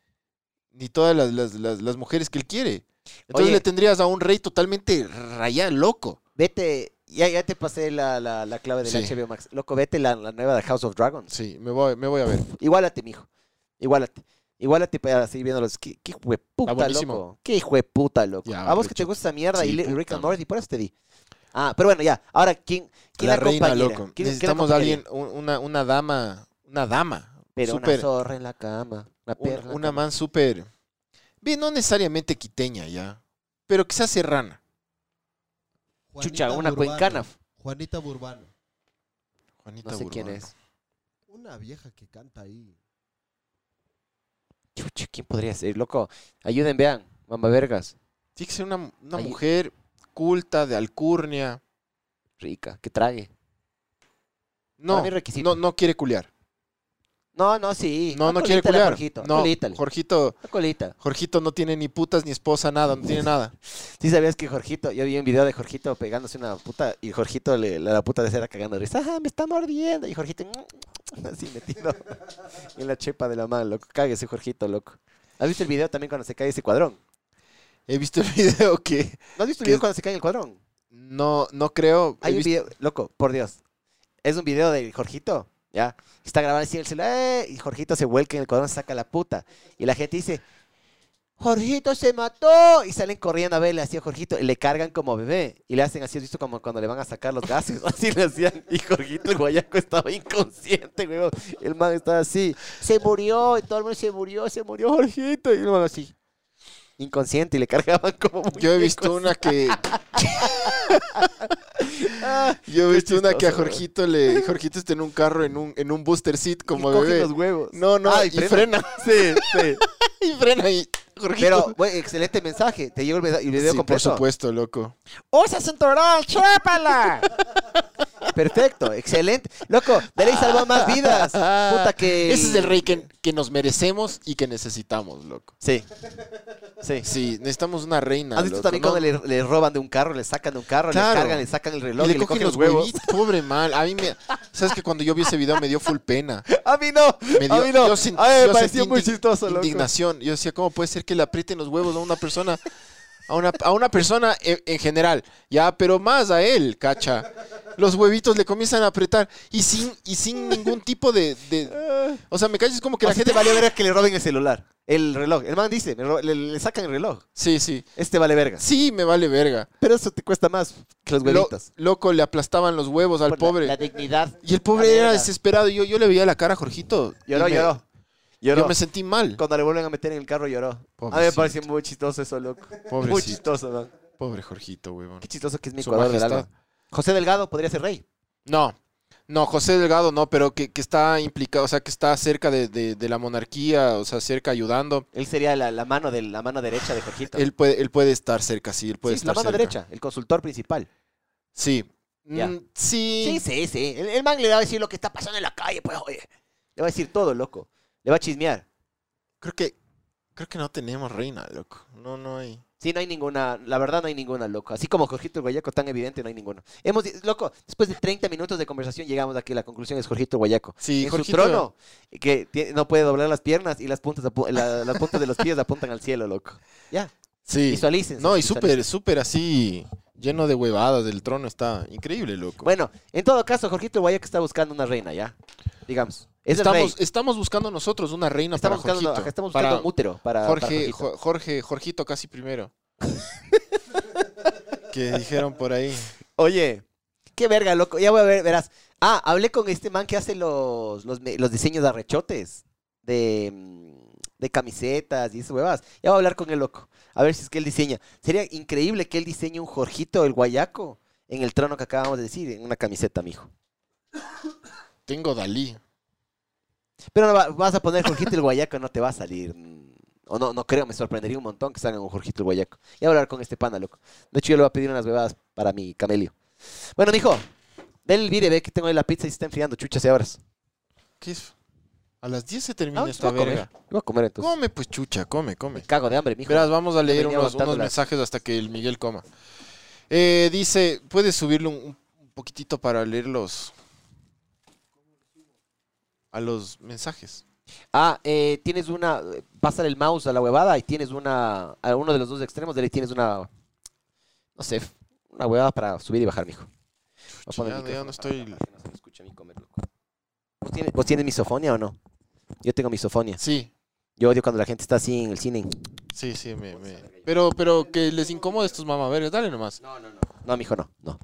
B: ni todas las, las- las- las mujeres que él quiere. Entonces
C: Oye.
B: le tendrías a un rey totalmente rayado, loco.
C: Vete, ya, ya te pasé la, la- la clave del
B: Sí.
C: HBO Max. Loco, vete la, la nueva de House of Dragons.
B: Sí, me voy, me voy a ver.
C: Iguálate, mijo. Iguálate. Iguálate para seguir viéndolos. Qué, qué hijo de puta,
B: buenísimo.
C: loco. Qué hijo de puta, loco.
B: Ya,
C: a vos que
B: recho.
C: te gusta esa mierda
B: Sí,
C: y le-
B: puta.
C: Rick and Morty, por eso te di. Ah, pero bueno, ya. Ahora, ¿quién, quién
B: La reina,
C: acompañera?
B: loco.
C: ¿Quién- quién
B: Necesitamos a
C: acompañaría?
B: alguien, un- una, una dama, una dama.
C: Pero
B: súper-
C: una zorra en la cama. Una
B: un-
C: perra. en la
B: una
C: cama.
B: man súper. Bien, no necesariamente quiteña ya, pero quizás serrana.
D: Juanita
C: Chucha, una
D: Burbano.
C: cuencana.
D: Juanita Burbano.
B: Juanita
C: No sé quién
B: Burbano.
C: es.
D: Una vieja que canta ahí.
C: Chucha, ¿quién podría ser, loco? Ayuden, vean. Mamá vergas.
B: Tiene que ser una, una
C: Ahí-
B: mujer culta, de alcurnia.
C: Rica, que trague.
B: No,
C: Para mí requisito.
B: no, no quiere culiar.
C: No, no, sí.
B: No, no quiere
C: Acolítale,
B: culiar.
C: Jorgito,
B: no,
C: acolítale.
B: Jorgito,
C: Acolita.
B: Jorgito no tiene ni putas ni esposa, nada, no tiene nada.
C: Sí sabías que Jorgito, yo vi un video de Jorgito pegándose una puta y Jorgito le, la, la puta de cera cagando de risa, "Ah, me está mordiendo." Y Jorgito así metido en la chepa de la mano, loco. Cáguese, Jorgito, loco. ¿Has visto el video también cuando se cae ese cuadrón?
B: He visto el video que
C: ¿No has visto el
B: ¿Qué
C: video
B: es?
C: cuando se cae el cuadrón?
B: no, no creo. he
C: Hay un
B: visto-
C: video, loco, por Dios. Es un video de Jorgito, ¿ya? Está grabando así en el celular ¡eh! y Jorgito se vuelca en el cuadrón, saca la puta. Y la gente dice, Jorgito se mató. Y salen corriendo a verle así a Jorgito y le cargan como bebé. Y le hacen así, ¿has visto como cuando le van a sacar los gases? Así le hacían. Y Jorgito el guayaco estaba inconsciente, güey. El man estaba así, se murió, y todo el mundo se murió, se murió Jorgito. Y el man así, inconsciente, y le cargaban como...
B: Yo he visto una que. Yo he
C: Qué
B: visto una que a
C: chistoso, güey.
B: Jorgito le. Jorgito está en un carro, en un, en un booster seat como
C: cogen
B: bebé.
C: los huevos.
B: No, no,
C: Ah,
B: y, frena. Sí, sí. y frena y. Jorgito.
C: Pero, güey, excelente mensaje. Te llegó el video, el video
B: Sí, por
C: completo.
B: supuesto, loco.
C: ¡Usa cinturón! ¡Chépala! Perfecto, excelente. Loco, de ley salvó más vidas. Puta que...
B: Ah, Ese es el rey que, que nos merecemos y que necesitamos, loco.
C: Sí. Sí.
B: Sí, necesitamos una reina.
C: ¿Has visto
B: loco,
C: también
B: ¿no?
C: cuando le, le roban de un carro, le sacan de un carro,
B: Claro.
C: le cargan, le sacan el
B: Y
C: reloj y
B: le cogen los huevos? Pobre mal. A mí me. Sabes que cuando yo vi ese video me dio full pena.
C: A mí no.
B: Me
C: a
B: dio-
C: mí no.
B: yo sent-
C: a mí me
B: yo
C: pareció
B: sentí
C: muy
B: indig-
C: chistoso, loco.
B: Indignación. Yo decía, ¿cómo puede ser que le aprieten los huevos a una persona A una, a una persona en, en general, ya, pero más a él, cacha. Los huevitos le comienzan a apretar y sin, y sin ningún tipo de, de- O sea, me cachas como que
C: Que
B: la gente...
C: vale verga que le roben el celular, el reloj. El man dice, me ro- le, le sacan el reloj.
B: Sí, sí.
C: Este vale verga.
B: Sí, me vale verga.
C: Pero eso te cuesta más que los
B: Lo-
C: huevitos.
B: loco, le aplastaban los huevos al
C: Por la-
B: pobre.
C: La, dignidad.
B: Y el pobre era desesperado. Yo, yo le veía la cara a Jorgito. y
C: Lloró,
B: me-
C: lloró.
B: Yo
C: Lloró.
B: me sentí mal.
C: Cuando le vuelven a meter en el carro, lloró. A mí me
B: Pobrecito.
C: pareció muy chistoso eso, loco. Muy
B: Pobrecito.
C: chistoso, man.
B: Pobre Jorgito, huevón.
C: Qué chistoso que es mi
B: Su
C: Ecuador del
B: majestad.
C: alma. José Delgado podría ser rey.
B: No, no, José Delgado no, pero que, que está implicado, o sea, que está cerca de, de- de la monarquía, o sea, cerca ayudando.
C: Él sería la, la mano de la mano derecha de Jorgito.
B: Él puede, él puede estar cerca, sí, él puede
C: Sí,
B: estar
C: la mano
B: cerca.
C: derecha, el consultor principal.
B: Sí.
C: Ya.
B: Mm, sí.
C: Sí, sí, sí. El, el man le va a decir lo que está pasando en la calle, pues, oye. Le va a decir todo, loco. Le va a chismear.
B: Creo que, creo que no tenemos reina, loco. No, no hay.
C: Sí, no hay ninguna, la verdad no hay ninguna, loco. Así como Jorgito el Guayaco, tan evidente, no hay ninguno. Hemos, di- loco, después de 30 minutos de conversación llegamos a que la conclusión es Jorgito el Guayaco.
B: Sí,
C: en
B: Jorgito-
C: su trono, que tie- no puede doblar las piernas y las puntas, apu- la- las puntas de los pies apuntan al cielo, loco. Ya,
B: Sí.
C: visualicen.
B: No, y súper, súper así, lleno de huevadas del trono, está increíble, loco.
C: Bueno, en todo caso, Jorgito el Guayaco está buscando una reina, ya. Digamos. Es el rey.
B: estamos, estamos buscando nosotros una reina
C: Estamos
B: para
C: buscando,
B: Jorgito.
C: ajá, estamos buscando
B: para
C: un útero para para
B: Jorge,
C: Jorgito.
B: Jo- Jorge, Jorgito casi primero. que dijeron por ahí.
C: Oye, qué verga, loco. Ya voy a ver, verás. Ah, hablé con este man que hace los, los, me- los diseños de arrechotes, de, mm, de camisetas y esas huevas. Ya voy a hablar con el loco, a ver si es que él diseña. Sería increíble que él diseñe un Jorgito, el guayaco, en el trono que acabamos de decir, en una camiseta, mijo.
B: Tengo Dalí.
C: Pero no va- vas a poner Jorgito el guayaco, no te va a salir. mm, O no, no creo, me sorprendería un montón que salgan un Jorgito el guayaco. Ya voy a hablar con este pana, loco. De hecho, yo le voy a pedir unas bebadas para mi camelio. Bueno, mijo, dale el vire, ve que tengo ahí la pizza y se está enfriando, chuchas y abras.
B: ¿Qué es? A las 10 se
C: Ah,
B: termina
C: yo
B: esta
C: voy a comer.
B: verga.
C: Yo voy a comer entonces.
B: Come, pues chucha, come,
C: Me
B: come.
C: cago de hambre, mijo.
B: Verás, vamos a leer
C: venía
B: unos,
C: aguantando
B: unos
C: las-
B: mensajes hasta que el Miguel coma. Eh, dice, ¿puedes subirle un, un poquitito para leer los... A los mensajes.
C: Ah, eh, tienes una. Pásale el mouse a la huevada y tienes una. A uno de los dos extremos de ahí tienes una. No sé, una huevada para subir y bajar, mijo. Voy a
B: Chucha,
C: poner
B: ya-
C: el
B: ya
C: micrófono
B: no
C: para-
B: estoy-
C: para que no se me escuche a mí comer, loco. ¿Vos tienes, vos tienes misofonia o no? Yo tengo misofonia.
B: Sí,
C: Yo odio cuando la gente está así en el cine.
B: sí, sí. me- me- Pero, pero que les incomode estos mamaveres. Dale nomás.
C: No, no, no. No, mijo, no. No,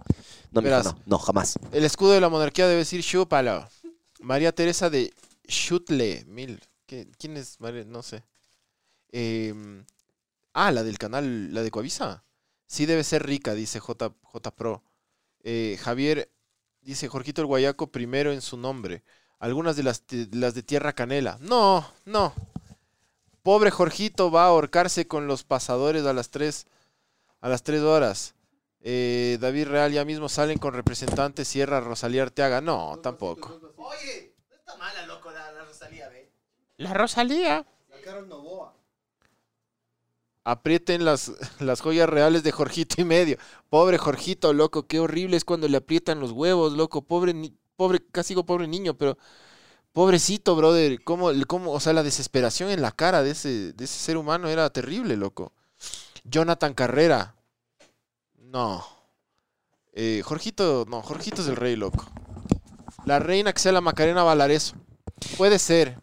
C: no mijo,
B: Verás.
C: no. No, jamás.
B: El escudo de la monarquía debe decir Shupala. María Teresa de Schutle. Mil. ¿Qué- ¿Quién es? María? No sé. Eh, ah, la del canal, la de Coavisa. Sí debe ser rica, dice J, J Pro. Eh, Javier dice Jorgito el Guayaco primero en su nombre. Algunas de las, de las de Tierra Canela. No, no. Pobre Jorgito va a ahorcarse con los pasadores a las 3 a las 3 horas. Eh, David Real ya mismo salen con representante Sierra Rosalía Arteaga. No, tampoco.
C: Oye, no está mala, loco, la, Rosalía, ve.
B: La Rosalía.
D: Sacaron Novoa.
B: Aprieten las, las joyas reales de Jorgito y medio. Pobre Jorgito, loco, qué horrible es cuando le aprietan los huevos, loco. Pobre, ni- pobre, casi digo pobre niño, pero pobrecito, brother. ¿Cómo, cómo, o sea, la desesperación en la cara de ese, de ese ser humano era terrible, loco. Jonathan Carrera. No. Eh, Jorgito, no, Jorgito es el rey, loco. La reina que sea la Macarena Valareso. Puede ser.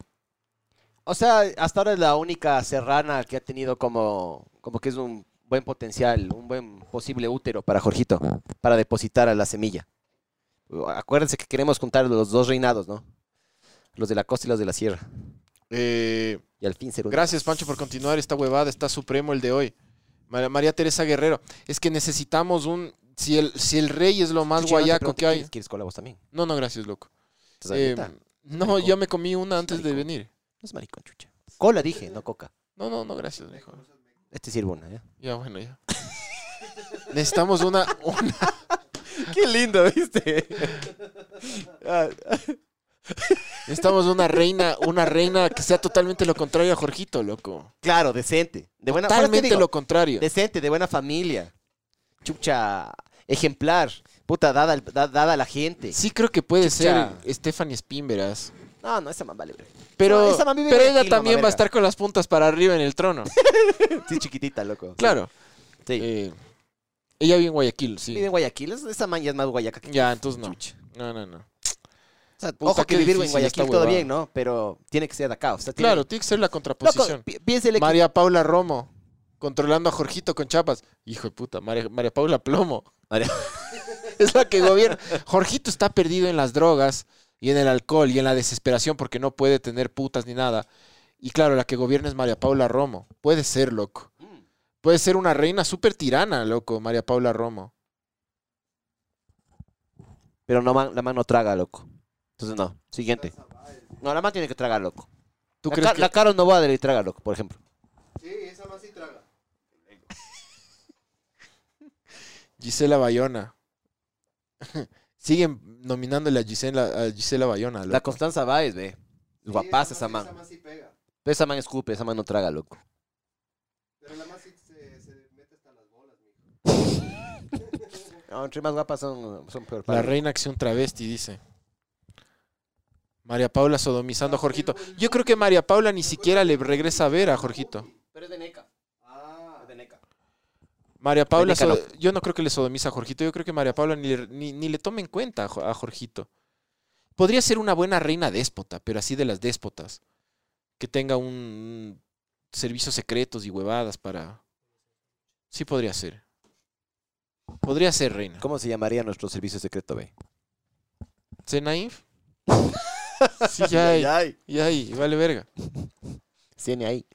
C: O sea, hasta ahora es la única serrana que ha tenido como, como que es un buen potencial, un buen posible útero para Jorgito, para depositar a la semilla. Acuérdense que queremos juntar los dos reinados, ¿no? Los de la costa y los de la sierra.
B: Eh,
C: Y al fin ser uno.
B: Gracias, Pancho, por continuar esta huevada. Está supremo el de hoy. Ma- María Teresa Guerrero. Es que necesitamos un. Si el, si el rey es lo más
C: Chuchi, no te Pues,
B: guayaco
C: pregunto,
B: que hay.
C: ¿Quieres, quieres cola vos también?
B: No, no, gracias, loco.
C: ¿Estás
B: Eh,
C: abierta?
B: no,
C: Maricón.
B: yo me comí una antes de
C: Maricón.
B: venir.
C: No es maricón, chucha. Cola dije, no coca.
B: No, no, no, gracias, mijo.
C: Este sirve una, ¿eh?
B: Ya, bueno, ya. Necesitamos una, una.
C: Qué lindo, ¿viste?
B: Necesitamos una reina, una reina que sea totalmente lo contrario a Jorgito, loco.
C: claro, decente. De buena ahora te
B: Totalmente
C: digo,
B: lo contrario.
C: Decente, de buena familia. Chucha, ejemplar. Puta, dada, al- da- dada a la gente.
B: Sí, creo que puede
C: Chucha.
B: ser Stephanie Spin, verás.
C: No, no, esa man vale, bro.
B: Pero,
C: No, esa man vive
B: pero
C: en el
B: ella
C: Quilma,
B: también va a
C: verga.
B: estar con las puntas para arriba en el trono.
C: Sí, chiquitita, loco.
B: Claro.
C: Sí.
B: Eh, ella vive en Guayaquil, sí.
C: Vive en Guayaquil. es- Esa man ya es más guayaca que...
B: Ya, entonces no.
C: Chucha.
B: No, no, no.
C: O sea,
B: Puta,
C: ojo que
B: qué
C: vivir en
B: difícil esta
C: Guayaquil todo
B: huevada.
C: bien, ¿no? Pero tiene que ser de acá. O sea, tiene-
B: Claro, tiene que ser la
C: Loco,
B: contraposición.
C: pi- piénsele que-
B: María Paula Romo, controlando a Jorgito con chapas. Hijo de puta, María, María Paula Plomo.
C: María-
B: Es la que gobierna. Jorgito está perdido en las drogas y en el alcohol y en la desesperación porque no puede tener putas ni nada. Y claro, la que gobierna es María Paula Romo. Puede ser, loco. Puede ser una reina súper tirana, loco, María Paula Romo.
C: Pero no, man- la mano traga, loco. Entonces no. Siguiente. No, la mano tiene que tragar, loco.
B: ¿Tú
C: la,
B: crees
C: Ca-
B: que
C: la Caro no va a traga, loco, por ejemplo.
D: Sí, esa más sí traga.
B: Gisela Bayona? Siguen nominándole a Gisela, a Gisela Bayona.
C: La
B: loco.
C: Constanza Báez, ve. Guapaz esa man.
D: más sí pega.
C: Pero esa man escupe, esa man no traga, loco.
D: Pero la más sí se, mete hasta las bolas,
C: No, entre más guapas son, son peor.
B: La,
C: para-
B: reina acción travesti, dice. María Paula sodomizando a Jorgito. Yo creo que María Paula ni siquiera le regresa a ver a Jorgito.
C: Pero es de Neca.
D: Ah,
C: de Neca.
B: María Paula,
C: Veneca,
B: so- yo no creo que le sodomiza a Jorgito, yo creo que María Paula ni le, ni- ni le tome en cuenta a Jo- a Jorgito. Podría ser una buena reina déspota, pero así de las déspotas. Que tenga un servicios secretos y huevadas para... Sí podría ser. Podría ser reina.
C: ¿Cómo se llamaría nuestro servicio secreto, ve?
B: ¿Zenaif? sí, ya, ya, ya, ahí, vale verga.
C: Tiene ahí.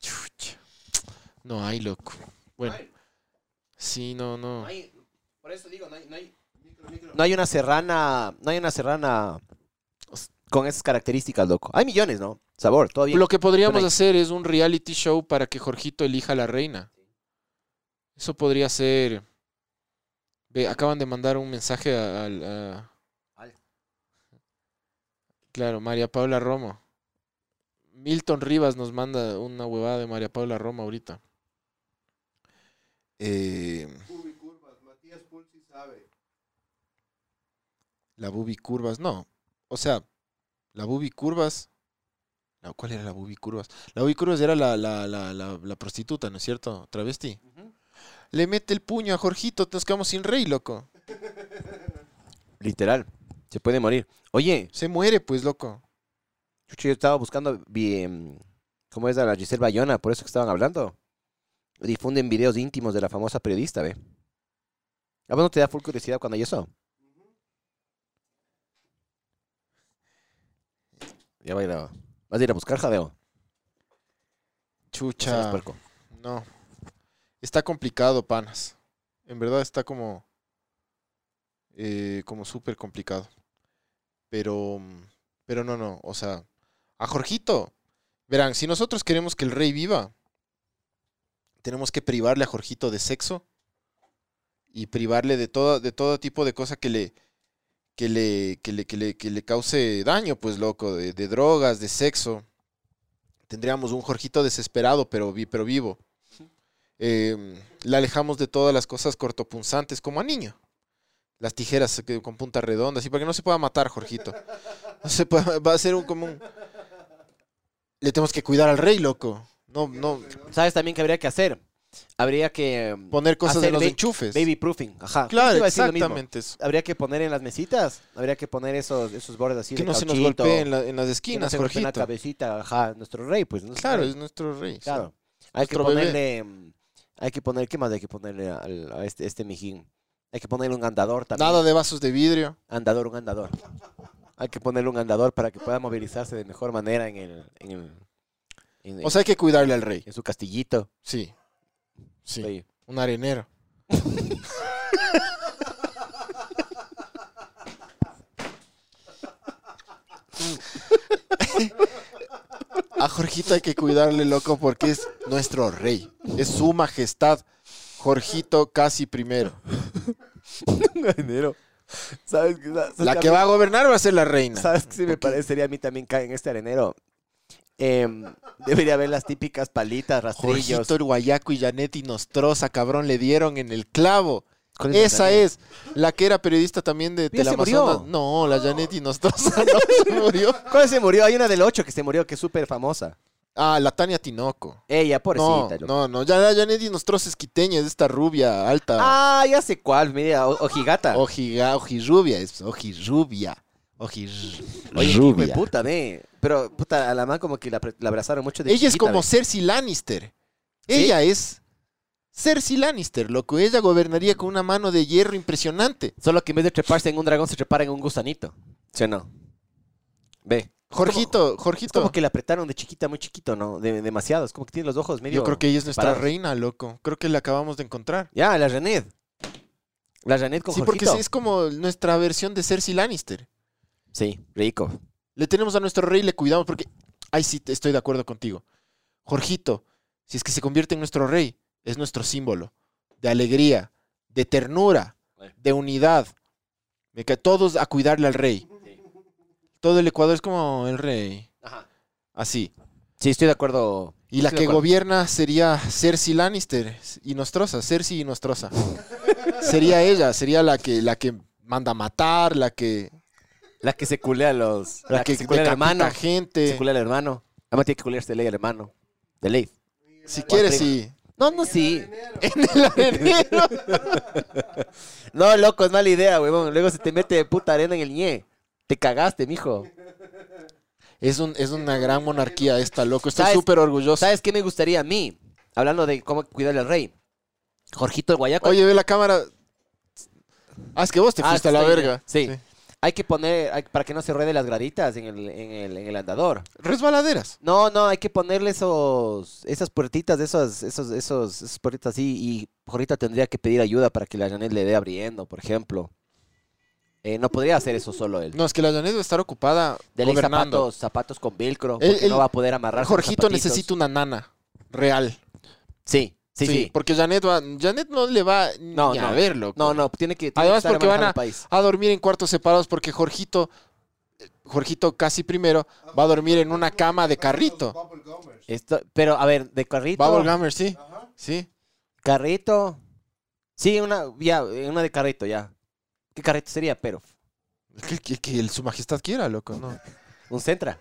B: Chucha. No hay, loco. Bueno. Sí, no, no.
C: Por eso digo, no hay, no hay... una serrana, no hay una serrana con esas características, loco. Hay millones, ¿no? Sabor, todo bien.
B: Lo que podríamos
C: Pero hay-
B: hacer es un reality show para que Jorgito elija a la reina. Eso podría ser. Ve, acaban de mandar un mensaje a- al. a-
C: Al.
B: Claro, María Paula Romo. Milton Rivas nos manda una huevada de María Paula Romo ahorita. Eh,
D: curva y curvas. Matías Pulsi sabe.
B: la Bubi Curvas, no. O sea, la Bubi Curvas. no, ¿Cuál era la Bubi Curvas? La Bubi Curvas era la, la- la- la- la prostituta, ¿no es cierto? Travesti. Le mete el puño a Jorgito, nos quedamos sin rey, loco.
C: Literal. Se puede morir. Oye,
B: Se muere, pues, loco.
C: Chucho, yo estaba buscando bien, cómo es a la Giselle Bayona, por eso que estaban hablando. Difunden videos íntimos de la famosa periodista, ¿ve? ¿A vos no te da full curiosidad cuando hay eso? Ya va a ir a... ¿Vas a ir a buscar, Jadeo? No seas
B: Chucha.
C: puerco.
B: No. Está complicado, panas. En verdad está como. eh, como súper complicado. Pero. mm, Pero no, no. O sea, a Jorgito. Verán, si nosotros queremos que el rey viva, tenemos que privarle a Jorgito de sexo y privarle de todo, de todo tipo de cosa que le. Que le, que, le, que le- que le cause daño, pues loco, de- de drogas, de sexo tendríamos un Jorgito desesperado, pero, vi- pero vivo. Eh, la alejamos de todas las cosas cortopunzantes, como a niño. Las tijeras que- con punta redonda, así para que no se pueda matar, Jorgito. No se pueda- va a ser un común. Le tenemos que cuidar al rey, loco. No, no
C: ¿Sabes también qué habría que hacer? Habría que... mm,
B: poner cosas
C: Hacer
B: en los
C: ba-
B: enchufes.
C: Baby proofing, ajá. Justo
B: Claro,
C: iba a decir lo mismo.
B: exactamente eso.
C: Habría que poner en las mesitas, habría que poner esos, esos bordes así
B: Que
C: de
B: no se nos
C: cauchito,
B: golpee en, la- en las
C: que no
B: esquinas,
C: se golpee en la
B: Jorgito.
C: cabecita, ajá, nuestro rey, pues. nuestro
B: Claro,
C: rey.
B: es nuestro rey.
C: Claro. Hay que
B: Nuestro bebé.
C: ponerle. mm, Hay que poner. ¿Qué más hay que ponerle al- a este, este mijín? Hay que ponerle un andador también.
B: Nada de vasos de vidrio.
C: Andador, un andador. Hay que ponerle un andador para que pueda movilizarse de mejor manera en el. En, el- en-
B: O sea, hay que cuidarle al rey.
C: en su castillito.
B: Sí. Sí.
C: Sí.
B: Un arenero. A Jorgito hay que cuidarle, loco, porque es nuestro rey. Es su majestad. Jorgito casi primero.
C: ¿Sabes qué? ¿Sabes
B: La
C: qué?
B: que va a gobernar va a ser la reina.
C: ¿Sabes qué sí me parecería a mí también caer en este arenero? Em, debería haber las típicas palitas, rastrillos.
B: Jorgito, el guayaco y Janet y Nostroza, cabrón, le dieron en el clavo.
C: ¿Cuál es la
B: Esa es la que era periodista también de
C: Ya se
B: Teleamazonas.
C: murió.
B: No, la Janet y Nostroza no se murió.
C: ¿Cuál se murió? Hay una del 8 que se murió, que es súper famosa.
B: Ah, la Tania Tinoco.
C: Ella,
B: No,
C: pobrecita. yo-
B: no, no, ya, ya Janet y los troces quiteños, esta rubia alta.
C: Ah, ya sé cuál, mira, o- ojigata.
B: Oh, Ojiga, ojirrubia, es ojirrubia.
C: Oye, hijo de
B: Ojirrubia.
C: puta, ve. Pero, puta, a la man como que la, pre- la abrazaron mucho de
B: Ella es
C: chiquita,
B: como
C: ve.
B: Cersei Lannister.
C: ¿Sí?
B: Ella es Cersei Lannister, loco. Ella gobernaría con una mano de hierro impresionante.
C: Solo que en vez de treparse en un dragón, se trepara en un gusanito. ¿Sí o no? Ve.
B: Jorgito,
C: Es
B: Jorgito.
C: como que la apretaron de chiquita, muy chiquito, ¿no? De- demasiado. Es como que tiene los ojos medio...
B: Yo creo que ella es nuestra
C: parados.
B: reina, loco. Creo que la acabamos de encontrar.
C: Ya, la Janet. La Janet con
B: Sí, porque
C: Jorgito.
B: es como nuestra versión de Cersei Lannister.
C: Sí, rico.
B: Le tenemos a nuestro rey y le cuidamos porque... Ay, sí, te- estoy de acuerdo contigo. Jorgito, si es que se convierte en nuestro rey, es nuestro símbolo de alegría, de ternura, de unidad. De que todos a cuidarle al rey. Todo el Ecuador es como el rey. Así.
C: Sí, estoy de acuerdo.
B: Y la
C: Estoy de
B: que
C: acuerdo.
B: gobierna sería Cersei Lannister y Nostrosa, Cersei y Nostrosa. sería ella, sería la que, la que manda a matar, la que,
C: La que se culea a los... La, que, se culea al
B: decapita
C: hermano. Se
B: gente.
C: culea al hermano. Además tiene que culearse de ley al hermano. De ley.
B: Si quieres,
C: prima.
B: sí.
C: No, no, sí.
B: En el arenero.
C: No, loco, es mala idea, huevón. Luego se te mete de puta arena en el ñe. Te cagaste, mijo.
B: es, un- es una gran monarquía esta, loco. Estoy
C: ¿Sabes?
B: súper orgulloso.
C: ¿Sabes qué me gustaría a mí? Hablando de cómo cuidar al rey. Jorgito el Guayaco.
B: Oye, ve la cámara. Ah, es que vos te
C: Ah,
B: fuiste a la
C: sí,
B: verga.
C: Sí. Hay que poner, hay- para que no se ruede las graditas en el, en el- en el andador.
B: Resbaladeras.
C: No, no, hay que ponerle esos, esas puertitas, esos, esos, esos, esas puertitas así. Y Jorgito tendría que pedir ayuda para que la Janet le dé abriendo, por ejemplo. Eh, no podría hacer eso solo él.
B: No, es que la Janet debe estar ocupada
C: De ley
B: gobernando.
C: zapatos, zapatos con velcro,
B: El-
C: porque
B: el-
C: no va a poder amarrar.
B: Jorgito necesita una nana real.
C: Sí, sí, sí.
B: Porque Janet, va, Janet no le va ni
C: No,
B: a
C: no.
B: verlo.
C: No, no, tiene que. tiene que
B: Además,
C: estar
B: porque van
C: manejando el país.
B: A dormir en cuartos separados porque Jorgito, eh, Jorgito casi primero, va a dormir en una cama de carrito.
C: Esto- pero, a ver, de carrito.
B: Bubble Gummer, sí. Sí.
C: Carrito. Sí, una, ya, eh, una de carrito, ya. ¿Qué carrito sería, pero?
B: Que, que- que el- su majestad quiera, loco, ¿no?
C: ¿Un Centra?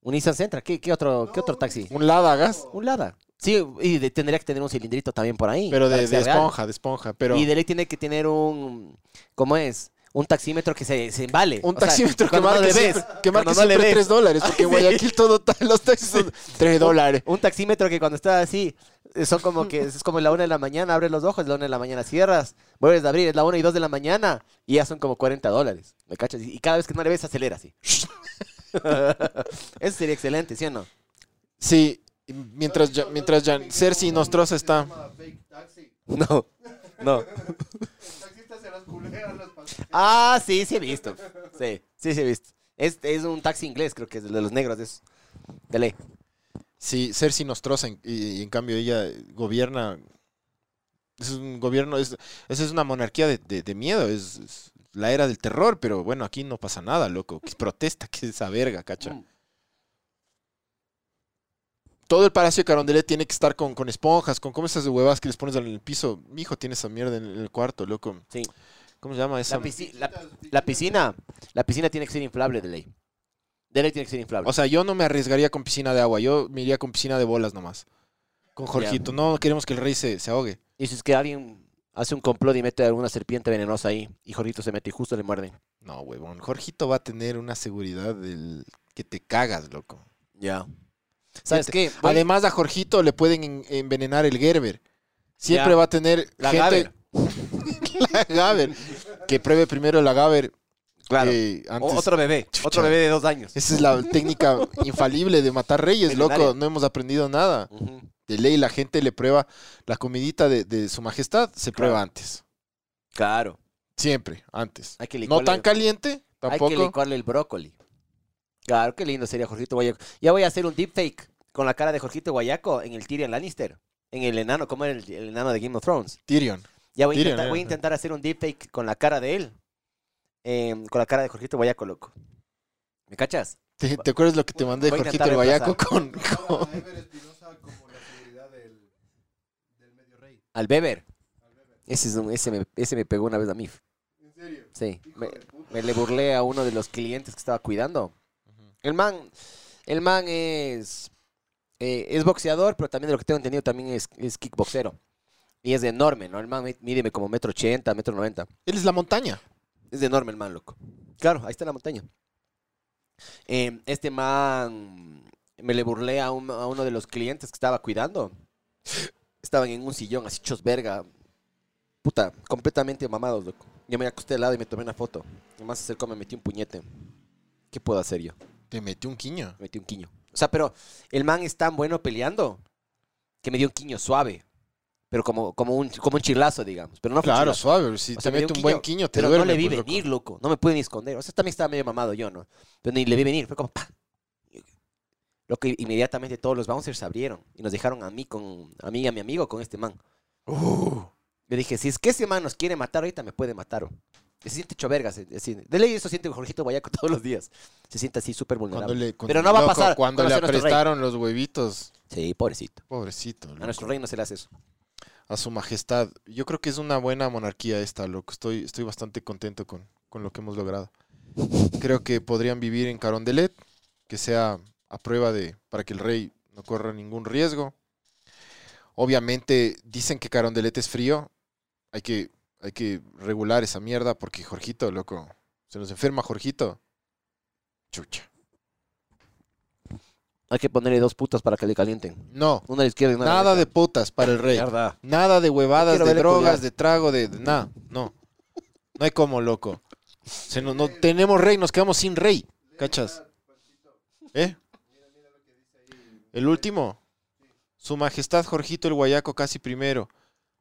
C: ¿Un Nissan Centra? ¿Qué, qué otro, qué otro taxi?
B: Un Lada gas,
C: Un Lada. Sí, y de- tendría que tener un cilindrito también por ahí.
B: pero
C: para
B: de,
C: que sea
B: de
C: real.
B: esponja, de esponja. Pero
C: Y de ley tiene que tener un. ¿Cómo es? Un taxímetro que se, se embale.
B: un
C: O sea,
B: taxímetro que
C: cuando no
B: marque
C: le ves,
B: siempre, que marque
C: cuando no le
B: siempre
C: ves.
B: 3 dólares, porque en Guayaquil todo, ta- los taxis son 3 dólares.
C: Un taxímetro que cuando está así, eh, son como que es como la una de la mañana, abres los ojos, la una de la mañana cierras, vuelves a abrir, es la una y dos de la mañana, y ya son como 40 dólares. ¿Me cachas? Y y cada vez que no le ves, acelera así. Eso sería excelente, ¿sí o no?
B: Sí, y mientras, ya- mientras Jan- Cersei Nostrosa está...
C: No, no.
D: Pero
C: Ah, sí, sí he visto. Sí, sí, sí he visto. Es, es un taxi inglés, creo que es de los negros, es de ley.
B: Sí, Cersei Nostrosa, en- y, y en cambio ella gobierna. Es un gobierno, es, esa es una monarquía de, de- de miedo, es, es la era del terror, pero bueno, aquí no pasa nada, loco. Que protesta, que esa verga, cacha.
C: Mm.
B: Todo el palacio de Carondelet tiene que estar con, con esponjas, con cómo esas huevas que les pones en el piso. Mi hijo tiene esa mierda en el cuarto, loco.
C: Sí.
B: ¿Cómo se llama esa?
C: La, pisci- la- la piscina, la piscina tiene que ser inflable, de ley. De ley tiene que ser inflable.
B: O sea, yo no me arriesgaría con piscina de agua, yo me iría con piscina de bolas nomás. Con Jorgito. No queremos que el rey se, se ahogue.
C: Y si es que alguien hace un complot y mete alguna serpiente venenosa ahí, y Jorgito se mete y justo le muerden.
B: No, huevón. Jorgito va a tener una seguridad del que te cagas, loco.
C: Ya. ¿Sabes
B: Siete.
C: qué? Voy-
B: Además, a Jorgito le pueden en- envenenar el Gerber. Siempre
C: Ya.
B: va a tener
C: la
B: gente...
C: Gaber,
B: la Gaber. Que pruebe primero la Gaber.
C: Claro.
B: eh, antes.
C: O- Otro bebé.
B: Chucha.
C: Otro bebé de dos años.
B: Esa es la técnica infalible de matar reyes,
C: Milenaria.
B: loco. No hemos aprendido nada.
C: Ujú.
B: De ley, la gente le prueba la comidita de, de su majestad. Se prueba antes.
C: Claro.
B: Siempre, antes.
C: Hay que
B: No
C: licuarle-
B: tan caliente,
C: Hay que
B: tampoco.
C: licuarle el brócoli. Claro, qué lindo sería Jorgito Guayaco. Ya voy a hacer un deepfake con la cara de Jorgito Guayaco en el Tyrion Lannister. En el enano, ¿cómo era el, el enano de Game of Thrones?
B: Tyrion.
C: Ya voy a
B: Tyrion,
C: intentar,
B: eh,
C: voy a
B: ajá.
C: intentar hacer un deepfake con la cara de él. eh, con la cara de Jorgito Guayaco, loco. ¿Me cachas?
B: ¿Te, te acuerdas lo que te mandé,
C: Voy a
B: Jorgito
C: intentar
B: el Guayaco,
C: reemplazar.
B: con, con-
C: Al Beber. Ese, es un- ese, me, ese me pegó una vez a mí. Sí. Me, me le burlé a uno de los clientes que estaba cuidando. El man, el man es eh, es boxeador, pero también de lo que tengo entendido también es, es kickboxero. Y es enorme, ¿no? El man mí- mídeme como metro ochenta, metro noventa.
B: Él es la montaña.
C: Es enorme el man, loco. Claro, ahí está la montaña. Eh, este man me le burlé a, un- a uno de los clientes que estaba cuidando. Estaban en un sillón, así hechos verga. Puta, completamente mamados, loco. Yo me acosté al lado y me tomé una foto. Además se acercó, me metí un puñete. ¿Qué puedo hacer yo?
B: Te metió un quiño.
C: Me metí un quiño. O sea, pero el man es tan bueno peleando que me dio un quiño suave. Pero como, como, un, como un chilazo, digamos. Pero no fue un
B: Claro,
C: chilazo.
B: suave. Si
C: O sea,
B: te
C: me dio
B: mete un buen quiño, te
C: pero
B: duerme.
C: no le vi
B: pues, loco.
C: venir, loco. No me pude ni esconder. O sea, también estaba medio mamado yo, ¿no? Pero ni le vi venir. Fue como ¡pa! Lo que inmediatamente todos los bouncers se abrieron y nos dejaron a mí, con, a mí y a mi amigo con este man.
B: Uh,
C: Yo dije, si es que ese man nos quiere matar ahorita, me puede matar. Se siente hecho vergas. es decir, De ley eso siente Jorgito Guayaco todos los días. Se siente así súper vulnerable.
B: cuando le- cuando-
C: Pero no va a
B: loco,
C: pasar,
B: Cuando le
C: conoce a nuestro rey.
B: apretaron los huevitos.
C: Sí, pobrecito.
B: Pobrecito.
C: A
B: loco.
C: nuestro rey no se le hace eso.
B: a su majestad. Yo creo que es una buena monarquía esta, loco. Estoy, estoy bastante contento con, con lo que hemos logrado. Creo que podrían vivir en Carondelet, que sea a prueba de, para que el rey no corra ningún riesgo. Obviamente dicen que Carondelet es frío. Hay que, hay que regular esa mierda porque Jorgito, loco, se nos enferma Jorgito. Chucha.
C: Hay que ponerle dos putas para que le calienten.
B: No,
C: Una a la izquierda y una a la
B: nada de
C: derecha.
B: putas para el rey.
C: Mierda.
B: Nada de huevadas,
C: Quiero
B: de
C: verle
B: drogas,
C: culiar.
B: de trago, de, de nada. No. No hay como, loco. Se nos- no, tenemos rey, nos quedamos sin rey. ¿Cachas? ¿Eh? El último. Su Majestad Jorgito el Guayaco casi primero.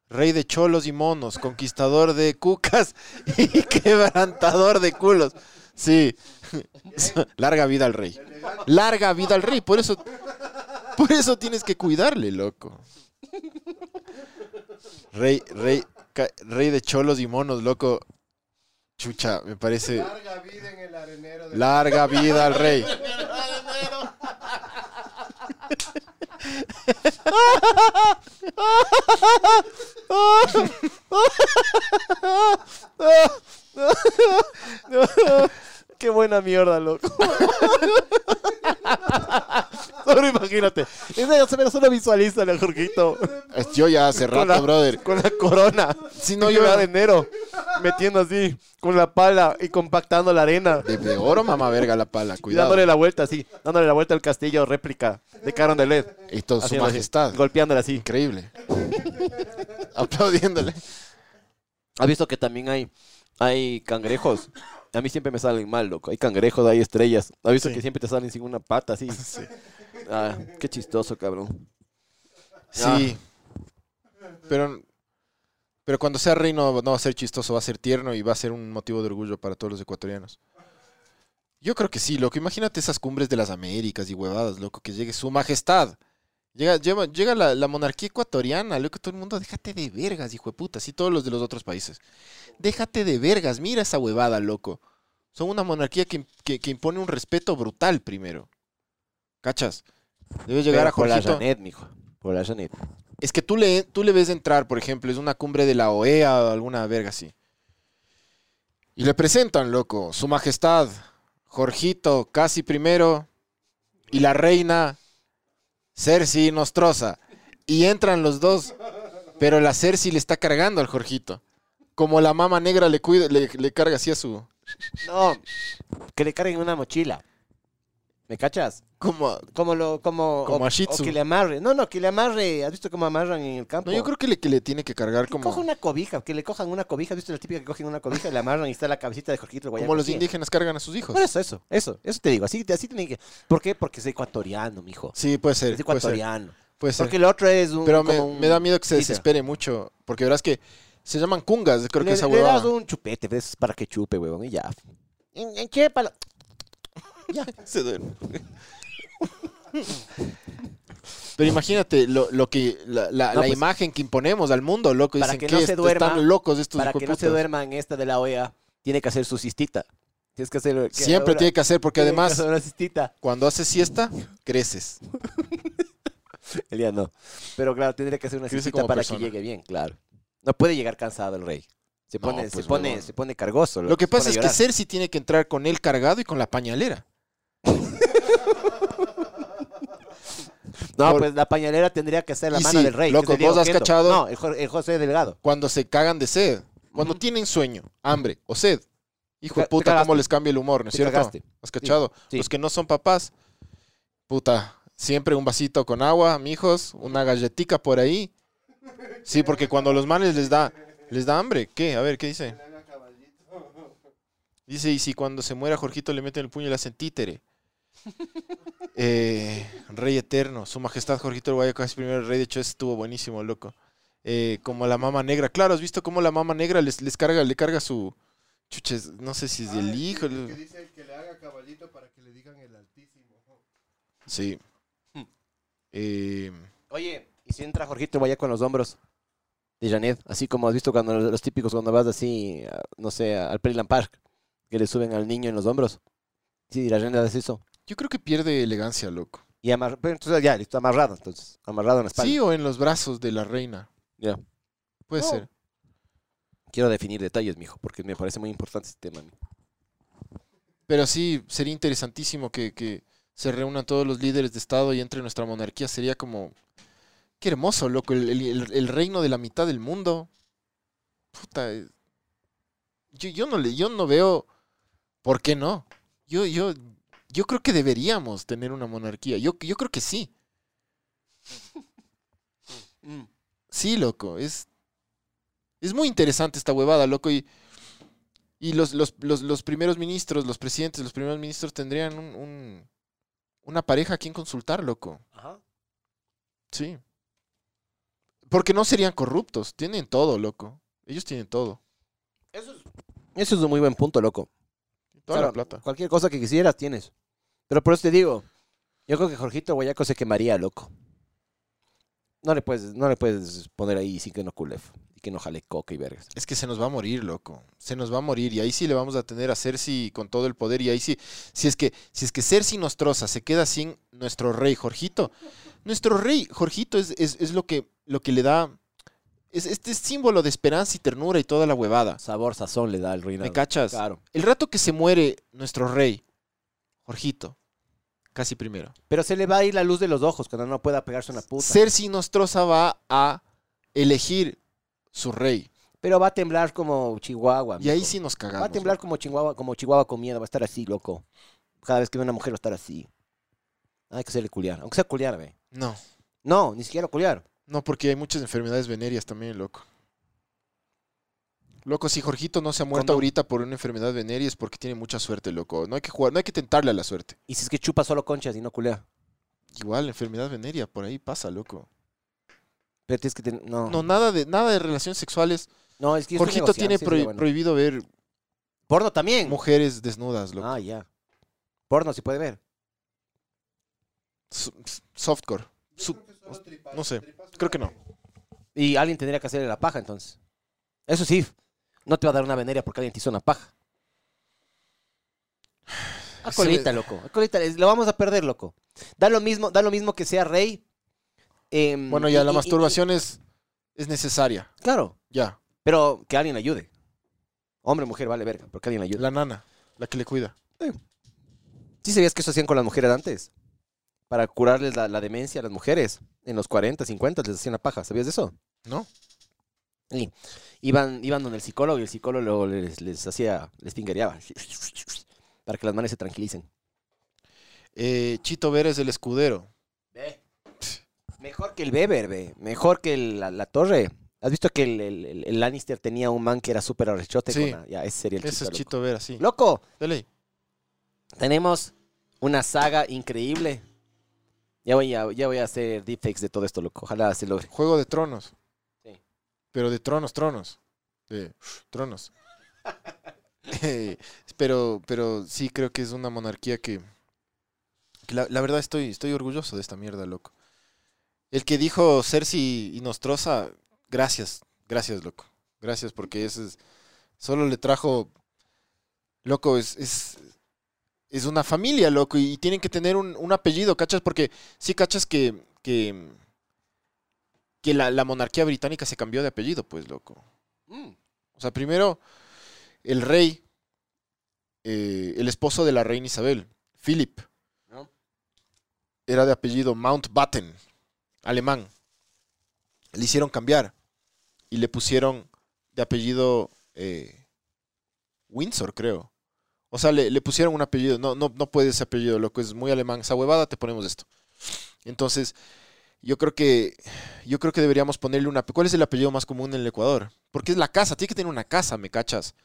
B: Rey de cholos y monos, conquistador de cucas y quebrantador de culos. Sí. Larga vida al rey. Larga vida al rey. Por eso, por eso tienes que cuidarle, loco. Rey, rey, ca- rey de cholos y monos, loco. Chucha, me parece.
D: Larga vida en el arenero. De...
B: Larga vida al rey.
C: Qué buena mierda, loco. solo imagínate. Esa se me solo visualiza la Jorgito.
B: Yo ya hace rato,
C: Con la-
B: brother.
C: Con la corona.
B: Si
C: No
B: no, yo
C: lleva de enero. Metiendo así, con la pala y compactando la arena.
B: de, de oro, mamá verga, la pala.
C: Y
B: Cuidado.
C: dándole la vuelta así, dándole la vuelta al castillo réplica de Caron de Led.
B: Esto, su
C: Haciendo así,
B: majestad.
C: Golpeándola así.
B: Increíble. Aplaudiéndole.
C: ¿Has visto que también hay, hay cangrejos? A mí siempre me salen mal, loco. Hay cangrejos, hay estrellas. ¿Has visto que siempre te salen sin una pata así? Ah, qué chistoso, cabrón.
B: Sí. Ah. Pero, pero cuando sea rey no, no va a ser chistoso, va a ser tierno y va a ser un motivo de orgullo para todos los ecuatorianos. Yo creo que sí, loco. Imagínate esas cumbres de las Américas y huevadas, loco, que llegue su majestad. Llega, lleva- llega la, la monarquía ecuatoriana, loco, todo el mundo, déjate de vergas, hijo de puta, así todos los de los otros países. Déjate de vergas, mira esa huevada, loco. Son una monarquía que, que- que impone un respeto brutal primero. ¿Cachas? Debe llegar
C: Pero
B: a
C: por la
B: Jorgito.
C: Janet, mijo. Por la Janet.
B: Es que tú le, tú le ves entrar, por ejemplo, es una cumbre de la OEA o alguna verga así. Y le presentan, loco, Su Majestad, Jorgito, casi primero, y la reina, Cersei Nostrosa. Y entran los dos, pero la Cersei le está cargando al Jorgito. Como la mama negra le, cuida, le, le carga así a su...
C: No, que le carguen una mochila. ¿Me cachas?
B: Como a-
C: Como lo, como,
B: Como
C: o,
B: a Shih Tzu.
C: o que le amarre. No, no, que le amarre. ¿Has visto cómo amarran en el campo?
B: No, yo creo que le, que le tiene que cargar
C: que
B: como,
C: coja una cobija, que le cojan una cobija. ¿Has visto la típica que cogen una cobija, le amarran y está la cabecita de Jorgito el Guayaco
B: como los
C: así?
B: indígenas cargan a sus hijos.
C: pues, Por eso, eso, eso, eso te digo. Así, así tienen que. ¿Por qué? Porque es ecuatoriano, mijo.
B: Sí, puede ser.
C: Es
B: Puede ser,
C: ecuatoriano.
B: puede ser.
C: Porque el otro es un.
B: Pero me,
C: como un-
B: me da miedo que se
C: Dicen.
B: desespere mucho. Porque verás que se llaman cungas, creo que
C: le,
B: ah, esa
C: le das
B: huevada.
C: un chupete, ¿ves? Para que chupe, huevón, y ya. En, en chepa la-
B: Se duerme. Pero imagínate lo, lo que la, la-
C: No,
B: la
C: pues.
B: imagen que imponemos al mundo, loco.
C: Para
B: Dicen
C: que
B: que,
C: no se
B: est-
C: duerma,
B: están locos estos
C: Para que no se
B: hijueputas.
C: duerma en esta de la OEA, tiene que hacer su cistita. Tienes que hacer. que
B: Siempre
C: ahora-
B: tiene que hacer, porque
C: tiene
B: además,
C: hacer una cistita.
B: cuando haces siesta, creces.
C: El día no. Pero claro, tendría que hacer una
B: Crece
C: cistita
B: como
C: para
B: persona.
C: que llegue bien, claro. No puede llegar cansado el rey. Se
B: No,
C: pone,
B: pues,
C: se pone,
B: huevón.
C: se pone cargoso.
B: Lo que
C: se pone
B: pasa
C: a
B: es que
C: llorar.
B: Cersei tiene que entrar con él cargado y con la pañalera.
C: No,
B: Por-
C: pues la pañalera tendría que ser la
B: Y
C: mano
B: sí,
C: del rey. que
B: loco,
C: es el Diego
B: vos has
C: Quendo.
B: cachado-
C: No, el, Jo- el José Delgado.
B: Cuando se cagan de sed, cuando tienen sueño, hambre o sed. Hijo de
C: Te
B: puta, cómo
C: cagaste.
B: les cambia el humor, ¿no es
C: Te
B: cierto?
C: cagaste.
B: ¿Has cachado?
C: sí.
B: Los que no son papás, puta, siempre un vasito con agua, mijos, una galletica por ahí. Sí, porque cuando los manes les da, les da hambre. ¿Qué? A ver, ¿qué dice? Dice, y si cuando se muera Jorgito le meten el puño y le hacen títere. Eh, rey eterno, su majestad Jorgito el Guayaquil, primero el rey, de hecho ese estuvo buenísimo, loco. Eh, como la mama negra, claro, ¿has visto cómo la mama negra les, les carga, le carga su... Chuches, no sé si es del hijo.
D: El que
B: le-
D: dice que le haga caballito para que le digan el altísimo.
B: Sí. Eh,
C: Oye, ¿y si entra Jorgito vaya con los hombros de Janet? Así como has visto cuando los, los típicos cuando vas así, a- no sé, al Playland Park, que le suben al niño en los hombros. Sí, la Janet hace eso.
B: yo creo que pierde elegancia, loco.
C: Y amarrado. Entonces ya, listo, amarrado entonces. Amarrado en la espalda.
B: Sí, o en los brazos de la reina.
C: Ya.
B: Puede
C: No.
B: ser.
C: Quiero definir detalles, mijo, porque me parece muy importante este tema. a mí.
B: Pero sí, sería interesantísimo que, que se reúnan todos los líderes de Estado y entre nuestra monarquía. Sería como... Qué hermoso, loco. El, el- el- el reino de la mitad del mundo. Puta. eh. Yo, yo, no, le, yo no veo... ¿Por qué no? Yo, yo, yo creo que deberíamos tener una monarquía. Yo, yo creo que sí. Sí, loco, es. Es muy interesante esta huevada, loco. Y, y los, los, los- los primeros ministros, los presidentes, los primeros ministros tendrían un, un- una pareja a quien consultar, loco.
C: Ajá.
B: Sí. Porque no serían corruptos. Tienen todo, loco. Ellos tienen todo.
C: Eso es... Eso es un muy buen punto, loco.
B: Toda la
C: Claro,
B: plata.
C: Cualquier cosa que quisieras tienes. Pero por eso te digo, yo creo que Jorgito Guayaco se quemaría, loco. No le puedes, no le puedes poner ahí sin que no culef y que no jale coca y vergas.
B: Es que se nos va a morir, loco. Se nos va a morir. Y ahí sí le vamos a tener a Cersei con todo el poder. Y ahí sí. Si es que, si es que Cersei nos troza, se queda sin nuestro rey, Jorgito. Nuestro rey, Jorgito, es, es- es lo, que, lo que le da. Es este símbolo de esperanza y ternura y toda la huevada.
C: Sabor, sazón le da al reinado.
B: ¿Me cachas?
C: Claro.
B: El rato que se muere nuestro rey, Jorgito, casi primero.
C: Pero se le va a ir la luz de los ojos cuando no pueda pegarse una puta.
B: Cersei Nostroza va a elegir su rey.
C: Pero va a temblar como Chihuahua.
B: Y ahí
C: mijo.
B: sí nos cagamos.
C: Va a temblar
B: loco.
C: como Chihuahua, como Chihuahua con miedo, va a estar así, loco. Cada vez que ve una mujer va a estar así. Hay que hacerle culiar, aunque sea culiar, ve.
B: No,
C: No, ni siquiera culiar.
B: no, porque hay muchas enfermedades venéreas también, loco. Loco, si Jorgito no se ha muerto
C: Condón.
B: ahorita por una enfermedad venérea es porque tiene mucha suerte, loco. No hay que jugar, no hay que tentarle a la suerte.
C: Y si es que chupa solo conchas y no culea.
B: Igual, enfermedad venérea, por ahí pasa, loco.
C: Pero tienes que tener. No.
B: No, nada de, nada de relaciones sexuales.
C: No, es que yo estoy
B: Jorgito tiene
C: negociando, sí,
B: prohi-
C: sí, bueno.
B: prohibido ver
C: Porno también.
B: mujeres desnudas, loco.
C: Ah, ya. Porno se puede ver.
B: S- s- Softcore. Su- no sé, creo que no.
C: Y alguien tendría que hacerle la paja, entonces. Eso sí. No te va a dar una veneria porque alguien te hizo una paja. A
B: Se me-
C: colita, loco. A Ah, colita. es- Lo vamos a perder, loco. Da lo mismo, da lo mismo que sea rey. em,
B: Bueno,
C: y-
B: ya
C: y-
B: la
C: y-
B: masturbación es, es necesaria.
C: y- claro.
B: Ya.
C: Pero que alguien ayude. Hombre, mujer, vale verga. Porque alguien ayude.
B: La nana, la que le cuida.
C: ¿Sí sabías que eso hacían con las mujeres antes? Para curarles la, la demencia a las mujeres. En los 40, 50 les hacían la paja. ¿Sabías de eso?
B: ¿No?
C: Y iban, iban donde el psicólogo y el psicólogo les, les hacía, les fingereaba. Para que las manes se tranquilicen.
B: Eh, Chito Vera es el escudero.
C: Mejor que el Weber, ve. Mejor que el- la, la torre. ¿Has visto que el, el- el- el Lannister tenía un man que era súper arrechote?
B: Sí.
C: con la- ya, ese sería el
B: Ese es
C: chito,
B: Chito Vera, sí.
C: loco. Loco,
B: Dale.
C: tenemos una saga increíble. Ya voy a, ya voy a hacer deepfakes de todo esto, loco. Ojalá se logre.
B: Juego de tronos.
C: Sí.
B: Pero de tronos, tronos. De tronos. Eh, pero, pero sí creo que es una monarquía que. que la, la verdad estoy, estoy orgulloso de esta mierda, loco. El que dijo Cersei y Nostrosa, gracias, gracias, loco. Gracias, porque eso es. Solo le trajo. Loco, es. es es una familia, loco, y tienen que tener un, un apellido, ¿cachas? Porque sí, ¿cachas? Que, que, que la, la monarquía británica se cambió de apellido, pues, loco. O sea, primero, el rey, eh, el esposo de la reina Isabel, Philip,
C: ¿No?
B: era de apellido Mountbatten, alemán. Le hicieron cambiar y le pusieron de apellido eh, Windsor, creo. O sea, le, le pusieron un apellido. No, no, no puede ese apellido, lo que es muy alemán. Esa huevada, te ponemos esto. Entonces, yo creo que yo creo que deberíamos ponerle una. ¿Cuál es el apellido más común en el Ecuador? Porque es la casa, tiene que tener una casa, ¿me cachas?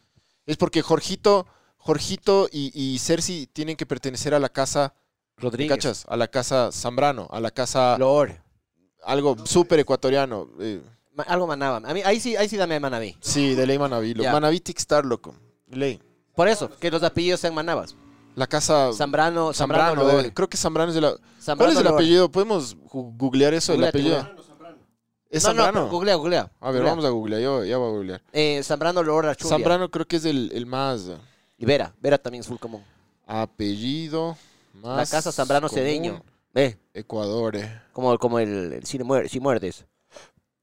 B: Es porque Jorgito, Jorgito y, y Cersei tienen que pertenecer a la casa, ¿me
C: Rodríguez.
B: cachas? A la casa Zambrano, a la casa
C: Lord.
B: algo súper ecuatoriano. eh,
C: Ma- Algo manaba. A mí, ahí sí, ahí sí dame manabí.
B: sí, de Ley Manaví. loco.
C: Ya.
B: Manaví Tickstar, loco. Ley.
C: Por eso, que los apellidos sean manabas.
B: La casa
C: Zambrano, Zambrano,
B: Zambrano.
C: Lord.
B: debe- creo que Zambrano es de la. ¿Cuál
C: Zambrano,
B: es el
C: Lord.
B: apellido? ¿Podemos ju- googlear eso? El
C: Googleate,
B: apellido. Es
C: No,
B: Zambrano.
C: no, googlea, googlea.
B: a ver, vamos a googlear. Yo ya voy a googlear.
C: Eh, Zambrano, Lord, Achubia.
B: Zambrano creo que es el, el más eh,
C: Y Vera. Vera también es full común.
B: apellido más
C: La casa Zambrano
B: común,
C: Cedeño. Ve,
B: Ecuador. eh.
C: como, como el, el si, muer- si muerdes.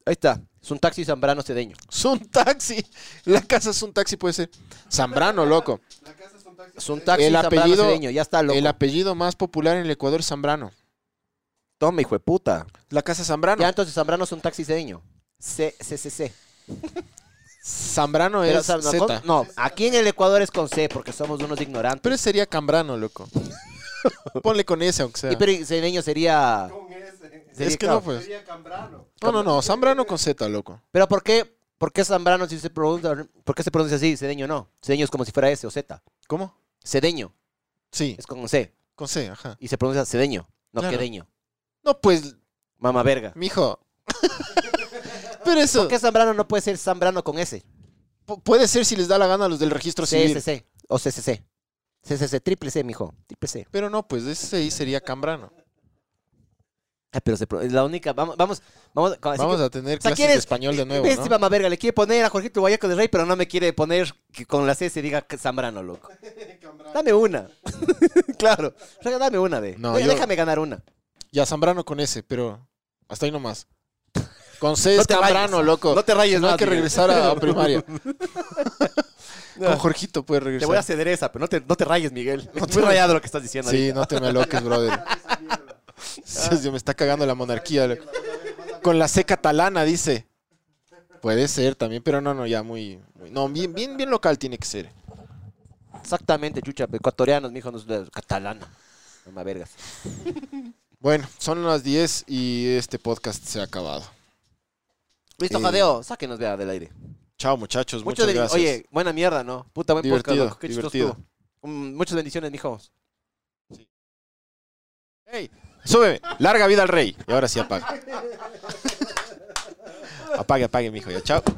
C: Ahí está. Es un taxi Zambrano Cedeño.
B: Sun Taxi. La casa Sun Taxi puede ser Zambrano, loco.
C: Es un taxi
B: El
C: Zambrano
B: apellido-
C: Cedeño. Ya está, loco.
B: El apellido más popular en el Ecuador es Zambrano.
C: Toma, hijo de puta.
B: La casa Zambrano.
C: Ya, entonces Zambrano es un taxi Cedeño. C, C, C, C.
B: Zambrano
C: Pero,
B: es
C: o sea, no,
B: Z.
C: con- no, aquí en el Ecuador es con C porque somos unos ignorantes.
B: Pero sería Cambrano, loco. Ponle con ese, aunque sea.
C: Y pero cedeño sería...
D: Con ese.
C: sería
B: es que
C: claro.
B: no, pues.
D: Sería Cambrano.
B: No, no, no. Zambrano con Z, loco.
C: Pero ¿por qué, por qué Zambrano si se pronuncia, por qué se pronuncia así? Cedeño no. Cedeño es como si fuera S o Z.
B: ¿Cómo?
C: Cedeño
B: Sí,
C: es con C
B: con C, ajá.
C: y se pronuncia cedeño, no
B: Claro.
C: quedeño.
B: No, pues,
C: Mamá verga.
B: mijo. Pero eso
C: ¿Por qué Zambrano no puede ser Zambrano con S?
B: pu- puede ser si les da la gana a los del registro civil.
C: CSC o CCC. CCC, triple C, mijo. Triple C.
B: Pero no, pues ese ahí sería Cambrano.
C: Ah, pero se pro- es la única... Vamos, vamos, vamos... así
B: Vamos
C: que-
B: a tener
C: o sea,
B: clases de
C: ¿quieres-
B: español de nuevo,
C: Este
B: ¿no?
C: mamá verga le quiere poner a Jorgito Guayaco del Rey, pero no me quiere poner que con la C se diga que Zambrano, loco. Dame una. claro. Rega, Dame una, ve.
B: No,
C: Ve,
B: yo-
C: Déjame ganar una.
B: Ya Zambrano con ese, pero hasta ahí nomás. Con C
C: No
B: es
C: te
B: Cambrano,
C: vayas.
B: loco.
C: No te rayes
B: No hay
C: más,
B: que
C: Miguel.
B: regresar a, a primaria.
C: No.
B: Con Jorgito puede
C: Te voy a
B: regresar.
C: ceder esa, pero no te, no te rayes, Miguel.
B: No
C: Es
B: te-
C: muy rayado lo que estás diciendo
B: Sí,
C: ahorita.
B: no te me aloques, brother. Sí, se me está cagando la monarquía. loco. Con la C catalana, dice. Puede ser también, pero no, no, ya muy... muy- no, bien, bien, bien local tiene que ser.
C: Exactamente, chucha. Ecuatorianos, mijo, no es de- catalana. Mamá vergas.
B: Bueno, son las 10 y este podcast se ha acabado.
C: Listo,
B: Eh,
C: jadeo. Sáquenos vea del aire.
B: Chao, muchachos.
C: Mucho
B: Pues muchas
C: de-
B: gracias.
C: Oye, buena mierda, ¿no? Puta, buen podcast,
B: Divertido,
C: loco. Qué chistoso
B: divertido.
C: estuvo. Mm, Muchas bendiciones, mijo.
B: ¡Ey! ¡Súbeme! ¡Larga vida al rey! Y ahora sí apaga. apague, apague, mijo. Ya, chao.